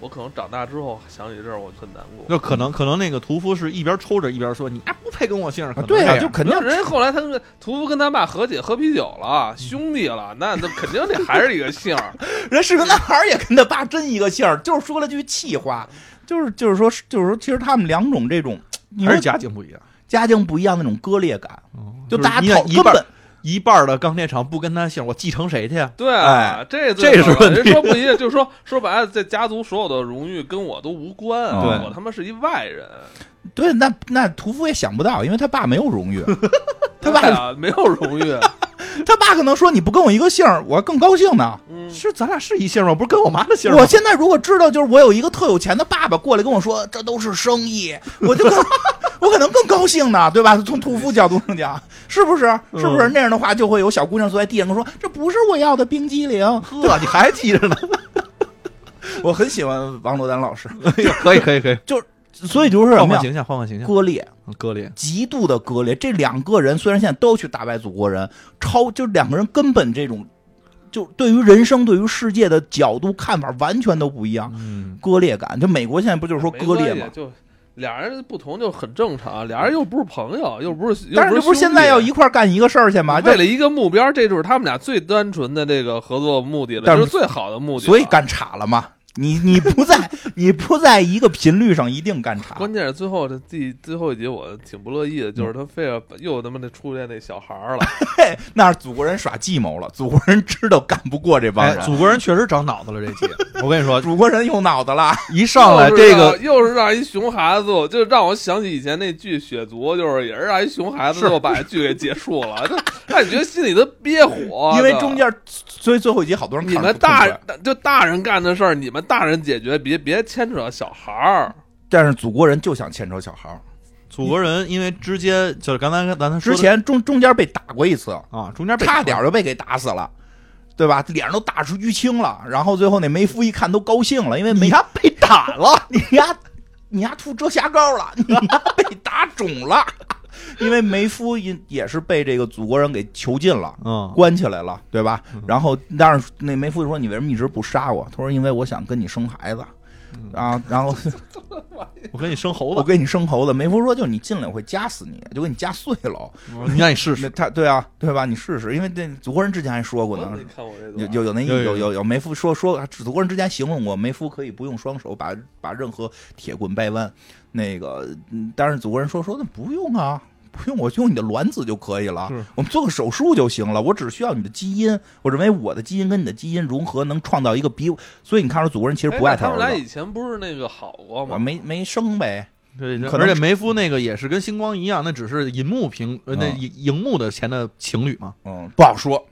A: 我可能长大之后想起这事儿我就很难过。
C: 就
B: 嗯
C: 可能可能那个屠夫是一边抽着一边说你啊不啊配跟我姓儿。可能
B: 对
C: 是这
B: 呀、
C: 样
B: 就肯
A: 没
B: 定
A: 有人家后来他们屠夫跟他爸和解喝啤酒了，兄弟了，那那肯定得还是一个姓 儿。
B: 人是个男孩儿也跟他爸真一个姓儿，就是说了句气话，就是就是说就是说，其实他们两种这种，你
C: 还
B: 说
C: 是家境不一样。
B: 家境不一样那种割裂感，
C: 就
B: 大
C: 你
B: 家讨
C: 看一
B: 根
C: 半
B: 本
C: 儿一半儿的钢铁厂不跟他姓，我继承谁去啊？
A: 对
B: 哎
A: 啊，这
C: 这是问题
A: 人说不一定，就是说说白了，这家族所有的荣誉跟我都无关，啊
B: 对
A: 我他妈是一外人，
B: 对，那那屠夫也想不到，因为他爸没有荣誉，他爸
A: 对啊没有荣誉，
B: 他爸可能说你不跟我一个姓儿，我更高兴呢。
A: 嗯，
C: 是咱俩是一姓吗？不是跟我妈的姓吗？
B: 我现在如果知道，就是我有一个特有钱的爸爸过来跟我说这都是生意，我 就更我可能更高兴呢，对吧？从屠夫角度上讲，是不是？是不是
C: 嗯
B: 那样的话，就会有小姑娘坐在地上跟我说这不是我要的冰激凌。
C: 呵，你还记 着呢？
B: 我很喜欢王珞丹老师，
C: 可以可以可以，
B: 所以 就是什
C: 换
B: 么
C: 换
B: 呀？
C: 形象，换换形象，嗯
B: 割裂，
C: 割裂。
B: 极度的割裂。这两个人虽然现在都去打败祖国人，超就两个人根本这种，就对于人生、对于世界的角度看法完全都不一样，
C: 嗯，
B: 割裂感。就美国现在不就是说
A: 没
B: 割裂
A: 关系
B: 吗？
A: 就俩人不同就很正常，俩人又不是朋友，又不是，
B: 但是
A: 又
B: 这
A: 不
B: 不
A: 是
B: 是现在要一块儿干一个事儿去吗？
A: 嘛？
B: 这
A: 啊为了一个目标，这就是他们俩最单纯的这个合作目的了，
B: 但
A: 这
B: 是
A: 是最好的目的了。啊
B: 所以干岔了嘛？你你不 在你不在一个频率上，一定干岔。
A: 关键是最后这第最后一集我挺不乐意的，
B: 嗯
A: 就是他非要把又他妈的出现那小孩 儿了，
B: 嘿，那是祖国人耍计谋了，祖国人知道干不过这帮
C: 哎
B: 人，，
C: 祖国人确实长脑子了。这 集我跟你说，
B: 祖国人有脑子了。
C: 一上来
A: 又是
C: 这
A: 让
C: 个
A: 又是让一熊孩子，就让我想起以前那剧《血族》，就是也是让一熊孩子
C: 是
A: 就把这剧给结束了，这 那你觉得心里都憋火、
B: 因为中间，所以最后一集好多人
A: 你
B: 看
A: 们
B: 不
A: 大
B: 看不出来
A: 就大人干的事儿，你们大人解决，别别牵扯到小孩儿。
B: 但是祖国人就想牵扯小孩儿。
C: 祖国人因为直接就是刚才咱咱
B: 之
C: 说的
B: 前中中间被打过一次，
C: 啊，中间被
B: 差点就被给打死了，对吧？脸上都打出淤青了。然后最后那梅夫一看都高兴了，因为
C: 你
B: 梅
C: 丫被打了，
B: 你丫你丫涂遮瑕膏了，你丫被打肿了。 因为梅夫也也是被这个祖国人给囚禁了，
C: 嗯，
B: 关起来了，对吧？然后但是那梅夫就说：“你为什么一直不杀我？”他说：“因为我想跟你生孩子。”
C: 嗯
B: 啊，然 后
C: 我给你生猴
B: 我
C: 子，
B: 给你生猴子。梅夫说：“就是你进来我会夹死你，就给你夹碎了。
C: 你让你试
B: 那
C: 试，
B: 他对啊，对吧？你试试，因为那祖国人之前还说过呢，
A: 你看我这
B: 有有有那
C: 有
B: 有
C: 有
B: 有有有梅夫说说，祖国人之前形容过，梅夫可以不用双手把把任何铁棍掰弯。那个，嗯但是祖国人说说那不用啊，不用，我就用你的卵子就可以了
A: 是，
B: 我们做个手术就行了，我只需要你的基因，我认为我的基因跟你的基因融合能创造一个比我，所以你看说祖国人其实不爱
A: 哎他们俩
B: 儿子，
A: 以前不是那个好过
B: 我
A: 吗？
B: 没没生呗，
C: 对
B: 可能
C: 而且
B: 是
C: 梅夫那个也是跟星光一样，那只是银幕屏呃那
B: 嗯
C: 荧荧幕的前的情侣嘛，
B: 嗯，不好说，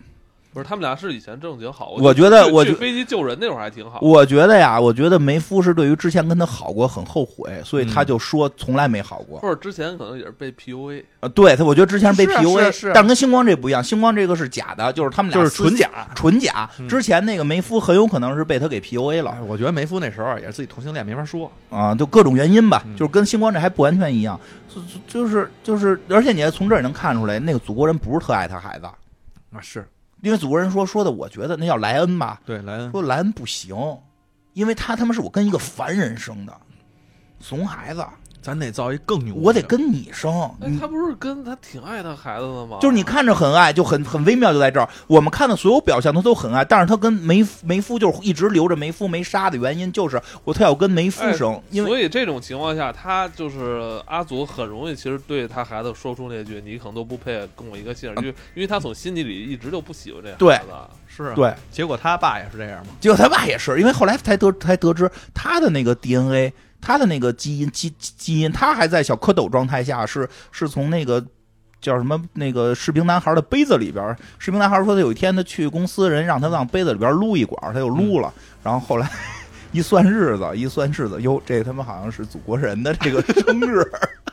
A: 不是，他们俩是以前正经好。
B: 我觉得
A: 去
B: 我
A: 去
B: 觉
A: 飞机救人那会儿还挺好。
B: 我觉得呀，我觉得梅夫是对于之前跟他好过很后悔，所以他
C: 嗯
B: 就说从来没好过。
A: 或者之前可能也是被 PUA，
B: 啊，对他，我觉得之前被
C: 是啊
B: PUA，、
C: 是啊是啊
B: 但是跟星光这不一样，星光这个是假的，就是他们俩
C: 就是
B: 私
C: 纯假。
B: 纯假。
C: 嗯
B: 之前那个梅夫很有可能是被他给 PUA 了
C: 哎，我觉得梅夫那时候也是自己同性恋，没法说。
B: 啊，就各种原因吧，
C: 嗯
B: 就是跟星光这还不完全一样，就就是就是，而且你还从这儿也能看出来，那个祖国人不是特爱他孩子，
C: 啊，是
B: 因为祖国人说说的，我觉得那叫莱恩吧，
C: 对莱恩，
B: 说莱恩不行，因为他他妈是我跟一个凡人生的，怂孩子，
C: 咱得造一更牛的，
B: 我得跟你生，
A: 哎，
B: 你
A: 他不是跟他挺爱他孩子的吗？
B: 嗯就是你看着很爱，就很很微妙，就在这儿。我们看的所有表象，他都很爱，但是他跟梅夫梅夫就是一直留着梅夫没杀的原因，就是我他要跟梅夫生，因为
A: 所以这种情况下，他就是阿祖很容易，其实对他孩子说出那句“你可能都不配跟我一个姓儿”，就因为他从心底里一直就不喜欢这
B: 嗯对
A: 孩子。
C: 是啊，
B: 对，
C: 结果他爸也是这样嘛，
B: 结果他爸也是，因为后来才得才得知他的那个 DNA，他的那个基因基基基因，他还在小蝌蚪状态下是是从那个。叫什么？那个士兵男孩的杯子里边，士兵男孩说他有一天他去公司，人让他往杯子里边撸一管，他又撸了。
C: 嗯
B: 然后后来一算日子，一算日子，哟，这他妈好像是祖国人的这个生日，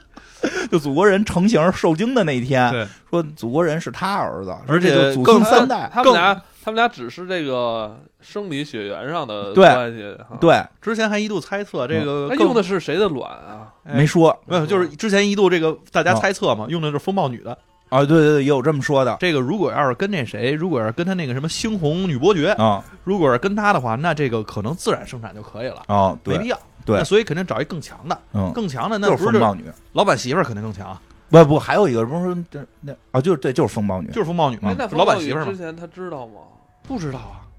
B: 就祖国人成型受精的那一天，
C: 对，
B: 说祖国人是他儿子，
C: 而且
B: 这就祖
C: 更
B: 宗
A: 他
B: 三代，
A: 他们
C: 更
A: 俩，他们俩只是这个生理血缘上的
B: 对
A: 关系。哈，
B: 对，
C: 之前还一度猜测这个
B: 嗯
A: 他
C: 更
A: 用的是谁的卵啊？
C: 哎
B: 没说
C: 没有，就是之前一度这个大
B: 啊
C: 家猜测嘛，用的就是风暴女的。
B: 啊，对对对，也有这么说的
C: 这个如果要是跟那谁，如果要是跟他那个什么猩红女伯爵，
B: 啊
C: 如果是跟他的话，那这个可能自然生产就可以了，
B: 啊，
C: 没
B: 对
C: 必要。
B: 对
C: 那所以肯定找一更强的，
B: 嗯，
C: 更强的那
B: 就
C: 不
B: 是风
C: 是
B: 暴女，
C: 老板媳妇儿肯定更强，啊
B: 不不，还有一个不是这那啊，就是对，就是风暴女
C: 就，是风暴女嘛
A: 哎，那，
C: 老板媳妇儿
A: 之
C: 嘛，
A: 前他知道吗？
C: 不知道啊。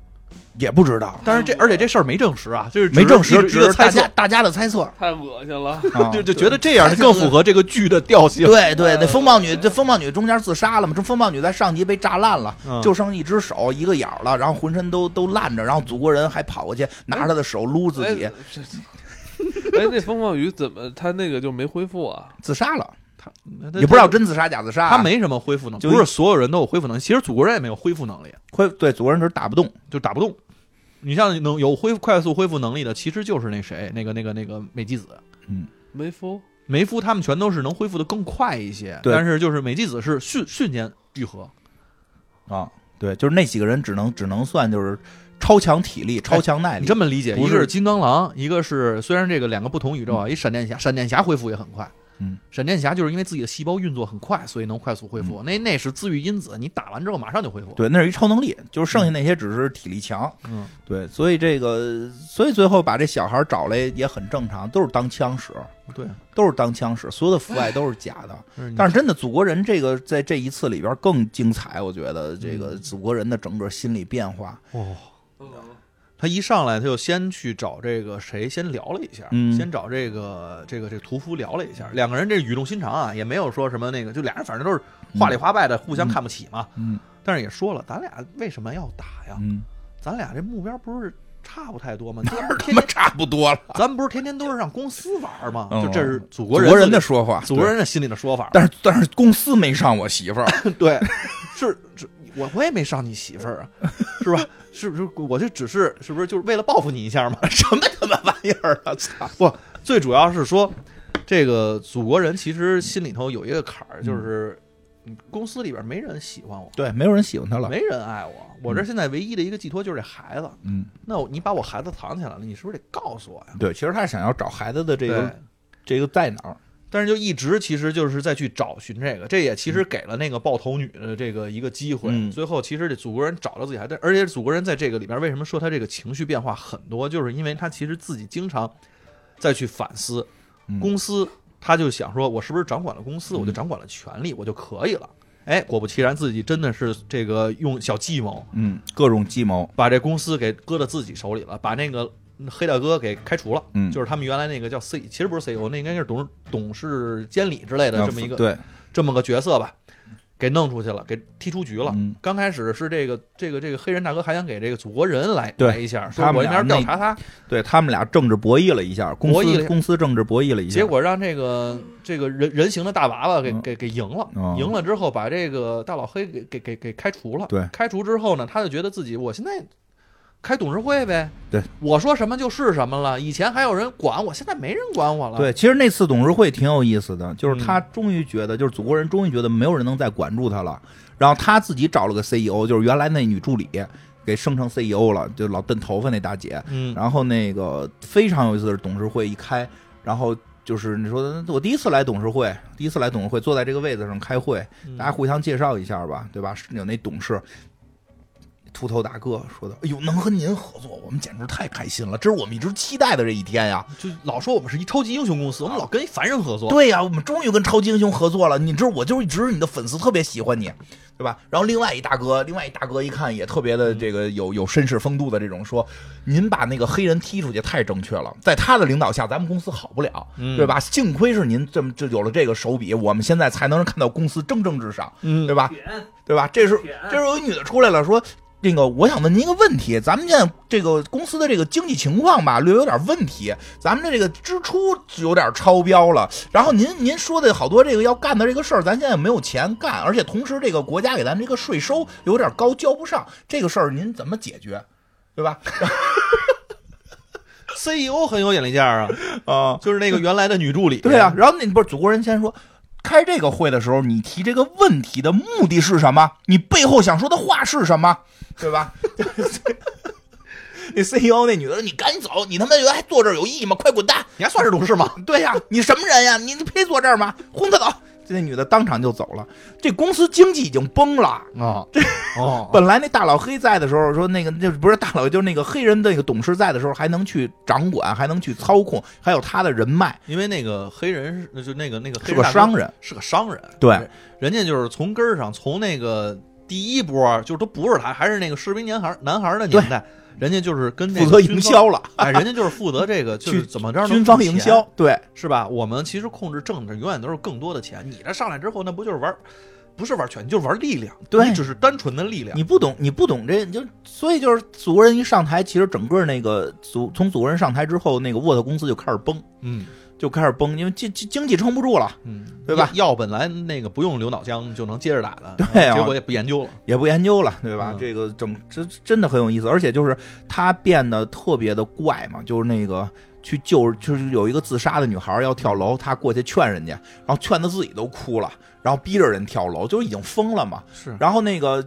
B: 也不知道，
C: 但是这而且这事儿没证实啊，就是只是
B: 嗯没证实
C: 一，直
B: 只
C: 一
B: 是
C: 直猜
B: 大家
C: 测，
B: 大家的猜 测，
A: 太恶心了！
B: 啊
C: 就就觉得呃这样更符合这个剧的调性。
B: 对对，那风暴女，这风暴女中间自杀了嘛？这风暴女在上集被炸烂了，
C: 嗯
B: 就剩一只手一个眼儿了，然后浑身都都烂着，然后祖国人还跑过去拿着她的手撸 自己
A: 哎，这哎，那风暴雨怎么他那个就没恢复啊？
B: 自杀了，
C: 那
B: 也不知道真自杀假自杀啊。
C: 他没什么恢复能力，
B: 就
C: 不是所有人都有恢复能力。其实祖国人也没有恢复能力，
B: 会对祖国人只是打不动，
C: 就打不动。你像能有恢复快速恢复能力的，其实就是那谁，那个那个那个美纪子、
A: 没夫，
C: 梅夫，他们全都是能恢复的更快一些。
B: 对
C: 但是就是美纪子是瞬瞬间愈合，
B: 啊。对，就是那几个人只能只能算就是超强体力、超强耐力。
C: 你这么理解，
B: 不
C: 一
B: 是
C: 个是金刚狼，一个是虽然这个两个不同宇宙啊，一闪电侠，闪电侠恢复也很快。
B: 嗯，
C: 闪电侠就是因为自己的细胞运作很快，所以能快速恢复。那那是自愈因子，你打完之后马上就恢复。
B: 嗯对，那是一超能力，就是剩下那些只是体力强。
C: 嗯，
B: 对，所以这个，所以最后把这小孩找来也很正常，都是当枪使，
C: 对，
B: 都是当枪使，所有的父爱都是假的。
C: 但
B: 嗯但是真的，祖国人这个在这一次里边更精彩，我觉得这
C: 嗯
B: 个祖国人的整个心理变化，
C: 哦，他一上来他就先去找这个谁，先聊了一下，
B: 嗯
C: 先找这个这个这个屠夫聊了一下，两个人这语重心长啊，也没有说什么那个，就俩人反正都是话里话外的，互相看不起嘛。
B: 嗯
C: 但是也说了，咱俩为什么要打呀？
B: 嗯，
C: 咱俩这目标不是差不太多吗？咱不是
B: 他
C: 天
B: 妈
C: 天，
B: 差不多了。
C: 咱不是天天都是让公司玩吗？
B: 嗯
C: 就这是祖
B: 祖
C: 国人
B: 国人的说话，
C: 祖国人的心里的说法。
B: 对，但是但是公司没上我媳妇儿，
C: 对，是是，我我也没上你媳妇儿啊，是吧？是不是？我这只是是不是就是为了报复你一 下嘛？
B: 什么他妈玩意儿啊！操！
C: 不，最主要是说，这个祖国人其实心里头有一个坎儿，就是嗯公司里边没人喜欢我，
B: 对，没嗯有人喜欢他了。
C: 没人爱我，我这现在唯一的一个寄托就是这孩子。
B: 嗯，
C: 那我你把我孩子藏起来了，你是不是得告诉我呀？
B: 对，其实他想要找孩子的这
C: 嗯对
B: 个这个在哪儿？
C: 但是就一直其实就是在去找寻这个，这也其实给了那个爆头女的这个一个机会。
B: 嗯
C: 最后其实这祖国人找到自己还，但而且祖国人在这个里边为什么说他这个情绪变化很多，就是因为他其实自己经常再去反思
B: 嗯
C: 公司，他就想说我是不是掌管了公司，我就
B: 嗯
C: 掌管了权力，我就可以了。哎，果不其然，自己真的是这个用小计谋
B: 嗯，各种计谋。
C: 把这公司给搁到自己手里了，把那个黑大哥给开除了。
B: 嗯，
C: 就是他们原来那个叫 C，其实不是 CEO，那应该是董事董事监理之类的
B: 要
C: 这么一
B: 嗯
C: 个
B: 对，
C: 这么个角色吧，给弄出去了，给踢出局了。
B: 嗯
C: 刚开始是这个这个这个黑人大哥还想给这个祖国人来
B: 对
C: 来一下，说
B: 他们
C: 我这边
B: 俩
C: 调查他，
B: 对他们俩政治博弈了一下，公
C: 博弈了一
B: 司
C: 下
B: 公司政治博弈了一下，
C: 结果让这个这个人人形的大娃娃给、
B: 嗯
C: 给给赢了，
B: 哦
C: 赢了之后把这个大老黑给给给给开除了。
B: 对
C: 开除之后呢，他就觉得自己我现在。开董事会呗，
B: 对，
C: 我说什么就是什么了。以前还有人管我，现在没人管我了。嗯
B: 对，其实那次董事会挺有意思的，就是他终于觉得，就是祖国人终于觉得没有人能再管住他了，然后他自己找了个 CEO，就是原来那女助理给升成 CEO 了，就老蹬头发那大姐。
C: 嗯，
B: 然后那个非常有意思的是，董事会一开，然后就是你说我第一次来董事会，第一次来董事会坐在这个位子上开会，
C: 嗯
B: 大家互相介绍一下吧，对吧？有那董事。秃头大哥说的：“哎呦，能和您合作，我们简直太开心了！这是我们一直期待的这一天呀、
C: 就啊老说我们是一超级英雄公司，我们老跟一凡人合作。
B: 对呀、啊我们终于跟超级英雄合作了。你知道，我就是一直是你的粉丝，特别喜欢你，对吧？然后另外一大哥，另外一大哥一看也特别的这个有有绅士风度的这种说，您把那个黑人踢出去太正确了，在他的领导下，咱们公司好不了，
C: 嗯
B: 对吧？幸亏是您这么就有了这个手笔，我们现在才能看到公司蒸蒸日上，
C: 嗯
B: 对吧？对吧？这时候这时候有一女的出来了，说。那个，我想问您一个问题，咱们现在这个公司的这个经济情况吧，略有点问题，咱们的这个支出有点超标了。然后您您说的好多这个要干的这个事儿，咱现在没有钱干，而且同时这个国家给咱们这个税收有点高，交不上，这个事儿您怎么解决，对吧？
C: CEO 很有眼力见儿啊，
B: 啊，
C: 就是那个原来的女助理。
B: 对啊，，然后那不是祖国人先说，开这个会的时候，你提这个问题的目的是什么？你背后想说的话是什么？对吧？ 那 CEO 那女的说：“你赶紧走，你他妈觉得还坐这儿有意义吗？快滚蛋！
C: 你还算是董事吗？
B: 对呀、你什么人呀、你配坐这儿吗？轰他走！”这那女的当场就走了。这公司经济已经崩了。
C: 啊，这 哦，
B: 本来那大老黑在的时候，说那个就是不是大老，就是那个黑人的那个董事在的时候，还能去掌管，还能去操控，还有他的人脉，
C: 因为那个黑人是就那个那个
B: 是
C: 黑人
B: 个
C: 大哥
B: 商，人。
C: 是个商人。
B: 对，
C: 人家就是从根儿上，从那个第一波就是都不是他，还是那个士兵男孩男孩的年代，人家就是跟这
B: 负
C: 个
B: 责
C: 军
B: 营
C: 方，
B: 销了，
C: 哎，人家就是负责这个就是
B: 去
C: 怎么着能
B: 军方
C: 挣
B: 营
C: 钱
B: 销，对
C: 是吧？我们其实控制政治永远都是更多的钱，你这上来之后，那不就是玩，不是玩权，就是玩力量，
B: 对
C: 你只是单纯的力量。
B: 你不懂，你不懂这，你就所以就是祖国人一上台，其实整个那个祖从祖国人上台之后，那个沃特公司就开始崩，
C: 嗯
B: 就开始崩，因为经经经济撑不住了，
C: 嗯，
B: 对吧
C: 药？药本来那个不用留脑浆就能接着打的，
B: 对啊
C: 嗯结果也不研究了。
B: 也不研究了，对吧？
C: 嗯
B: 这个整这真的很有意思，而且就是他变得特别的怪嘛，就是那个。去救，就是有一个自杀的女孩要跳楼，他过去劝人家，然后劝的自己都哭了，然后逼着人跳楼，就是已经疯了嘛。
C: 是
B: 然后那个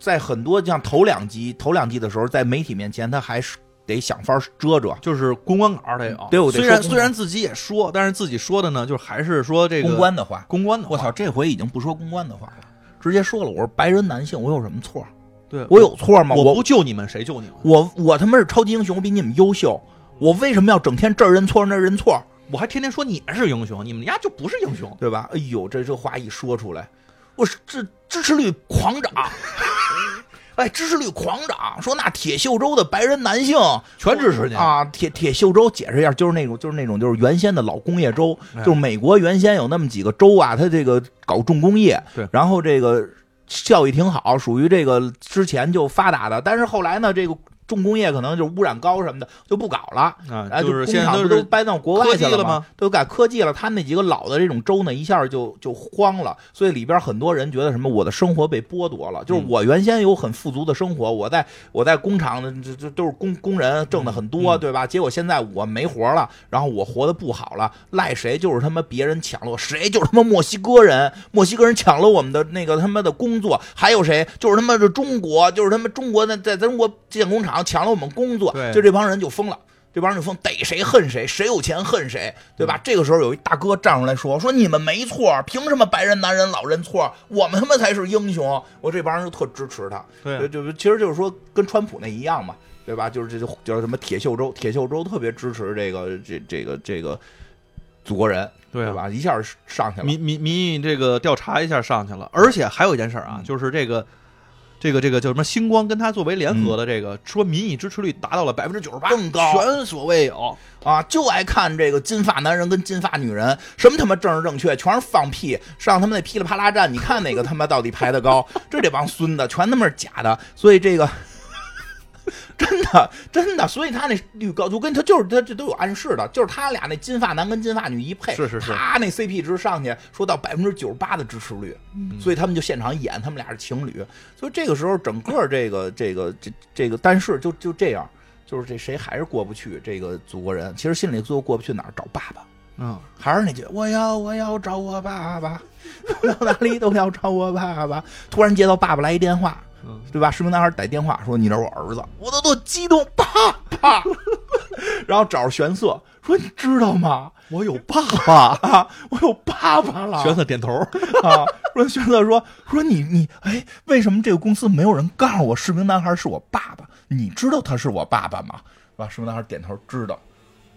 B: 在很多像头两集，头两集的时候，在媒体面前，他还是得想法遮遮，
C: 就是公关稿得有，
B: 对我得
C: 虽然
B: 说公关
C: 虽然自己也说，但是自己说的呢，就是还是说这个
B: 公关的话，
C: 公关的话。
B: 我操，这回已经不说公关的话了，直接说了，我是白人男性，我有什么错？
C: 对
B: 我有错吗？
C: 我
B: 我
C: 不救你们，谁救你们？
B: 我我他妈是超级英雄，我比你们优秀，我为什么要整天这儿认错那儿认错，
C: 我还天天说你们是英雄，你们家就不是英雄。
B: 对吧？哎呦，这这话一说出来，我是这支持率狂涨。 哎，支持率狂涨，说那铁锈州的白人男性
C: 全支持你
B: 啊！铁铁锈州解释一下，就是那种就是那种就是原先的老工业州，
C: 哎
B: 就是美国原先有那么几个州啊，它这个搞重工业，
C: 对
B: 然后这个效益挺好，属于这个之前就发达的，但是后来呢，这个重工业可能就是污染高什么的就不搞了，
C: 啊，
B: 哎，就
C: 就是
B: 工
C: 现在
B: 厂
C: 都
B: 不都
C: 是
B: 搬到国
C: 科
B: 外
C: 技
B: 去了
C: 了吗？
B: 都改科技了，他们那几个老的这种州呢，一下就就慌了，所以里边很多人觉得什么我的生活被剥夺了，就是
C: 嗯
B: 我原先有很富足的生活，我在我在工厂的这这都是工工人挣的很多，
C: 嗯
B: 对吧？结果现在我没活了，然后我活得不好了，赖谁就是他妈别人抢了我，谁就是他妈墨西哥人，墨西哥人抢了我们的那个他妈的工作，还有谁就是他妈的中国，就是他妈中国的在在中国建工厂抢了我们工作
C: 对，
B: 就这帮人就疯了。这帮人就疯，逮谁恨谁，谁有钱恨谁，对
C: 嗯
B: 吧？这个时候有一大哥站出来说：“说你们没错，凭什么白人男人老认错？我们他妈才是英雄！”我这帮人就特支持他，
C: 对啊
B: 就就其实就是说跟川普那一样嘛，对吧？就是这就叫什么铁锈州，铁锈州特别支持这个这这个这个祖国人，
C: 对
B: 对
C: 啊？
B: 吧？一下上去了，
C: 民民民意这个调查一下上去了，而且还有一件事儿啊，
B: 嗯
C: 就是这个。这个这个叫什么？星光跟他作为联合的这个，说民意支持率达到了百分之九十八，
B: 嗯更高
C: 前所未
A: 哦
C: 有。
B: 啊，就爱看这个金发男人跟金发女人，什么他妈政治正确，全是放屁，上他们那噼里啪啦站，你看哪个他妈到底排得高？这这帮孙子全他妈是假的，所以这个真的真的，所以他那绿高就跟他就是他这都有暗示的，就是他俩那金发男跟金发女一配，
C: 是是是
B: 他那 CP 值上去说到百分之九十八的支持率，所
C: 嗯
B: 以他们就现场演他们俩是情侣，所以这个时候整个这 个这个这这个，但是就就这样。就是这谁还是过不去这个祖国人，其实心里最后过不去哪儿找爸爸，
C: 嗯，
B: 还是那句我要我要找我爸爸， 我到哪里都要找我爸爸。突然接到爸爸来一电话，
C: 嗯
B: 对吧？市民男孩打电话说你这是我儿子，我都都激动，爸爸。 然后找着玄色说你知道吗？
C: 我有爸爸。
B: 啊，我有爸爸了。
C: 玄策点头，
B: 啊，说玄策说说你你哎，为什么这个公司没有人告诉我市民男孩是我爸爸？你知道他是我爸爸吗？啊，市民男孩点头知道，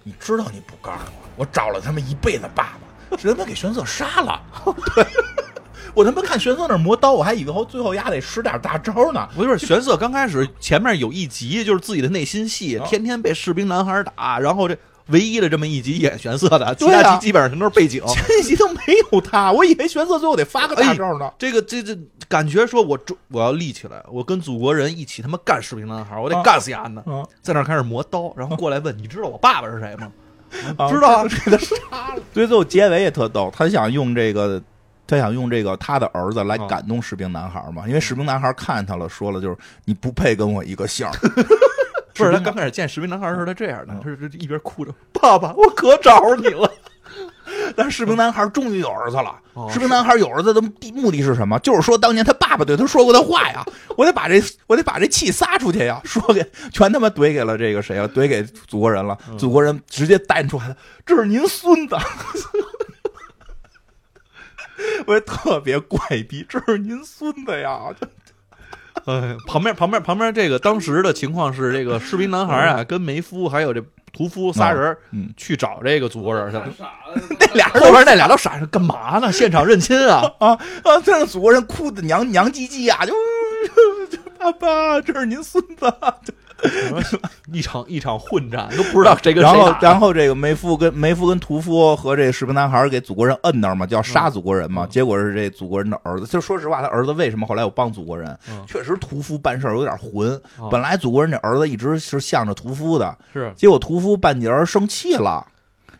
B: 你知道你不告诉我，我找了他们一辈子爸爸，是他妈给玄策杀了。 对，我他妈看玄策那儿磨刀，我还以为最后丫得使点大招呢。
C: 不是玄策刚开始前面有一集就是自己的内心
B: 哦
C: 戏，天天被士兵男孩打，然后这唯一的这么一集演玄策的，其
B: 对
C: 他
B: 啊
C: 集基本上全都是背景。
B: 这集都没有他，我以为玄策最后得发个
C: 哎
B: 大招呢。
C: 这个这这感觉说我中我要立起来，我跟祖国人一起他妈干士兵男孩，我得
B: 啊
C: 干死丫呢。
B: 啊，
C: 在那儿开始磨刀，然后过来问：“ 你知道我爸爸是谁吗
B: 啊
C: 知道啊
B: 给他杀了。 所以最后结尾也特逗，他想用这个，他想用这个他的儿子来
C: 啊
B: 感动士兵男孩嘛，因为士兵男孩看见他了，说了就是你不配跟我一个姓儿。？”
C: 不是，他啊刚开始见士兵男孩的时候，他这样的，他是一边哭着：“爸爸，我可找着你了。
B: 但士兵男孩终于有儿子了。
C: 哦
B: 士兵男孩有儿子的目的是什么？就是说当年他爸爸对他说过的话呀，我得把这我得把这气撒出去呀，说给全他妈怼给了这个谁了，怼给祖国人了。祖国人直接弹出来了，这是您孙子。我特别怪逼，这是您孙子呀！”
C: 哎，旁边旁边旁边这个当时的情况是，这个士兵男孩 啊，跟梅夫还有这屠夫仨人
B: 嗯，
C: 去找这个祖国人去了。
A: 傻了，
B: 那俩人
C: 啊 后边那俩都傻了，干嘛呢？现场认亲啊！
B: 啊啊，这让祖国人哭的娘娘唧唧呀，就爸爸，这是您孙子。
C: 一场一场混战，都不知道谁跟
B: 然
C: 谁
B: 后，
C: 打。
B: 然后这个梅夫跟梅夫跟屠夫和这个士兵男孩给祖国人摁那儿嘛，就要杀祖国人
C: 嗯
B: 嘛。结果是这祖国人的儿子，就说实话，他儿子为什么后来有帮祖国人？
C: 嗯
B: 确实屠夫办事儿有点混。
C: 哦
B: 本来祖国人这儿子一直是向着屠夫的，
C: 是
B: 结果屠夫半截儿生气了。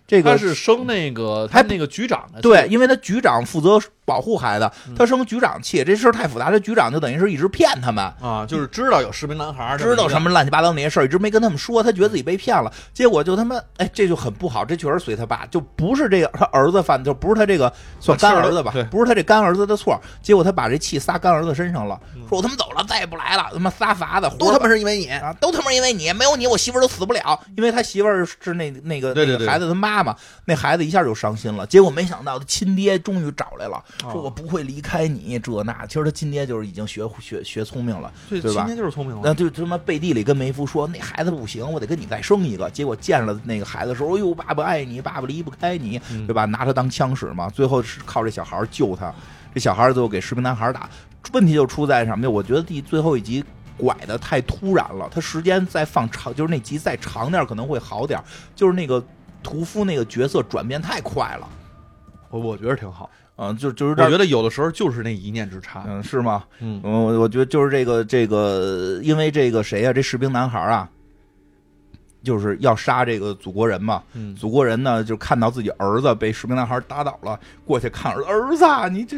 B: 这个
C: 他是升那个
B: 还
C: 他那个局长的，
B: 对，，因为他局长负责保护孩子，
C: 嗯
B: 他生局长气，这事儿太复杂，这局长就等于是一直骗他们。
C: 啊，就是知道有士兵男孩，
B: 知道什
C: 么
B: 么乱七八糟那些事儿，一直没跟他们说，他觉得自己被骗了，结果就他妈，哎，这就很不好，这确实随他爸，就不是这个他儿子犯，就不是他这个算干儿子吧
C: 啊是的对，
B: 不是他这干儿子的错，结果他把这气撒干儿子身上了
C: 嗯，
B: 说我他妈走了，再也不来了，他妈撒法子，
C: 都他妈
B: 是
C: 是因为你。
B: 啊，都他妈是因为你，没有你我媳妇儿都死不了，因为他媳妇儿是那那个
C: 对对
B: 那
C: 对
B: 个孩子他妈妈，那孩子一下就伤心了，结果没想到他亲爹终于找来了，
C: 哦
B: 说我不会离开你这那，其实他亲爹就是已经学学学聪明了，
C: 对，
B: 对吧
C: 今天就是聪明了
B: 那。就他妈背地里跟梅夫说那孩子不行，我得跟你再生一个。结果见了那个孩子说，哎呦，爸爸爱你，爸爸离不开你，
C: 嗯
B: 对吧？拿他当枪使嘛。最后是靠这小孩救他，这小孩最后给士兵男孩打。问题就出在什么呀？我觉得第最后一集拐的太突然了，他时间再放长，就是那集再长点儿可能会好点儿。就是那个屠夫那个角色转变太快了。
C: 我我觉得挺好，
B: 啊，就就是这
C: 我
B: 儿，
C: 觉得有的时候就是那一念之差。
B: 嗯，是吗？
C: 嗯，
B: 嗯，我我觉得就是这个这个，因为这个谁呀、这士兵男孩啊，就是要杀这个祖国人嘛。
C: 嗯，
B: 祖国人呢，就看到自己儿子被士兵男孩打倒了，过去看儿子，儿子啊，你这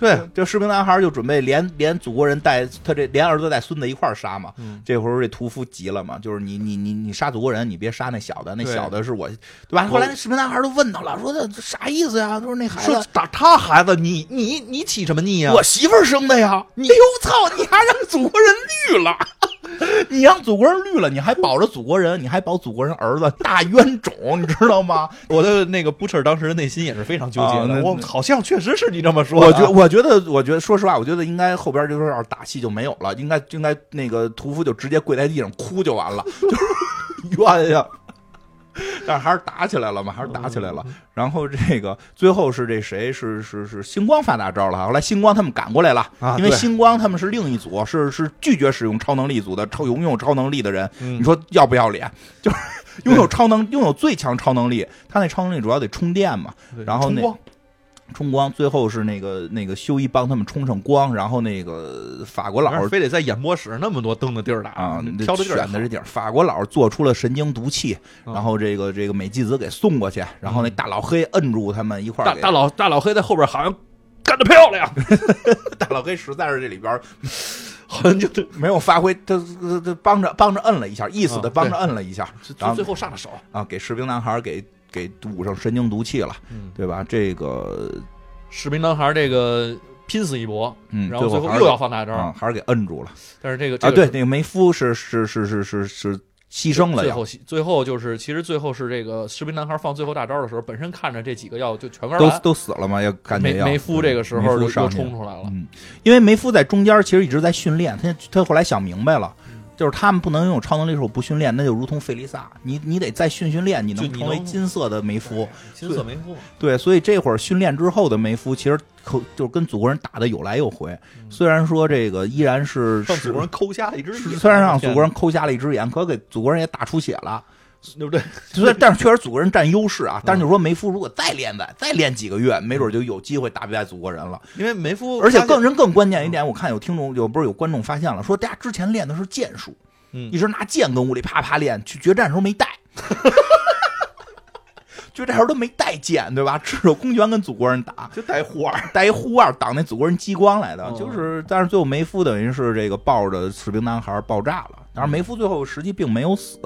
C: 对，
B: 这士兵男孩就准备连连祖国人带他这连儿子带孙子一块儿杀嘛。
C: 嗯，
B: 这会儿这屠夫急了嘛，就是你你你你杀祖国人，你别杀那小的，那
C: 对
B: 小的是我，对吧？
C: 我
B: 后来那士兵男孩都问他了，说这这啥意思呀？他说那孩
C: 说
B: 子。
C: 打他孩子，你你你起什么啊逆呀？
B: 嗯我媳妇儿生的呀！哎呦操！你还让祖国人绿了， 你让祖国人绿了，你还保着祖国人，你还保祖国人儿子，大冤种，你知道吗？
C: 我的那个 Butcher 当时内心也是非常纠结
B: 啊那
C: 的，我好像确实是你这么说的
B: 我
C: 啊。
B: 觉我觉得我觉得说实话，我觉得应该后边就是要是打戏就没有了，应该应该那个屠夫就直接跪在地上哭就完了， 就是冤呀。但是还是打起来了嘛，还是打起来
C: 嗯
B: 了。然后这个最后是这谁是是是星光发大招了，后来星光他们赶过来了，
C: 啊
B: 因为
C: 对
B: 星光他们是另一组，是是拒绝使用超能力组的超拥有超能力的人，
C: 嗯
B: 你说要不要脸？就是拥有超能拥有最强超能力，他那超能力主要得充电嘛，
C: 对
B: 然后那
C: 冲光
B: 冲光，最后是那个那个修一帮他们冲上光，然后那个法国佬
C: 老师非得在演播室那么多灯的地儿打
B: 啊，这
C: 挑的地儿也
B: 选的
C: 好
B: 这地儿，法国佬做出了神经毒气，
C: 嗯
B: 然后这个这个美纪子给送过去，然后那大老黑摁住他们一块儿
C: 大
B: 给，
C: 大老大老黑在后边好像干得漂亮，
B: 大老黑实在是这里边儿
C: 好像就
B: 没有发挥，他他他帮着帮着摁了一下，意思的
C: 嗯
B: 帮着摁了一下，然
C: 就
B: 后
C: 最后上了手。
B: 啊给士兵男孩给给捂上神经毒气了，
C: 嗯，
B: 对吧？这个
C: 士兵男孩这个拼死一搏，
B: 嗯，
C: 然后最
B: 后
C: 后
B: 还是
C: 又要放大招，
B: 啊还是给摁住了
C: 但是这个
B: 啊，
C: 这
B: 对
C: 个，
B: 那个梅夫是是是是是是牺牲了
C: 最
B: 呀。
C: 后最后就是其实最后是这个士兵男孩放最后大招的时候，本身看着这几个要就全玩
B: 都
C: 完，
B: 都死了嘛，要感觉
C: 梅
B: 要
C: 梅夫这个时
B: 梅
C: 候
B: 夫
C: 就
B: 上
C: 又
B: 去
C: 冲出来了。
B: 嗯，因为梅夫在中间其实一直在训练，他他后来想明白了
C: 嗯，
B: 就是他们不能拥有超能力的时候不训练，那就如同费利萨，你你得再训训练，你能
C: 就你
B: 成为
C: 能
B: 金色的梅夫。
C: 金色梅夫嘛，
B: 对，所以这会儿训练之后的梅夫，其实可就是跟祖国人打的有来有回。
C: 嗯
B: 虽然说这个依然是
C: 让
B: 是
C: 祖国人抠瞎了一只
B: 是
C: 眼，
B: 虽然让祖国人抠瞎了一只眼，可给祖国人也打出血了。
C: 对不对？嗯
B: 所以，但是确实祖国人占优势啊。但是就说梅夫如果再练再再练几个月，没准就有机会打不败祖国人了。
C: 因为梅夫
B: 而且更
C: 是
B: 人更关键一点，我看有听众有不是有观众发现了，说大家之前练的是剑术，
C: 嗯
B: 一直拿剑跟屋里啪啪练，去决战时候 没带，决战时候都没带剑，对吧？赤手空拳跟祖国人打，
C: 就带护腕，
B: 带一护腕挡那祖国人激光来的，
C: 哦
B: 就是但是最后梅夫等于是这个抱着士兵男孩爆炸了，
C: 嗯
B: 当然梅夫最后实际并没有死，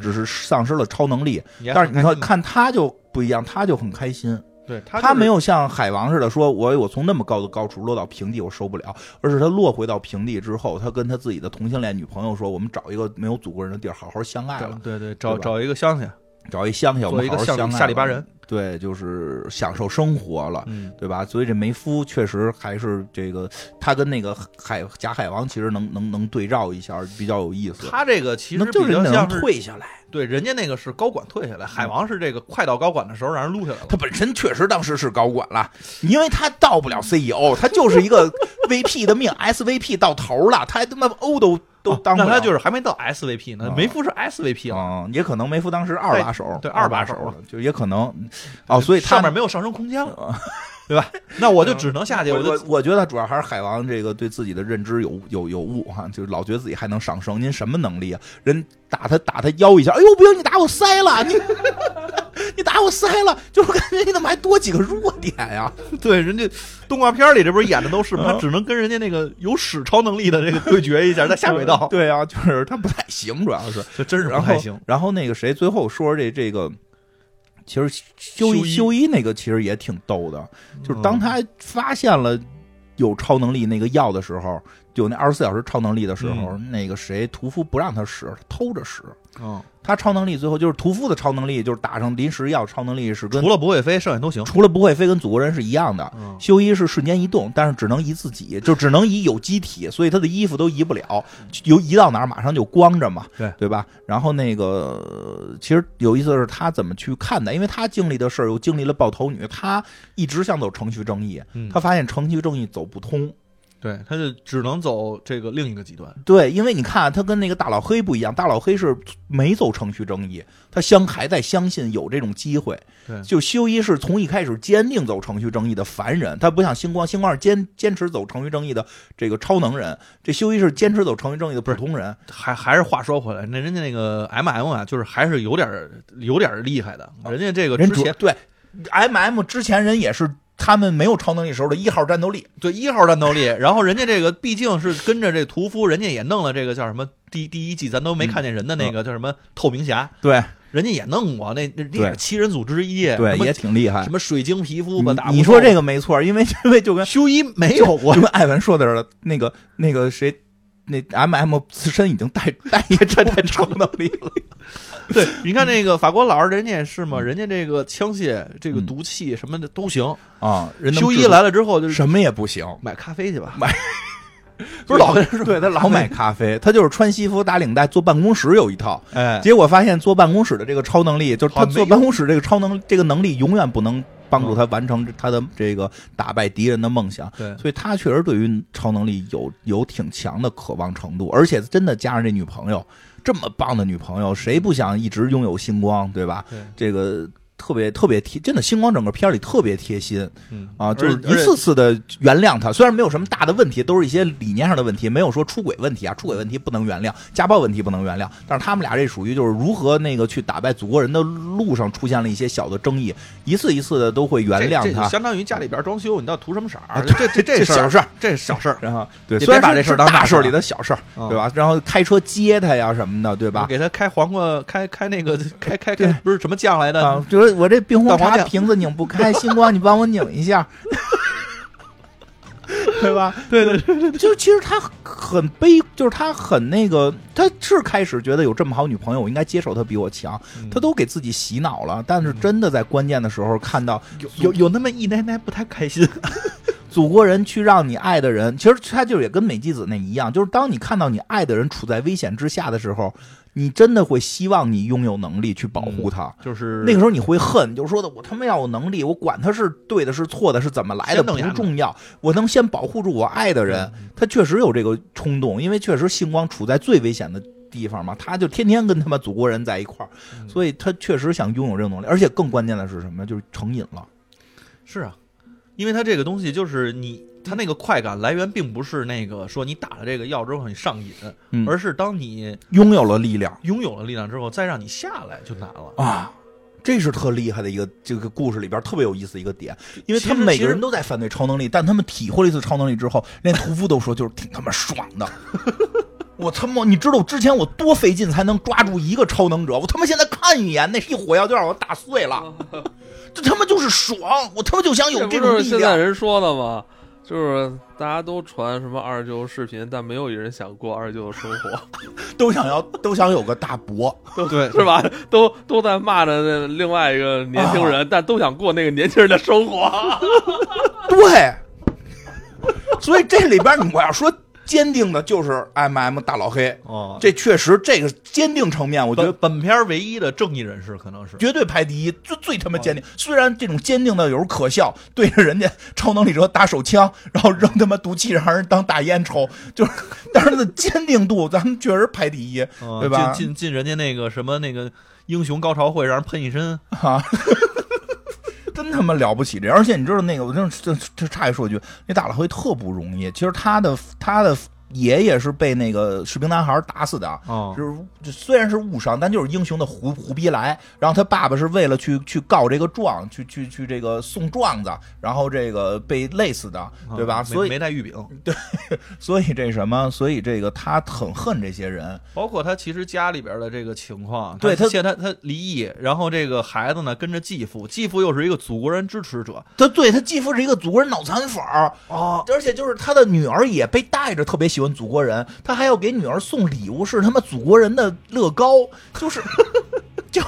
B: 只是丧失了超能力，
C: 你还
B: 但是你
C: 很开
B: 看看
C: 心
B: 他就不一样，他就很开心。
C: 对他
B: 他
C: 就是
B: 没有像海王似的说，哎我我从那么高的高处落到平地，我受不了。而是他落回到平地之后，他跟他自己的同性恋女朋友说，我们找一个没有祖国人的地儿，好好相爱
C: 对
B: 了，
C: 对对，找
B: 对吧
C: 找一个乡下，
B: 找一乡下，我
C: 做
B: 们
C: 一
B: 好
C: 个
B: 好相
C: 像
B: 爱。
C: 下里巴人，，
B: 对，就是享受生活了。
C: 嗯，
B: 对吧？所以这梅夫确实还是这个，他跟那个海假海王其实能能能对照一下，比较有意思。
C: 他这个其实
B: 那就是
C: 比较
B: 你能
C: 像是
B: 退下嗯来，
C: 对，人家那个是高管退下来，海王是这个快到高管的时候让人撸下来了
B: 他。本身确实当时是高管了，因为他到不了 CEO，他就是一个 VP 的命，SVP 到头了，他还他妈 O 都都当不
C: 哦那
B: 了、
C: 他就是还没到 SVP 呢
B: 啊，
C: 梅夫是 SVP 了，
B: 嗯，也可能梅夫当时二把手，
C: 对
B: 二
C: 二
B: 把
C: 把手
B: 了，就也可能哦，所以他
C: 上面没有上升空间了，对吧？那我就只能下去，
B: 我
C: 我
B: 嗯我
C: 就
B: 我觉得主要还是海王这个对自己的认知有有有误哈，就是老觉得自己还能上升。您什么能力啊？人打他打他腰一下，哎呦不行，你打我腮了， 你你打我腮了，就是感觉你怎么还多几个弱点呀、
C: 对人家动画片里这不是演的都是吗？
B: 嗯
C: 他只能跟人家那个有史超能力的这个对决一下，在下水道，
B: 对啊，就是他不太行，主要是
C: 这真是
B: 然
C: 不
B: 后
C: 太行。
B: 然后那个谁，最后说这这个。其实修
C: 修
B: 一
C: 一嗯
B: 修一那个其实也挺逗的，就是当他发现了有超能力那个药的时候，就那二十四小时超能力的时候，那个谁屠夫不让他使，他偷着使。
C: 嗯，
B: 他超能力最后就是屠夫的超能力，就是打上临时药超能力是跟
C: 除了不会飞，剩下都行。
B: 嗯除了不会飞跟祖国人是一样的。
C: 嗯，
B: 修一是瞬间移动，但是只能移自己，就只能移有机体，所以他的衣服都移不了，由移到哪儿马上就光着嘛，
C: 对
B: 对吧？然后那个呃其实有意思的是他怎么去看待，因为他经历的事儿又经历了爆头女，他一直想走程序正义，
C: 嗯
B: 他发现程序正义走不通，
C: 对，他就只能走这个另一个极端。
B: 对，因为你看啊他跟那个大老黑不一样，大老黑是没走程序正义，他相还在相信有这种机会。
C: 对
B: 就修一是从一开始坚定走程序正义的凡人，他不像星光，星光是坚坚持走程序正义的这个超能人，这修一是坚持走程序正义的普通人。
C: 还还是话说回来，那人家那个 M M 啊，就是还是有点儿有点儿厉害的。人家这个
B: 人
C: 之
B: 主
C: 前
B: 对 M M 之前人也是他们没有超能力时候的一号战斗力，
C: 对一号战斗力，然后人家这个毕竟是跟着这屠夫，人家也弄了这个叫什么第第一季咱都没看见人的那个叫什么透明侠，
B: 对
C: 人家也弄过，那那那也是七人组之一，
B: 对
C: 什，么
B: 也挺厉害
C: 什。么水晶皮肤吧，打
B: 你你说这个没错，因为因为就跟
C: 个修一没有过
B: 就，跟艾文说的似的，那个那个谁，那 M M 自身已经带带一个这这超能力了，
C: 对，你看那个法国佬，人家也是嘛，人家这个枪械、这个
B: 嗯
C: 毒气什么的都行。
B: 啊，人能
C: 修
B: 制
C: 一
B: 作
C: 来了之后，就是
B: 什么也不行，
C: 买 咖啡去吧，
B: 买
C: 不是老跟人说，
B: 对他老买咖啡，他就是穿西服打领带坐办公室有一套，
C: 哎，
B: 结果发现坐办公室的这个超能力，就是
C: 好
B: 他
C: 没
B: 坐办公室这个超能这个能力永远不能帮助他完成他的这个打败敌人的梦想。
C: 对
B: 所以他确实对于超能力有有挺强的渴望程度，而且真的加上这女朋友这么棒的女朋友，谁不想一直拥有星光，对吧？
C: 对
B: 这个特别特别贴，真的星光整个片儿里特别贴心
C: 嗯
B: 啊，
C: 而
B: 就是
C: 而
B: 一
C: 且
B: 次次的原谅他。虽然没有什么大的问题，都是一些理念上的问题，没有说出轨问题啊，出轨问题不能原谅，家暴问题不能原谅。但是他们俩这属于就是如何那个去打败祖国人的路上出现了一些小的争议，一次一次的都会原谅
C: 这这
B: 他
C: 就。相当于家里边装修，你到底图什么色儿？这这啊这
B: 这
C: 事
B: 小
C: 儿，
B: 事儿，
C: 这是小事儿，
B: 然后对，
C: 也
B: 虽然
C: 别把
B: 是
C: 这事儿
B: 是
C: 当
B: 大
C: 大
B: 事
C: 事
B: 儿
C: 儿
B: 里
C: 啊
B: 的小事儿，
C: 嗯
B: 对吧？然后开车接他呀什么的，对
C: 我
B: 吧？
C: 给他开黄瓜，开开那个，开开
B: 对
C: 开，不是什么酱来的
B: 啊，，就是我这冰红
C: 大黄
B: 茶
C: 酱
B: 瓶子拧不开，星光你帮我拧一下， 对吧？
C: 对对对，
B: 就是其实他很悲，就是他很那个，他是开始觉得有这么好女朋友，我应该接受她比我强，
C: 嗯
B: 他都给自己洗脑了。但是真的在关键的时候看到
C: 有有有那么一奶奶不太开心，
B: 祖国人去让你爱的人，其实他就是也跟美纪子那一样，就是当你看到你爱的人处在危险之下的时候，你真的会希望你拥有能力去保护他。
C: 就是
B: 那个时候你会恨，就是说的我他妈要有能力，我管他是对的是错的，是怎么来的
C: 先
B: 不
C: 弄牙呢
B: 重要，我能先保护住我爱的
C: 嗯
B: 人。他确实有这个冲动，因为确实星光处在最危险的地方嘛，他就天天跟他们祖国人在一块儿，
C: 嗯
B: 所以他确实想拥有这个能力，而且更关键的是什么？就是成瘾了。
C: 是啊，因为它这个东西就是你，它那个快感来源并不是那个说你打了这个药之后你上瘾，
B: 嗯
C: 而是当你
B: 拥有了力量，
C: 拥有了力量之后，再让你下来就难了。
B: 啊，这是特厉害的一个这个故事里边特别有意思的一个点，因为
C: 其
B: 他们
C: 实
B: 每
C: 其
B: 个
C: 实
B: 人都在反对超能力，但他们体会了一次超能力之后，连屠夫都说就是挺他妈爽的。 我他妈，你知道我之前我多费劲才能抓住一个超能者，我他妈现在看一眼，那一火药就让我打碎了，这他妈就是爽，我他妈就想有
A: 这
B: 这
A: 不
B: 种
A: 是
B: 力
A: 现在
B: 量。
A: 人说的吗？就是大家都传什么二舅视频，但没有一人想过二舅的生 活，
B: 都想要，都想有个大伯，
C: 对
A: 是吧？都都在骂着那另外一个年轻
B: 啊
A: 人，但都想过那个年轻人的生 活。
B: 对，所以这里边你我要说坚定的就是 M、m 大老黑，
C: 哦，
B: 这确实这个坚定层面，我觉得
C: 本本片儿唯一的正义人士可能是
B: 绝对排第一，最最他妈坚定。虽然这种坚定的有时候可笑，对着人家超能力者打手枪，然后扔他妈毒气让人当大烟抽，就是，但是它的坚定度咱们确实排第一，
C: 嗯
B: 对吧
C: 进进进人家那个什么那个英雄高潮会，让人喷一身，
B: 啊。真他妈了不起这！而且你知道那个，我真是这这插一说一句，那大老黑特不容易。其实他的他的爷爷是被那个士兵男孩打死的，啊
C: 哦
B: 就是就虽然是误伤，但就是英雄的胡胡逼来。然后他爸爸是为了去去告这个状，去去去这个送状子，然后这个被累死的，对吧？
C: 哦没
B: 所以
C: 没带玉饼，
B: 所以这什么？所以这个他很恨这些人，
C: 包括他其实家里边的这个情况，
B: 对他
C: 他现在他离异，然后这个孩子呢跟着继父，继父又是一个祖国人支持者，
B: 他对他继父是一个祖国人脑残粉儿。
C: 哦，
B: 而且就是他的女儿也被带着，特别喜欢祖国人，他还要给女儿送礼物，是他妈祖国人的乐高，就是就。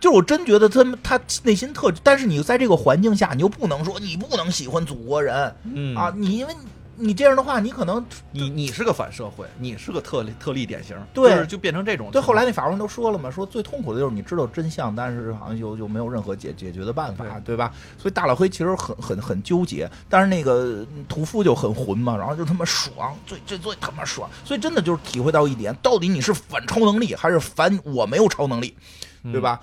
B: 就是我真觉得他们他内心特，但是你在这个环境下，你又不能说你不能喜欢祖国人、
C: 嗯
B: 啊，你因为你这样的话，你可能
C: 你你是个反社会，你是个特例特例典型，
B: 对
C: 就是就变成这种。
B: 对后来那法官都说了嘛，说最痛苦的就是你知道真相，但是好像又又没有任何解解决的办法，对吧？所以大老黑其实很很很纠结，但是那个嗯屠夫就很混嘛，然后就他妈爽，最最最他妈爽，所以真的就是体会到一点，到底你是反超能力还是反我没有超能力，
C: 嗯
B: 对吧？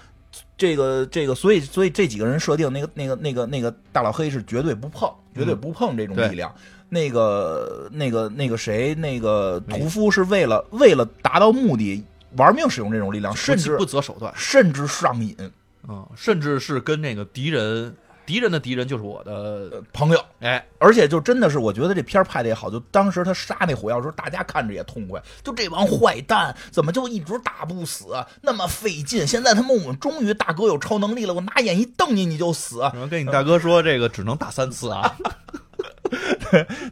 B: 这个这个，所以所以这几个人设定那个那个那个那个大老黑是绝对不碰，绝对不碰这种
C: 嗯对
B: 力量。那个那个那个谁，那个
C: 没
B: 屠夫是为了为了达到目的，玩命使用这种力量，
C: 不
B: 甚至
C: 不择手段，
B: 甚至上瘾。
C: 嗯，甚至是跟那个敌人，敌人的敌人就是我的
B: 呃，朋友，
C: 哎，
B: 而且就真的是，我觉得这片儿拍的也好，就当时他杀那火药的时候，大家看着也痛快。就这帮坏蛋怎么就一直打不死，啊那么费劲？现在他们我们终于大哥有超能力了，我拿眼一瞪你你就死。啊
C: 然后跟你大哥说这个只能打三次啊，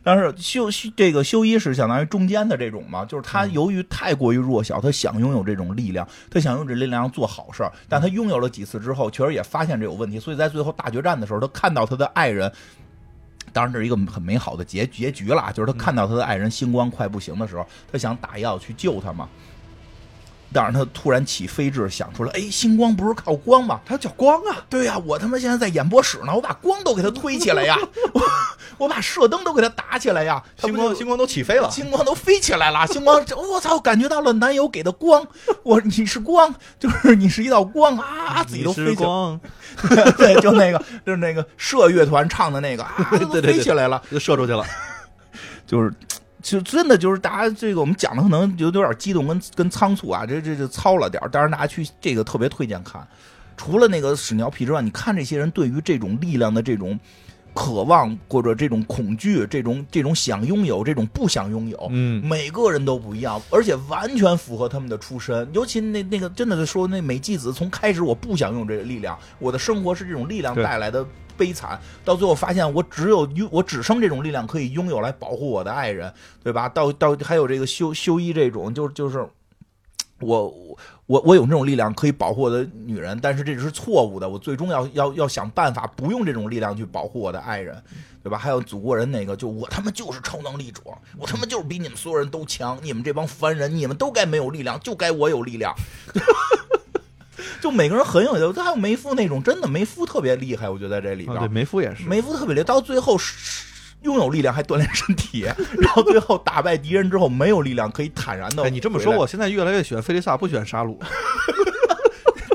B: 但是修修这个修一是相当于中间的这种嘛，就是他由于太过于弱小，他想拥有这种力量，他想用这力量做好事儿，但他拥有了几次之后，确实也发现这有问题，所以在最后大决战的时候，他看到他的爱人。当然，这是一个很美好的结结局啦，就是他看到他的爱人星光快不行的时候，他想打药去救他嘛。但是他突然起飞智，想出来，哎，星光不是靠光吗？
C: 他叫光啊，
B: 对呀、我他妈现在在演播室呢，我把光都给他推起来 呀，我我把射灯都给他打起来呀，他
C: 星
B: 不
C: 光
B: 就
C: 星光都起飞了，
B: 星光都飞起来了，星光，这我操，感觉到了男友给的光，我你是光，就是你是一道光啊，自己都
C: 你是
B: 飞起来，
C: 光，
B: 对，就那个就是那个社乐团唱的那个啊，
C: 对对
B: 都
C: 对
B: 飞起来了，
C: 就射出去了，
B: 就是。就真的就是大家这个我们讲的可能有有点激动跟跟仓促啊，这这就糙了点儿但是大家去这个特别推荐看，除了那个屎尿屁之外，你看这些人对于这种力量的这种渴望或者这种恐惧，这种这种想拥有，这种不想拥有，
C: 嗯，
B: 每个人都不一样，而且完全符合他们的出身。尤其那那个真的说那美纪子，从开始我不想用这个力量，我的生活是这种力量
C: 对
B: 带来的悲惨，到最后发现我只有拥我只剩这种力量可以拥有来保护我的爱人，对吧？到到还有这个修修一这种，就就是我我我我有这种力量可以保护我的女人，但是这是错误的。我最终要要要想办法不用这种力量去保护我的爱人，对吧？还有祖国人那个，就我他妈就是超能力者，我他妈就是比你们所有人都强，你们这帮凡人，你们都该没有力量，就该我有力量。 就每个人很有，还有梅夫那种，真的梅夫特别厉害，我觉得在这里边。
C: 啊对，梅夫也是，
B: 梅夫特别厉害，到最后是拥有力量还锻炼身体，然后最后打败敌人之后没有力量可以坦然的。
C: 哎，你这么说，我现在越来越喜欢菲利萨，不喜欢沙鲁，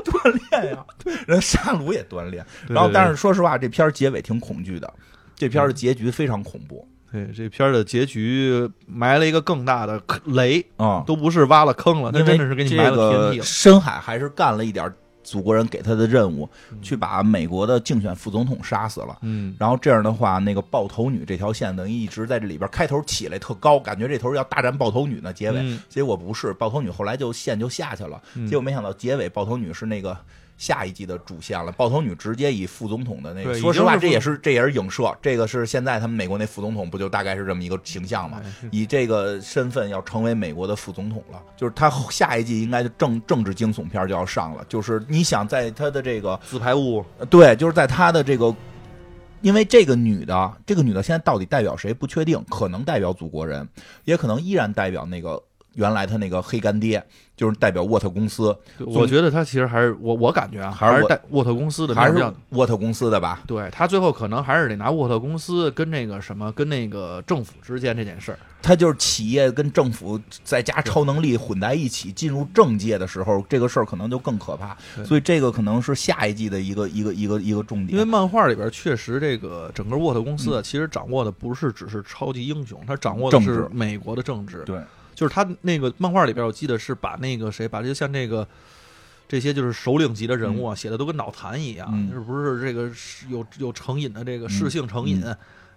B: 锻炼呀、人沙鲁也锻炼。
C: 对
B: 然后，
C: 对
B: 但是说实话，这片儿结尾挺恐惧的，这片儿的结局非常恐怖
C: 对这片儿的结局埋了一个更大的雷，
B: 啊、
C: 都不是挖了坑了，他
B: 因为
C: 真的是给你埋
B: 这
C: 了
B: 个
C: 天地了，
B: 深海还是干了一点祖国人给他的任务，去把美国的竞选副总统杀死了。
C: 嗯，
B: 然后这样的话，那个爆头女这条线等于一直在这里边开头起来特高，感觉这头要大战爆头女呢，结尾、
C: 嗯
B: 结果不是，爆头女后来就线就下去了，
C: 嗯
B: 结果没想到结尾爆头女是那个。下一季的主线了，爆头女直接以副总统的那个，
C: 对
B: 说实话，
C: 已
B: 这
C: 经是
B: 也是这也是影射，这个是现在他们美国那副总统不就大概是这么一个形象吗？
C: 哎
B: 以这个身份要成为美国的副总统了，就是他后下一季应该就政政治惊悚片就要上了，就是你想在他的这个
C: 自排屋，
B: 呃对，就是在他的这个，因为这个女的，这个女的现在到底代表谁不确定，可能代表祖国人，也可能依然代表那个原来他那个黑干爹，就是代表沃特公司，
C: 我觉得他其实还是我我感觉啊，
B: 还是
C: 还是
B: 我
C: 带沃特公司的
B: 还
C: 面
B: 是
C: 儿比较
B: 沃特公司的吧？
C: 对他最后可能还是得拿沃特公司跟那个什么，跟那个政府之间这件事儿，
B: 他就是企业跟政府再加超能力混在一起，进入政界的时候，这个事儿可能就更可怕。
C: 对
B: 所以这个可能是下一季的一个一个一个一个重点。
C: 因为漫画里边确实这个整个沃特公司啊，其实掌握的不是只是超级英雄，他掌握的
B: 政
C: 是
B: 治
C: 美国的政治，
B: 对
C: 就是他那个漫画里边，我记得是把那个谁，把这像那个这些就是首领级的人物啊，写的都跟脑残一样，
B: 嗯
C: 是不是这个是有有成瘾的这个嗜性成瘾，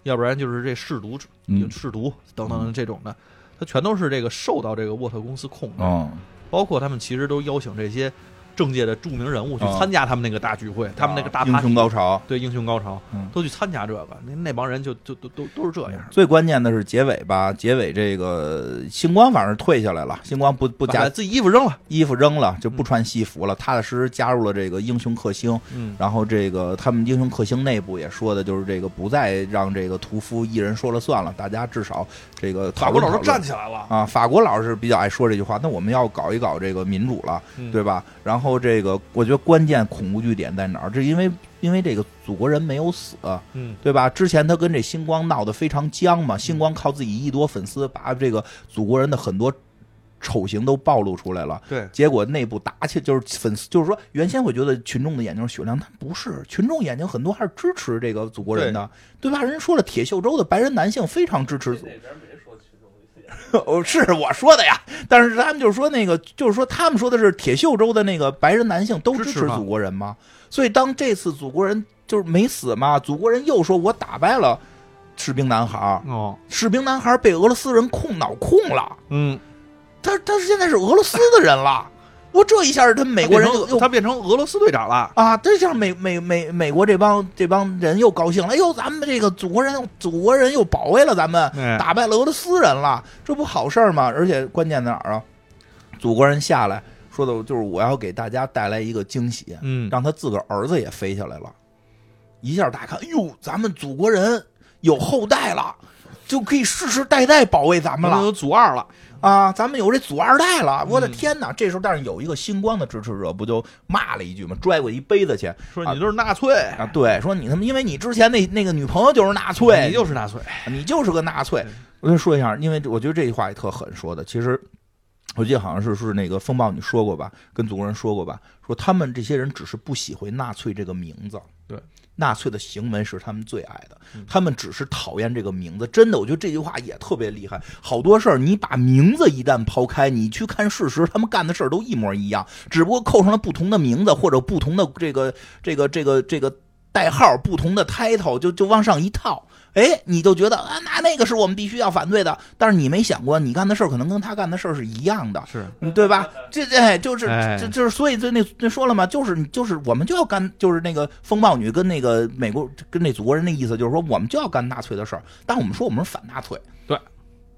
C: 要不然就是这嗜毒、
B: 嗯
C: 嗜毒等等这种的，他全都是这个受到这个沃特公司控制，
B: 嗯
C: 包括他们其实都邀请这些政界的著名人物去
B: 啊
C: 参加他们那个大聚会，他们那个大
B: 哦英
C: party，
B: 雄高潮，
C: 对英雄高潮
B: 嗯，
C: 都去参加这个，那那帮人就就都都都是这样。
B: 最关键的是结尾吧，结尾这个星光反而退下来了，星光不不
C: 把嗯
B: 加
C: 自己衣服扔了，
B: 衣服扔了，就不穿西服了，踏踏实实加入了这个英雄克星。
C: 嗯，
B: 然后这个他们英雄克星内部也说的就是这个不再让这个屠夫一人说了算了，大家至少这个
C: 法
B: 讨
C: 国
B: 论
C: 佬都
B: 讨论
C: 站起来了，
B: 啊，法国佬是比较爱说这句话，那我们要搞一搞这个民主了，
C: 嗯
B: 对吧？然后这个我觉得关键恐怖据点在哪儿？这因为因为这个祖国人没有死，啊
C: 嗯，
B: 对吧？之前他跟这星光闹得非常僵嘛，星光靠自己一亿多粉丝把这个祖国人的很多丑行都暴露出来了。
C: 对，
B: 结果内部打起，就是粉丝，就是说，原先会觉得群众的眼睛是雪亮，但不是，群众眼睛很多还是支持这个祖国人的，对吧？人家说了，铁锈州的白人男性非常支持祖，
A: 边没说群众意见，
B: 哦，是我说的呀。但是他们就是说那个，就是说他们说的是铁锈州的那个白人男性都支
C: 支持
B: 持
C: 他
B: 祖国人吗？所以当这次祖国人就是没死嘛，祖国人又说我打败了士兵男孩儿，
C: 哦，
B: 士兵男孩儿被俄罗斯人控脑控了，
C: 嗯，
B: 他他现在是俄罗斯的人了。我这一下，他美国人又
C: 他变成
B: 又
C: 他变成俄罗斯队长了，
B: 啊，这下美美美美国这帮这帮人又高兴了，哎呦，咱们这个祖国人祖国人又保卫了咱们，
C: 哎
B: 打败了俄罗斯人了，这不好事儿吗？而且关键在哪儿啊？祖国人下来说的就是我要给大家带来一个惊喜，
C: 嗯，
B: 让他自个儿儿子也飞下来了，一下大家看，哎呦，咱们祖国人有后代了，就可以世世代代保卫咱们了
C: 有祖二了，
B: 啊！咱们有这祖二代了，我的
C: 嗯
B: 天哪！这时候，但是有一个星光的支持者不就骂了一句吗？拽过一杯子去。
C: 说你就是纳粹，
B: 啊，对，说你他妈，因为你之前那那个女朋友就是纳粹，
C: 你就是纳粹，
B: 你就是个纳粹
C: 嗯。
B: 我跟你说一下，因为我觉得这句话也特狠说的。其实我记得好像是是那个风暴你说过吧，跟祖国人说过吧，说他们这些人只是不喜欢纳粹这个名字。
C: 对，
B: 纳粹的行为是他们最爱的
C: 嗯，
B: 他们只是讨厌这个名字。真的，我觉得这句话也特别厉害。好多事儿，你把名字一旦抛开，你去看事实，他们干的事儿都一模一样，只不过扣上了不同的名字或者不同的这个这个这个这个代号、不同的 title，就就往上一套。哎，你就觉得啊，那那个是我们必须要反对的，但是你没想过，你干的事儿可能跟他干的事儿是一样的，
C: 是
B: 嗯对吧？这这哎就是
C: 哎
B: 这就是，所以就那那说了嘛，就是就是我们就要干，就是那个风暴女跟那个美国跟那祖国人的意思，就是说我们就要干纳粹的事儿，但我们说我们是反纳粹，
C: 对。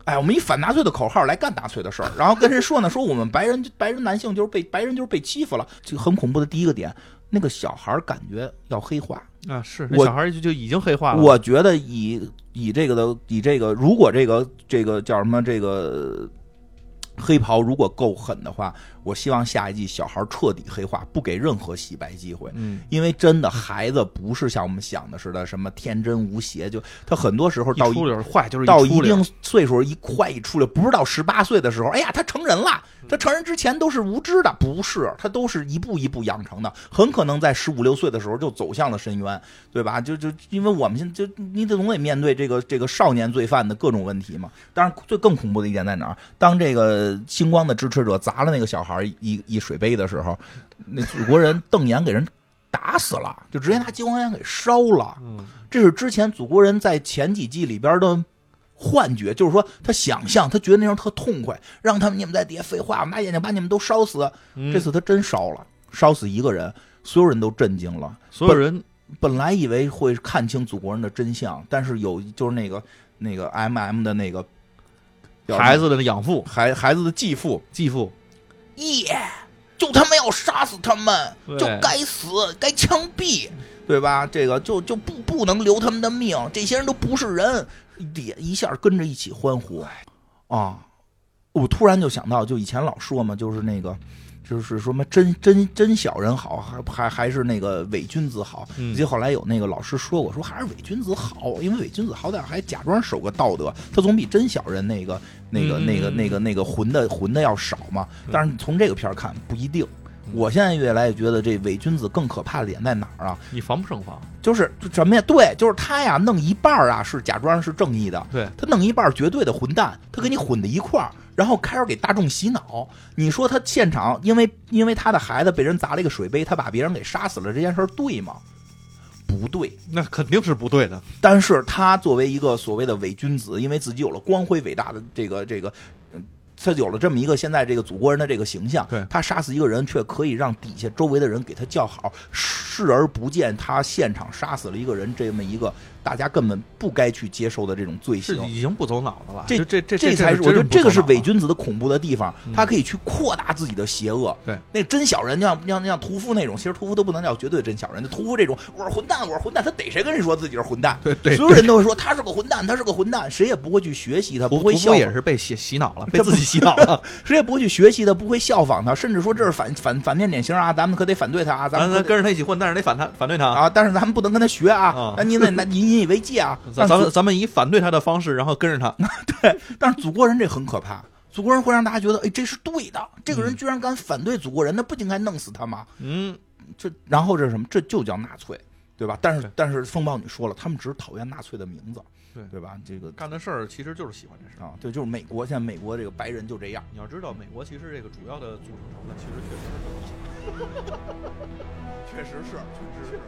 B: 哎，我们以反纳粹的口号来干纳粹的事儿，然后跟人说呢，说我们白人白人男性就是被白人就是被欺负了，这个很恐怖的第一个点，那个小孩儿感觉要黑化，
C: 啊，是
B: 我
C: 那小孩就就已经黑化了，
B: 我觉得以以这个的以这个，如果这个这个叫什么这个呃黑袍如果够狠的话，我希望下一季小孩彻底黑化，不给任何洗白机会。
C: 嗯，
B: 因为真的孩子不是像我们想的似的什么天真无邪，就他很多时候
C: 一
B: 到
C: 出溜坏就是
B: 到一
C: 出溜
B: 定岁数一快一出来，不是到十八岁的时候，哎呀，他成人了。
C: 嗯
B: 他成人之前都是无知的，不是，他都是一步一步养成的，很可能在十五六岁的时候就走向了深渊，对吧？就就因为我们现在就你得总得面对这个这个少年罪犯的各种问题嘛。当然，最更恐怖的一点在哪儿？当这个星光的支持者砸了那个小孩一一水杯的时候，那祖国人瞪眼给人打死了，就直接拿激光烟给烧了。
C: 嗯，
B: 这是之前祖国人在前几季里边的幻觉，就是说他想象，他觉得那样特痛快，让他们你们在底下废话，我拿眼睛把你们都烧死。
C: 嗯
B: 这次他真烧了，烧死一个人，所有人都震惊了。
C: 所有人
B: 本来以为会看清祖国人的真相，但是有就是那个那个 M、MM、M 的那个
C: 孩子的养父、
B: 孩孩子的继父，
C: 继父，
B: 耶、就他妈要杀死他们，
C: 对
B: 就该死，该枪毙，对吧？这个就就不不能留他们的命，这些人都不是人，也一下跟着一起欢呼啊！我突然就想到，就以前老说嘛，就是那个。就是说嘛，真真真小人好，还还还是那个伪君子好。
C: 嗯
B: 结果后来有那个老师说过，说还是伪君子好，因为伪君子好歹还假装守个道德，他总比真小人那个那个
C: 嗯
B: 那个那个那个混的混的要少嘛。但是从这个片儿看不一定。
C: 嗯
B: 我现在越来越觉得这伪君子更可怕的点在哪儿啊？
C: 你防不胜防，
B: 就是就什么呀？对，就是他呀，弄一半儿啊是假装是正义的，
C: 对，
B: 他弄一半儿绝对的混蛋，他给你混在一块儿，然后开始给大众洗脑。你说他现场因为因为他的孩子被人砸了一个水杯，他把别人给杀死了，这件事儿对吗？不对。
C: 那肯定是不对的，
B: 但是他作为一个所谓的伪君子，因为自己有了光辉伟大的这个这个。嗯他有了这么一个现在这个祖国人的这个形象
C: 对，
B: 他杀死一个人，却可以让底下周围的人给他叫好，视而不见他现场杀死了一个人这么一个大家根本不该去接受的这种罪
C: 是
B: 行。
C: 已经不走脑子了。
B: 这
C: 这这这
B: 这才
C: 是
B: 是我觉得这个是伪
C: 君。
B: 君子的恐怖的地方
C: 啊嗯，
B: 他可以去扩大自己的邪恶。
C: 对，
B: 那真小人像像像屠夫那种，其实屠夫都不能叫绝对真小人。就屠夫这种，我是混蛋，我是混蛋，他逮谁跟谁说自己是混蛋？
C: 对对
B: 所有人都会说他是个混蛋，他是个混蛋，谁也不会去学习他，
C: 屠
B: 不会
C: 屠
B: 效
C: 夫
B: 仿
C: 也是被洗洗脑了，被
B: 这
C: 自己洗脑了。
B: 谁也不会去学习他，不会效仿他，甚至说这是反反反面典型啊，咱们可得反对他啊，咱 们
C: 咱
B: 可
C: 咱
B: 得
C: 跟着他一起混，但是得反他反对他。
B: 啊，但是咱们不能跟他学
C: 啊
B: 啊，那您得那您引以为戒啊。但
C: 咱咱
B: 祖
C: 们咱们以反对他的方式，然后跟着他。
B: 但是祖国人这很可怕。祖国人会让大家觉得，哎，这是对的，这个人居然敢反对祖国人，那不应该弄死他吗？
C: 嗯，
B: 这然后这是什么？这就叫纳粹，对吧？但是
C: 对
B: 但是风暴你说了，他们只是讨厌纳粹的名字，
C: 对
B: 对吧？这个
C: 干的事儿其实就是喜欢这事儿。
B: 啊，对，就是美国现在美国这个白人就这样。
C: 你要知道，美国其实这个主要的组成成分其实确实是，确实是，确实是。